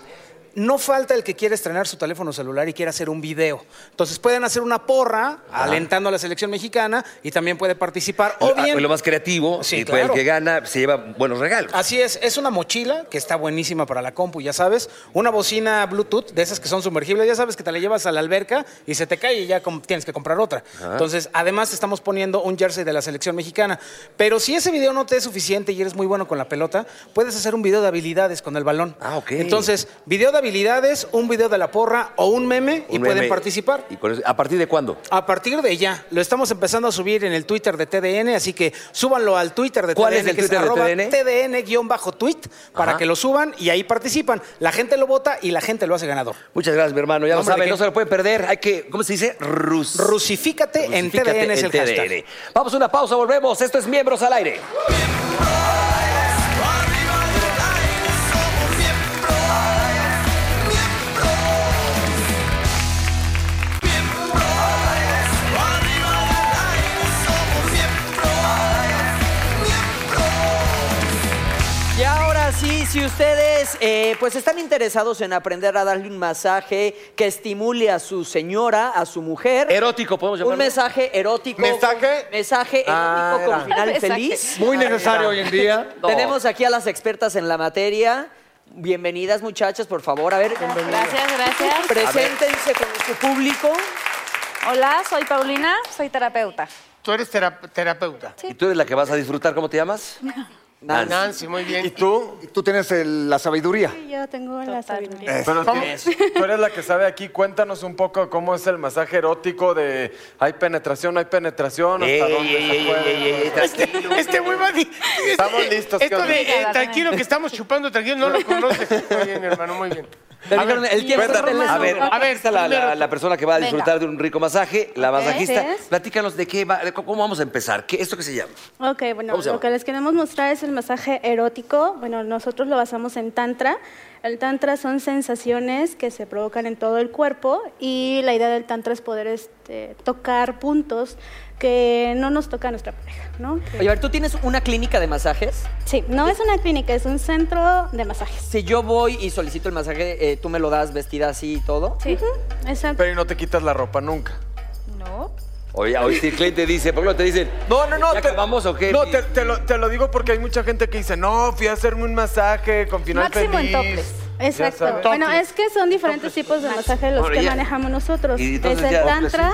[SPEAKER 11] no falta el que quiere estrenar su teléfono celular y quiere hacer un video. Entonces pueden hacer una porra
[SPEAKER 2] Ajá.
[SPEAKER 11] alentando a la selección mexicana y también puede participar. O
[SPEAKER 2] Ah,
[SPEAKER 11] bien,
[SPEAKER 2] Lo más creativo,
[SPEAKER 11] Sí,
[SPEAKER 2] y fue el
[SPEAKER 11] claro.
[SPEAKER 2] que gana se lleva buenos regalos.
[SPEAKER 11] Así es, es una mochila que está buenísima para la compu, ya sabes. Una bocina Bluetooth, de esas que son sumergibles, ya sabes que te la llevas a la alberca y se te cae y ya com- tienes que comprar otra.
[SPEAKER 12] Ajá.
[SPEAKER 11] Entonces, además estamos poniendo un jersey de la selección mexicana. Pero si ese video no te es suficiente y eres muy bueno con la pelota, puedes hacer un video de habilidades con el balón. Ah, ok. Entonces, video de habilidades, un video de la porra o un meme y
[SPEAKER 2] Un
[SPEAKER 11] pueden
[SPEAKER 2] meme.
[SPEAKER 11] participar.
[SPEAKER 2] Y con eso- ¿A partir de cuándo?
[SPEAKER 11] A partir de ya, lo estamos empezando a subir en el Twitter de TDN, así que súbanlo al Twitter de
[SPEAKER 2] ¿Cuál
[SPEAKER 11] TDN,
[SPEAKER 2] es el
[SPEAKER 11] que
[SPEAKER 2] Twitter de TDN?
[SPEAKER 11] TDN-tweet, para
[SPEAKER 2] Ajá.
[SPEAKER 11] que lo suban y ahí participan. La gente lo vota y la gente lo hace ganador.
[SPEAKER 2] Muchas gracias, mi hermano. Ya lo
[SPEAKER 11] Hombre,
[SPEAKER 2] saben,
[SPEAKER 11] ¿qué?
[SPEAKER 2] no se lo pueden perder. Hay que, ¿cómo se dice? Rus.
[SPEAKER 11] Rusifícate, en TDN es el hashtag.
[SPEAKER 2] Vamos a una pausa, volvemos. Esto es Miembros al Aire.
[SPEAKER 3] Y ahora sí, si ustedes eh, pues están interesados en aprender a darle un masaje que estimule a su señora, a su mujer.
[SPEAKER 2] Erótico, podemos
[SPEAKER 3] Un
[SPEAKER 2] llamarlo.
[SPEAKER 3] mensaje erótico. ¿Mensaje? Mensaje erótico
[SPEAKER 2] Ah,
[SPEAKER 3] con
[SPEAKER 2] era.
[SPEAKER 3] final
[SPEAKER 2] Mensaje.
[SPEAKER 3] feliz.
[SPEAKER 2] Muy necesario hoy en día.
[SPEAKER 3] [LAUGHS]
[SPEAKER 2] No.
[SPEAKER 3] Tenemos aquí a las expertas en la materia. Bienvenidas, muchachas, por favor. A ver.
[SPEAKER 13] Gracias, gracias.
[SPEAKER 3] Preséntense con su público.
[SPEAKER 13] Hola, soy Paulina, soy terapeuta.
[SPEAKER 5] Tú eres terap- terapeuta. [LAUGHS]
[SPEAKER 2] Y tú eres la que vas a disfrutar, ¿cómo te llamas? Nancy.
[SPEAKER 5] Nancy, muy bien.
[SPEAKER 6] ¿Y tú? tú tienes el- la sabiduría.
[SPEAKER 12] Yo tengo la sabiduría.
[SPEAKER 2] Este,
[SPEAKER 6] Es-
[SPEAKER 4] Pero tú,
[SPEAKER 6] ¿Cómo?
[SPEAKER 4] tú eres la que sabe aquí, cuéntanos un poco cómo es el masaje erótico de hay penetración, no hay penetración, hasta
[SPEAKER 2] Ey,
[SPEAKER 4] dónde
[SPEAKER 2] ey,
[SPEAKER 4] se
[SPEAKER 2] ey,
[SPEAKER 4] puede. pues.
[SPEAKER 2] ey, ey, ey, tranquilo.
[SPEAKER 5] Este güey va. di-
[SPEAKER 4] Estamos listos,
[SPEAKER 5] Esto de
[SPEAKER 4] ¿qué onda?
[SPEAKER 5] eh, tranquilo que estamos [LAUGHS] chupando, tranquilo, no lo conoces. Muy bien, hermano, muy bien.
[SPEAKER 2] A ver, el tiempo.
[SPEAKER 5] Cuéntanos.
[SPEAKER 2] A ver,
[SPEAKER 5] a ver,
[SPEAKER 2] está la, la-
[SPEAKER 5] primero-
[SPEAKER 2] la persona que va a
[SPEAKER 5] Venga.
[SPEAKER 2] disfrutar de un rico masaje, la
[SPEAKER 12] Ok.
[SPEAKER 2] masajista.
[SPEAKER 12] Así es.
[SPEAKER 2] Platícanos de qué va, de cómo vamos a empezar. ¿Qué, ¿Esto qué se llama?
[SPEAKER 12] Ok, bueno,
[SPEAKER 2] ¿Cómo se llama?
[SPEAKER 12] lo que les queremos mostrar es el masaje erótico. Bueno, nosotros lo basamos en tantra. El tantra son sensaciones que se provocan en todo el cuerpo y la idea del tantra es poder este, tocar puntos que no nos toca a nuestra pareja, ¿no?
[SPEAKER 3] Oye, a ver, ¿tú tienes una clínica de masajes?
[SPEAKER 12] Sí, no es una clínica, es un centro de masajes.
[SPEAKER 3] Si yo voy y solicito el masaje, eh, ¿tú me lo das vestida así y todo?
[SPEAKER 12] Sí, exacto.
[SPEAKER 4] Pero y no te quitas la ropa nunca.
[SPEAKER 12] No.
[SPEAKER 2] Oye, hoy si el cliente dice, ¿por qué no te dicen?
[SPEAKER 4] No, no, no.
[SPEAKER 2] ¿Ya
[SPEAKER 4] te,
[SPEAKER 2] acabamos o qué?
[SPEAKER 4] No, te, te lo, te lo digo porque hay mucha gente que dice, no, fui a hacerme un masaje con final
[SPEAKER 12] Máximo
[SPEAKER 4] feliz.
[SPEAKER 12] en toples.
[SPEAKER 4] Ya
[SPEAKER 12] Exacto.
[SPEAKER 4] sabes.
[SPEAKER 12] Bueno, es que son diferentes tipos de masajes los
[SPEAKER 4] Ahora
[SPEAKER 12] que
[SPEAKER 4] ya-
[SPEAKER 12] manejamos nosotros.
[SPEAKER 4] Y
[SPEAKER 12] Es
[SPEAKER 4] entonces
[SPEAKER 12] el
[SPEAKER 4] ya- toples,
[SPEAKER 12] tantra,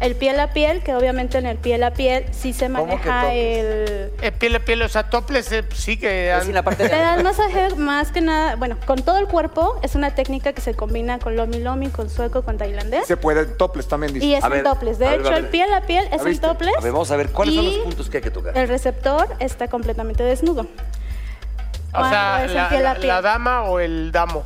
[SPEAKER 12] el piel a piel, que obviamente en el piel a piel sí se
[SPEAKER 5] ¿Cómo que
[SPEAKER 2] [LAUGHS]
[SPEAKER 12] maneja el...
[SPEAKER 5] eh, piel a piel, o sea, toples, eh, sí que. han- [LAUGHS]
[SPEAKER 12] Te dan masaje más que nada, bueno, con todo el cuerpo. Es una técnica que se combina con lomi lomi, con sueco, con tailandés.
[SPEAKER 6] Se puede toples también, dice.
[SPEAKER 12] Y es un topless. De hecho, el piel a piel es
[SPEAKER 2] ¿Ya
[SPEAKER 12] un
[SPEAKER 2] viste?
[SPEAKER 12] topless.
[SPEAKER 2] A ver, vamos a ver, ¿cuáles son
[SPEAKER 12] y
[SPEAKER 2] los puntos que hay que tocar?
[SPEAKER 12] El receptor está completamente desnudo.
[SPEAKER 5] O sea,
[SPEAKER 12] Cuando es el
[SPEAKER 5] la,
[SPEAKER 12] piel
[SPEAKER 5] la-
[SPEAKER 12] a piel.
[SPEAKER 5] la dama o el
[SPEAKER 12] [LAUGHS]
[SPEAKER 5] damo.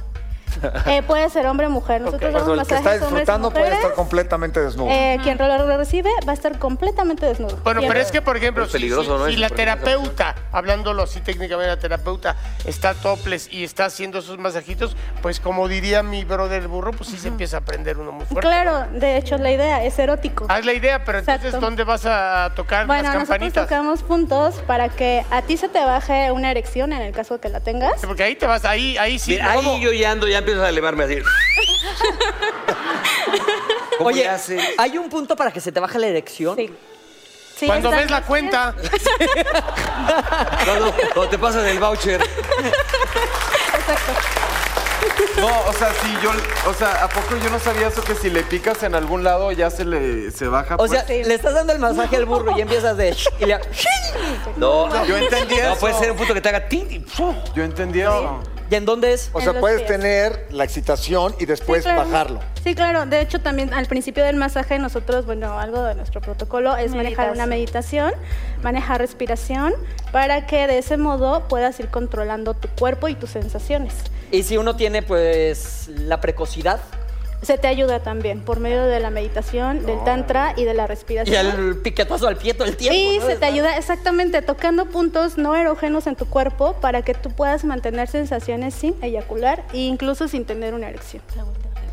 [SPEAKER 12] Eh, puede ser hombre o mujer. Nosotros damos
[SPEAKER 6] Pero el que
[SPEAKER 12] masajes
[SPEAKER 6] está
[SPEAKER 12] hombres y
[SPEAKER 6] disfrutando puede
[SPEAKER 12] mujeres.
[SPEAKER 6] estar completamente desnudo.
[SPEAKER 12] Eh, quien lo recibe va a estar completamente desnudo.
[SPEAKER 5] Bueno,
[SPEAKER 12] Y el-
[SPEAKER 5] pero es que, por ejemplo,
[SPEAKER 6] Es
[SPEAKER 5] si-
[SPEAKER 6] peligroso,
[SPEAKER 5] si,
[SPEAKER 6] ¿no?
[SPEAKER 5] si
[SPEAKER 6] Es
[SPEAKER 5] la
[SPEAKER 6] peligroso.
[SPEAKER 5] terapeuta, hablándolo así técnicamente, la terapeuta está toples y está haciendo esos masajitos, pues como diría mi brother burro, pues sí se empieza a aprender uno muy fuerte.
[SPEAKER 12] Claro, de hecho la idea es erótico.
[SPEAKER 5] Haz Ah, la idea, pero entonces,
[SPEAKER 12] Exacto.
[SPEAKER 5] ¿dónde vas a tocar
[SPEAKER 12] Bueno,
[SPEAKER 5] las
[SPEAKER 12] nosotros
[SPEAKER 5] campanitas?
[SPEAKER 12] tocamos puntos para que a ti se te baje una erección en el caso de que la tengas.
[SPEAKER 5] Porque ahí te vas, ahí, ahí sí.
[SPEAKER 2] Mira, ahí yo ya ando, ya empiezo a elevarme así.
[SPEAKER 3] Oye, ¿hay un punto para que se te baje la erección? Ah. Sí.
[SPEAKER 12] Sí,
[SPEAKER 5] Cuando ves
[SPEAKER 3] exacto.
[SPEAKER 5] la cuenta.
[SPEAKER 2] No, no, cuando te pasas el voucher.
[SPEAKER 4] No, o sea, si yo, o sea, ¿a poco yo no sabía eso que si le picas en algún lado ya se le se baja? pues?
[SPEAKER 3] O sea, le estás dando el [LAUGHS] masaje al burro y empiezas de... y le-
[SPEAKER 2] No,
[SPEAKER 4] yo entendí
[SPEAKER 2] No,
[SPEAKER 4] eso.
[SPEAKER 2] puede ser un punto que te haga tin y ¡pum!
[SPEAKER 4] Yo entendí eso.
[SPEAKER 3] ¿Y en dónde es?
[SPEAKER 6] O
[SPEAKER 12] En
[SPEAKER 6] sea,
[SPEAKER 12] los
[SPEAKER 6] puedes
[SPEAKER 12] pies.
[SPEAKER 6] tener la excitación y después
[SPEAKER 12] Sí, claro.
[SPEAKER 6] bajarlo.
[SPEAKER 12] Sí, claro. De hecho, también al principio del masaje nosotros, bueno, algo de nuestro protocolo es manejar una meditación, manejar respiración, para que de ese modo puedas ir controlando tu cuerpo y tus sensaciones.
[SPEAKER 3] Y si uno tiene, pues, la precocidad
[SPEAKER 12] Se te ayuda también por medio de la meditación, del tantra y de la
[SPEAKER 3] y
[SPEAKER 12] respiración.
[SPEAKER 3] el piquetazo al pie todo el tiempo.
[SPEAKER 12] Y
[SPEAKER 3] ¿no?
[SPEAKER 12] se te ayuda exactamente tocando puntos no erógenos en tu cuerpo para que tú puedas mantener sensaciones sin eyacular e incluso sin tener una erección.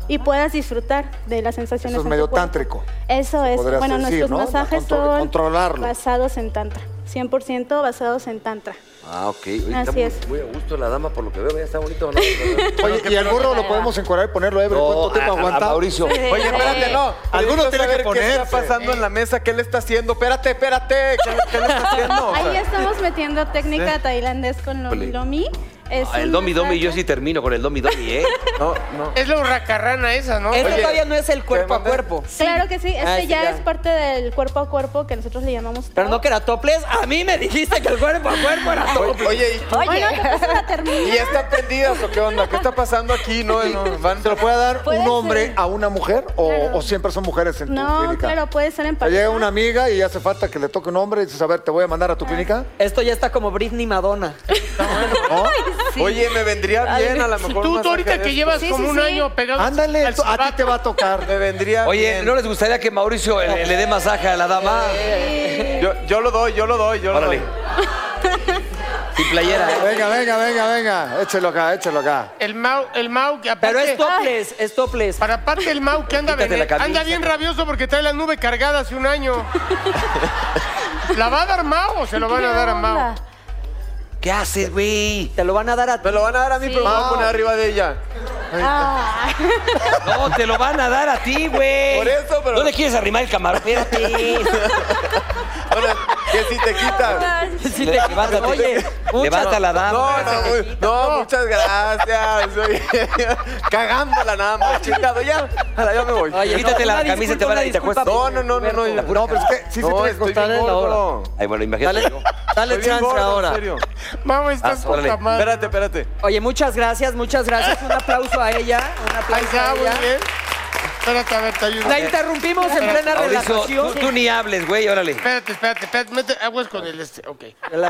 [SPEAKER 12] Y puedas disfrutar de las sensaciones.
[SPEAKER 6] Eso es
[SPEAKER 12] en
[SPEAKER 6] medio
[SPEAKER 12] tu cuerpo.
[SPEAKER 6] tántrico.
[SPEAKER 12] Eso es.
[SPEAKER 6] podrías
[SPEAKER 12] Bueno,
[SPEAKER 6] decir,
[SPEAKER 12] nuestros
[SPEAKER 6] ¿no?
[SPEAKER 12] masajes
[SPEAKER 6] Contro-
[SPEAKER 12] son
[SPEAKER 6] controlarlo.
[SPEAKER 12] basados en tantra. 100% basados
[SPEAKER 6] [LAUGHS]
[SPEAKER 12] en tantra.
[SPEAKER 2] Ah, ok. Oye, está
[SPEAKER 12] Así
[SPEAKER 2] muy,
[SPEAKER 12] es.
[SPEAKER 2] muy a gusto la dama, por lo que veo, ya está bonito. ¿no?
[SPEAKER 6] Oye, y al burro lo podemos encuadrar y ponerlo ebrio. ¿Cuánto tiempo
[SPEAKER 2] a- a- a
[SPEAKER 6] aguanta?
[SPEAKER 2] Mauricio. Sí.
[SPEAKER 4] Oye, espérate, no.
[SPEAKER 6] Alguno
[SPEAKER 4] Necesito
[SPEAKER 6] tiene que
[SPEAKER 4] saber ¿Qué está
[SPEAKER 6] ponerse.
[SPEAKER 4] pasando en la mesa? ¿Qué le está haciendo? Espérate, espérate. ¿Qué, qué le está haciendo? O sea,
[SPEAKER 12] Ahí estamos metiendo técnica
[SPEAKER 2] Sí.
[SPEAKER 12] tailandés con
[SPEAKER 2] Híjole.
[SPEAKER 12] lomi lomi. Es
[SPEAKER 2] Ah, el
[SPEAKER 12] un
[SPEAKER 2] domi domi, yo
[SPEAKER 12] masaje-
[SPEAKER 2] sí termino con el domi domi, ¿eh?
[SPEAKER 4] No, no.
[SPEAKER 5] Es la hurracarrana esa, ¿no?
[SPEAKER 3] Este todavía no es el cuerpo a cuerpo.
[SPEAKER 12] Claro que sí, este
[SPEAKER 3] Ah, sí,
[SPEAKER 12] ya,
[SPEAKER 3] ya.
[SPEAKER 12] es parte del cuerpo a cuerpo que nosotros le llamamos.
[SPEAKER 3] Pero no que era toples. A mí me dijiste que el cuerpo a cuerpo era toples.
[SPEAKER 4] Oye, ¿y,
[SPEAKER 12] Bueno, ¿qué pasa?
[SPEAKER 5] [LAUGHS]
[SPEAKER 12] La termina.
[SPEAKER 4] ¿y están prendidas o qué onda? ¿Qué está pasando aquí? No, no, van-
[SPEAKER 6] ¿Se lo puede dar
[SPEAKER 12] Puede
[SPEAKER 6] un hombre
[SPEAKER 12] ser.
[SPEAKER 6] a una mujer o,
[SPEAKER 12] Claro.
[SPEAKER 6] o siempre son mujeres en tu
[SPEAKER 12] No,
[SPEAKER 6] clínica?
[SPEAKER 12] claro, puede ser en
[SPEAKER 6] Te Llega
[SPEAKER 12] pareja.
[SPEAKER 6] una amiga y hace falta que le toque un hombre y dices, a ver, te voy a mandar
[SPEAKER 12] Ah.
[SPEAKER 6] a tu clínica.
[SPEAKER 3] Esto ya está como Britney Madonna.
[SPEAKER 4] Oye, me vendría bien a lo
[SPEAKER 5] Si
[SPEAKER 4] mejor. un
[SPEAKER 5] tú, tú
[SPEAKER 4] masaje de
[SPEAKER 5] ahorita que
[SPEAKER 4] estos.
[SPEAKER 5] llevas
[SPEAKER 12] Sí, sí,
[SPEAKER 5] como un
[SPEAKER 12] sí.
[SPEAKER 5] año pegado.
[SPEAKER 6] Ándale,
[SPEAKER 5] al
[SPEAKER 6] tú- a ti te va a tocar.
[SPEAKER 4] Me vendría
[SPEAKER 2] Oye,
[SPEAKER 4] bien.
[SPEAKER 2] ¿no les gustaría que Mauricio eh, le, dé masaje a la dama?
[SPEAKER 4] Yo, yo lo doy, yo lo doy, yo
[SPEAKER 2] Órale.
[SPEAKER 4] lo doy.
[SPEAKER 2] Sin playera.
[SPEAKER 6] Venga, venga, venga, venga. Échelo acá, échelo acá.
[SPEAKER 5] El Mau, el Mau que aparte,
[SPEAKER 3] Pero es toples, es toples.
[SPEAKER 5] Para aparte el Mau que anda,
[SPEAKER 2] Quítate la
[SPEAKER 5] vene-
[SPEAKER 2] camisa.
[SPEAKER 5] anda bien rabioso porque trae la nube cargada hace un año. ¿La va a dar Mau o se lo van a dar a Mau?
[SPEAKER 2] ¿Qué haces, güey?
[SPEAKER 3] Te lo van a dar a ti.
[SPEAKER 4] Me lo van a dar a mí, pero me voy a poner arriba de ella.
[SPEAKER 12] Ah.
[SPEAKER 2] No, te lo van a dar a ti, güey.
[SPEAKER 4] Por eso, pero-
[SPEAKER 2] ¿No le quieres arrimar el camarón? Espérate.
[SPEAKER 4] [LAUGHS] Ahora, Que si te quitan.
[SPEAKER 3] Sí, te- levántate. Oye, levanta la dama.
[SPEAKER 4] No, no, uy, no, muchas gracias. Oye, [LAUGHS] Cagándola nada más, chingado. Ya, ya me voy.
[SPEAKER 2] Oye, quítate la camisa y te van a- y te acuestas.
[SPEAKER 4] No, no, no, no. No,
[SPEAKER 2] La pura-
[SPEAKER 4] no pero es que ¿eh?
[SPEAKER 2] sí se tiene que cortar en la hora. Ay, bueno, imagínate.
[SPEAKER 3] Dale,
[SPEAKER 2] yo.
[SPEAKER 3] dale
[SPEAKER 2] Estoy bien
[SPEAKER 3] chance
[SPEAKER 2] gordo, en
[SPEAKER 3] ahora.
[SPEAKER 2] serio.
[SPEAKER 5] Vamos,
[SPEAKER 2] estás Ah, órale. poca madre. Espérate,
[SPEAKER 4] espérate.
[SPEAKER 3] Oye, muchas gracias, muchas gracias. Un aplauso a ella. Un aplauso
[SPEAKER 5] Ahí está,
[SPEAKER 3] a
[SPEAKER 5] muy
[SPEAKER 3] ella.
[SPEAKER 5] bien. Espérate, a ver, te ayudo.
[SPEAKER 3] La interrumpimos en plena
[SPEAKER 2] Mauricio,
[SPEAKER 3] relación.
[SPEAKER 2] tú, tú ni hables, güey, órale.
[SPEAKER 5] Espérate, espérate, espérate. Mete aguas con el este. Ok.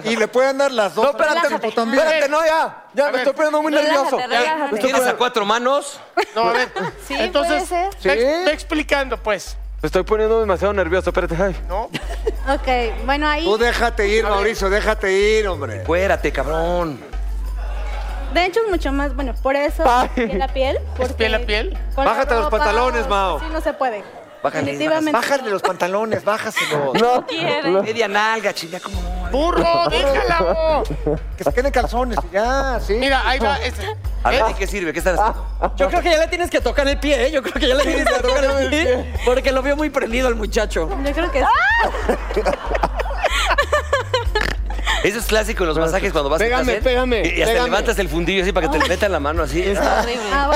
[SPEAKER 6] Y le pueden dar las dos.
[SPEAKER 4] No, espérate, también. Espérate, no, ya. Ya,
[SPEAKER 5] A
[SPEAKER 4] me
[SPEAKER 5] ver.
[SPEAKER 4] estoy poniendo muy
[SPEAKER 5] Relájate,
[SPEAKER 4] nervioso.
[SPEAKER 5] relájate.
[SPEAKER 4] Me estoy
[SPEAKER 2] ¿Tienes a
[SPEAKER 4] poniendo-
[SPEAKER 2] cuatro manos?
[SPEAKER 5] No, a ver.
[SPEAKER 13] Sí,
[SPEAKER 5] Entonces,
[SPEAKER 13] puede ser.
[SPEAKER 5] Te, te explicando, pues.
[SPEAKER 4] Me estoy poniendo demasiado nervioso, espérate. ay.
[SPEAKER 12] [LAUGHS] Ok, bueno, ahí.
[SPEAKER 6] Tú déjate ir, Mauricio, déjate ir, hombre.
[SPEAKER 2] Cuérate, cabrón.
[SPEAKER 12] De hecho, es mucho más, bueno, por eso piel a piel. porque
[SPEAKER 5] piel a piel?
[SPEAKER 12] con la
[SPEAKER 6] Bájate los
[SPEAKER 12] ropa,
[SPEAKER 6] pantalones, Mao.
[SPEAKER 12] Sí, no se puede.
[SPEAKER 2] Bájale.
[SPEAKER 12] Definitivamente.
[SPEAKER 6] Bájale los pantalones, bájaselos.
[SPEAKER 4] No.
[SPEAKER 2] Media nalga, chinga, como no.
[SPEAKER 5] ¡Burro, déjala! bo.
[SPEAKER 6] Que se queden calzones, y ya, sí.
[SPEAKER 5] Mira, ahí va. este.
[SPEAKER 2] A ver, ¿de qué sirve? ¿Qué estás haciendo?
[SPEAKER 3] Yo creo que ya le tienes que tocar el pie, ¿eh? Yo creo que ya le tienes que tocar el pie. Porque lo veo muy prendido el muchacho.
[SPEAKER 12] Yo creo que sí.
[SPEAKER 9] ¡Ah!
[SPEAKER 2] Eso es clásico en los masajes cuando vas
[SPEAKER 4] Pégame,
[SPEAKER 2] a hacer.
[SPEAKER 4] pégame,
[SPEAKER 2] Y hasta
[SPEAKER 4] pégame.
[SPEAKER 2] levantas el fundillo así para que te metan la mano así.
[SPEAKER 12] Ah,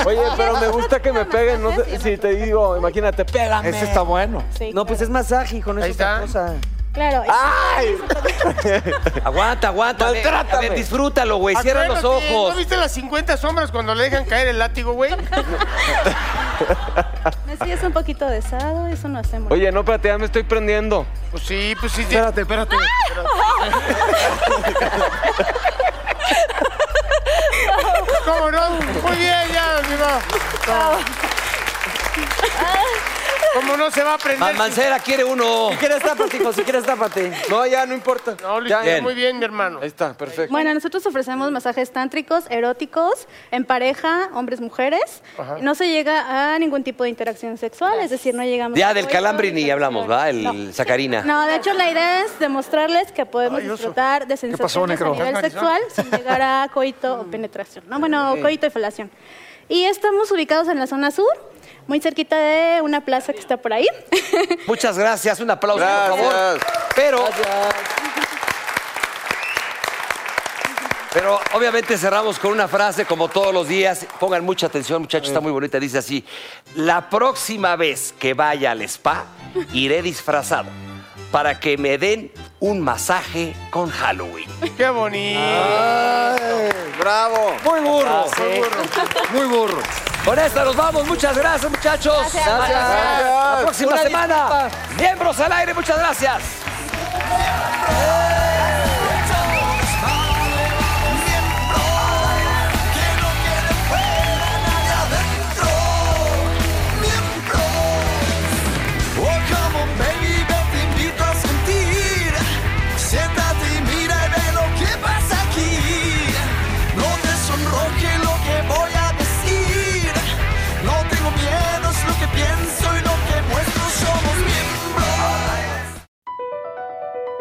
[SPEAKER 12] bueno.
[SPEAKER 4] Oye, pero me gusta que me peguen. No sé si te digo, imagínate, pégame.
[SPEAKER 6] Ese está bueno.
[SPEAKER 12] Sí,
[SPEAKER 3] No,
[SPEAKER 12] claro.
[SPEAKER 3] pues es masaje, hijo, no
[SPEAKER 5] Ahí
[SPEAKER 3] es otra
[SPEAKER 5] está.
[SPEAKER 3] cosa.
[SPEAKER 12] Claro.
[SPEAKER 4] ¡Ay!
[SPEAKER 2] Aguanta, aguanta. a ver,
[SPEAKER 4] Maltrátame.
[SPEAKER 2] a ver, disfrútalo, güey. Cierra los
[SPEAKER 5] Acuérdate,
[SPEAKER 2] ojos.
[SPEAKER 5] ¿No viste las 50 sombras cuando le dejan caer el látigo, güey?
[SPEAKER 12] No, sí, es un poquito de sado, eso no hacemos.
[SPEAKER 4] Oye, no, espérate, ya me estoy prendiendo.
[SPEAKER 5] Pues sí, pues sí. sí.
[SPEAKER 4] Espérate, espérate.
[SPEAKER 5] ¿Cómo no? Muy bien, ya, mi mamá. ¿Cómo no se va a aprender?
[SPEAKER 2] Man- Mancera quiere uno.
[SPEAKER 3] Si quieres, tápate, hijo, si quieres, tápate.
[SPEAKER 4] No, ya, no importa.
[SPEAKER 5] No, lo
[SPEAKER 4] Ya.
[SPEAKER 5] hiciste muy bien, mi hermano.
[SPEAKER 4] Ahí está, perfecto.
[SPEAKER 12] Bueno, nosotros ofrecemos masajes tántricos, eróticos, en pareja, hombres, mujeres. No se llega a ningún tipo de interacción sexual, es decir, no llegamos
[SPEAKER 2] Ya
[SPEAKER 12] a
[SPEAKER 2] del
[SPEAKER 12] coito,
[SPEAKER 2] calambre ni
[SPEAKER 12] interacción.
[SPEAKER 2] hablamos, ¿verdad? El
[SPEAKER 12] No.
[SPEAKER 2] sacarina.
[SPEAKER 12] No, de hecho la idea es demostrarles que podemos disfrutar de sensaciones a nivel sexual sin llegar a coito o
[SPEAKER 2] Mm.
[SPEAKER 12] penetración. No, bueno, coito y felación. Y estamos ubicados en la zona sur, muy cerquita de una plaza que está por ahí.
[SPEAKER 2] Muchas gracias. Un aplauso, por favor.
[SPEAKER 4] Gracias.
[SPEAKER 2] Pero. Pero obviamente cerramos con una frase como todos los días. Pongan mucha atención, muchachos, está muy bonita. Dice así: La próxima vez que vaya al spa, iré disfrazado para que me den un masaje con Halloween.
[SPEAKER 5] Qué bonito.
[SPEAKER 4] Bravo.
[SPEAKER 2] Muy burro, muy burro. Muy burro. Con esta nos vamos. Muchas gracias, muchachos. La próxima
[SPEAKER 3] Una
[SPEAKER 2] semana,
[SPEAKER 3] disculpa.
[SPEAKER 2] miembros al aire. Muchas gracias.
[SPEAKER 14] Oh, come on, baby, yo te invito a sentir. Siéntate y mira y ve lo que pasa aquí. No te sonroje lo que voy a decir. No tengo miedo, es lo que pienso y lo que muestro. Somos miembros.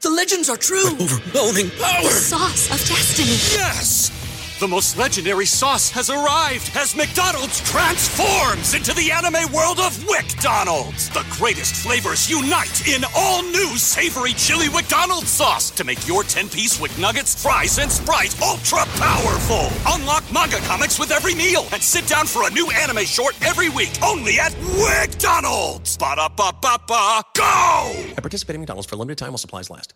[SPEAKER 15] The legends are true. overwhelming power! The sauce of destiny. Yes! The most legendary sauce has arrived as McDonald's transforms into the anime world of WickDonald's. The greatest flavors unite in all new savory chili McDonald's sauce to make your 10-piece Wick Nuggets, fries, and Sprite ultra-powerful. Unlock manga comics with every meal and sit down for a new anime short every week only at WickDonald's. Ba-da-ba-ba-ba, go!
[SPEAKER 16] At participating McDonald's for a limited time while supplies last.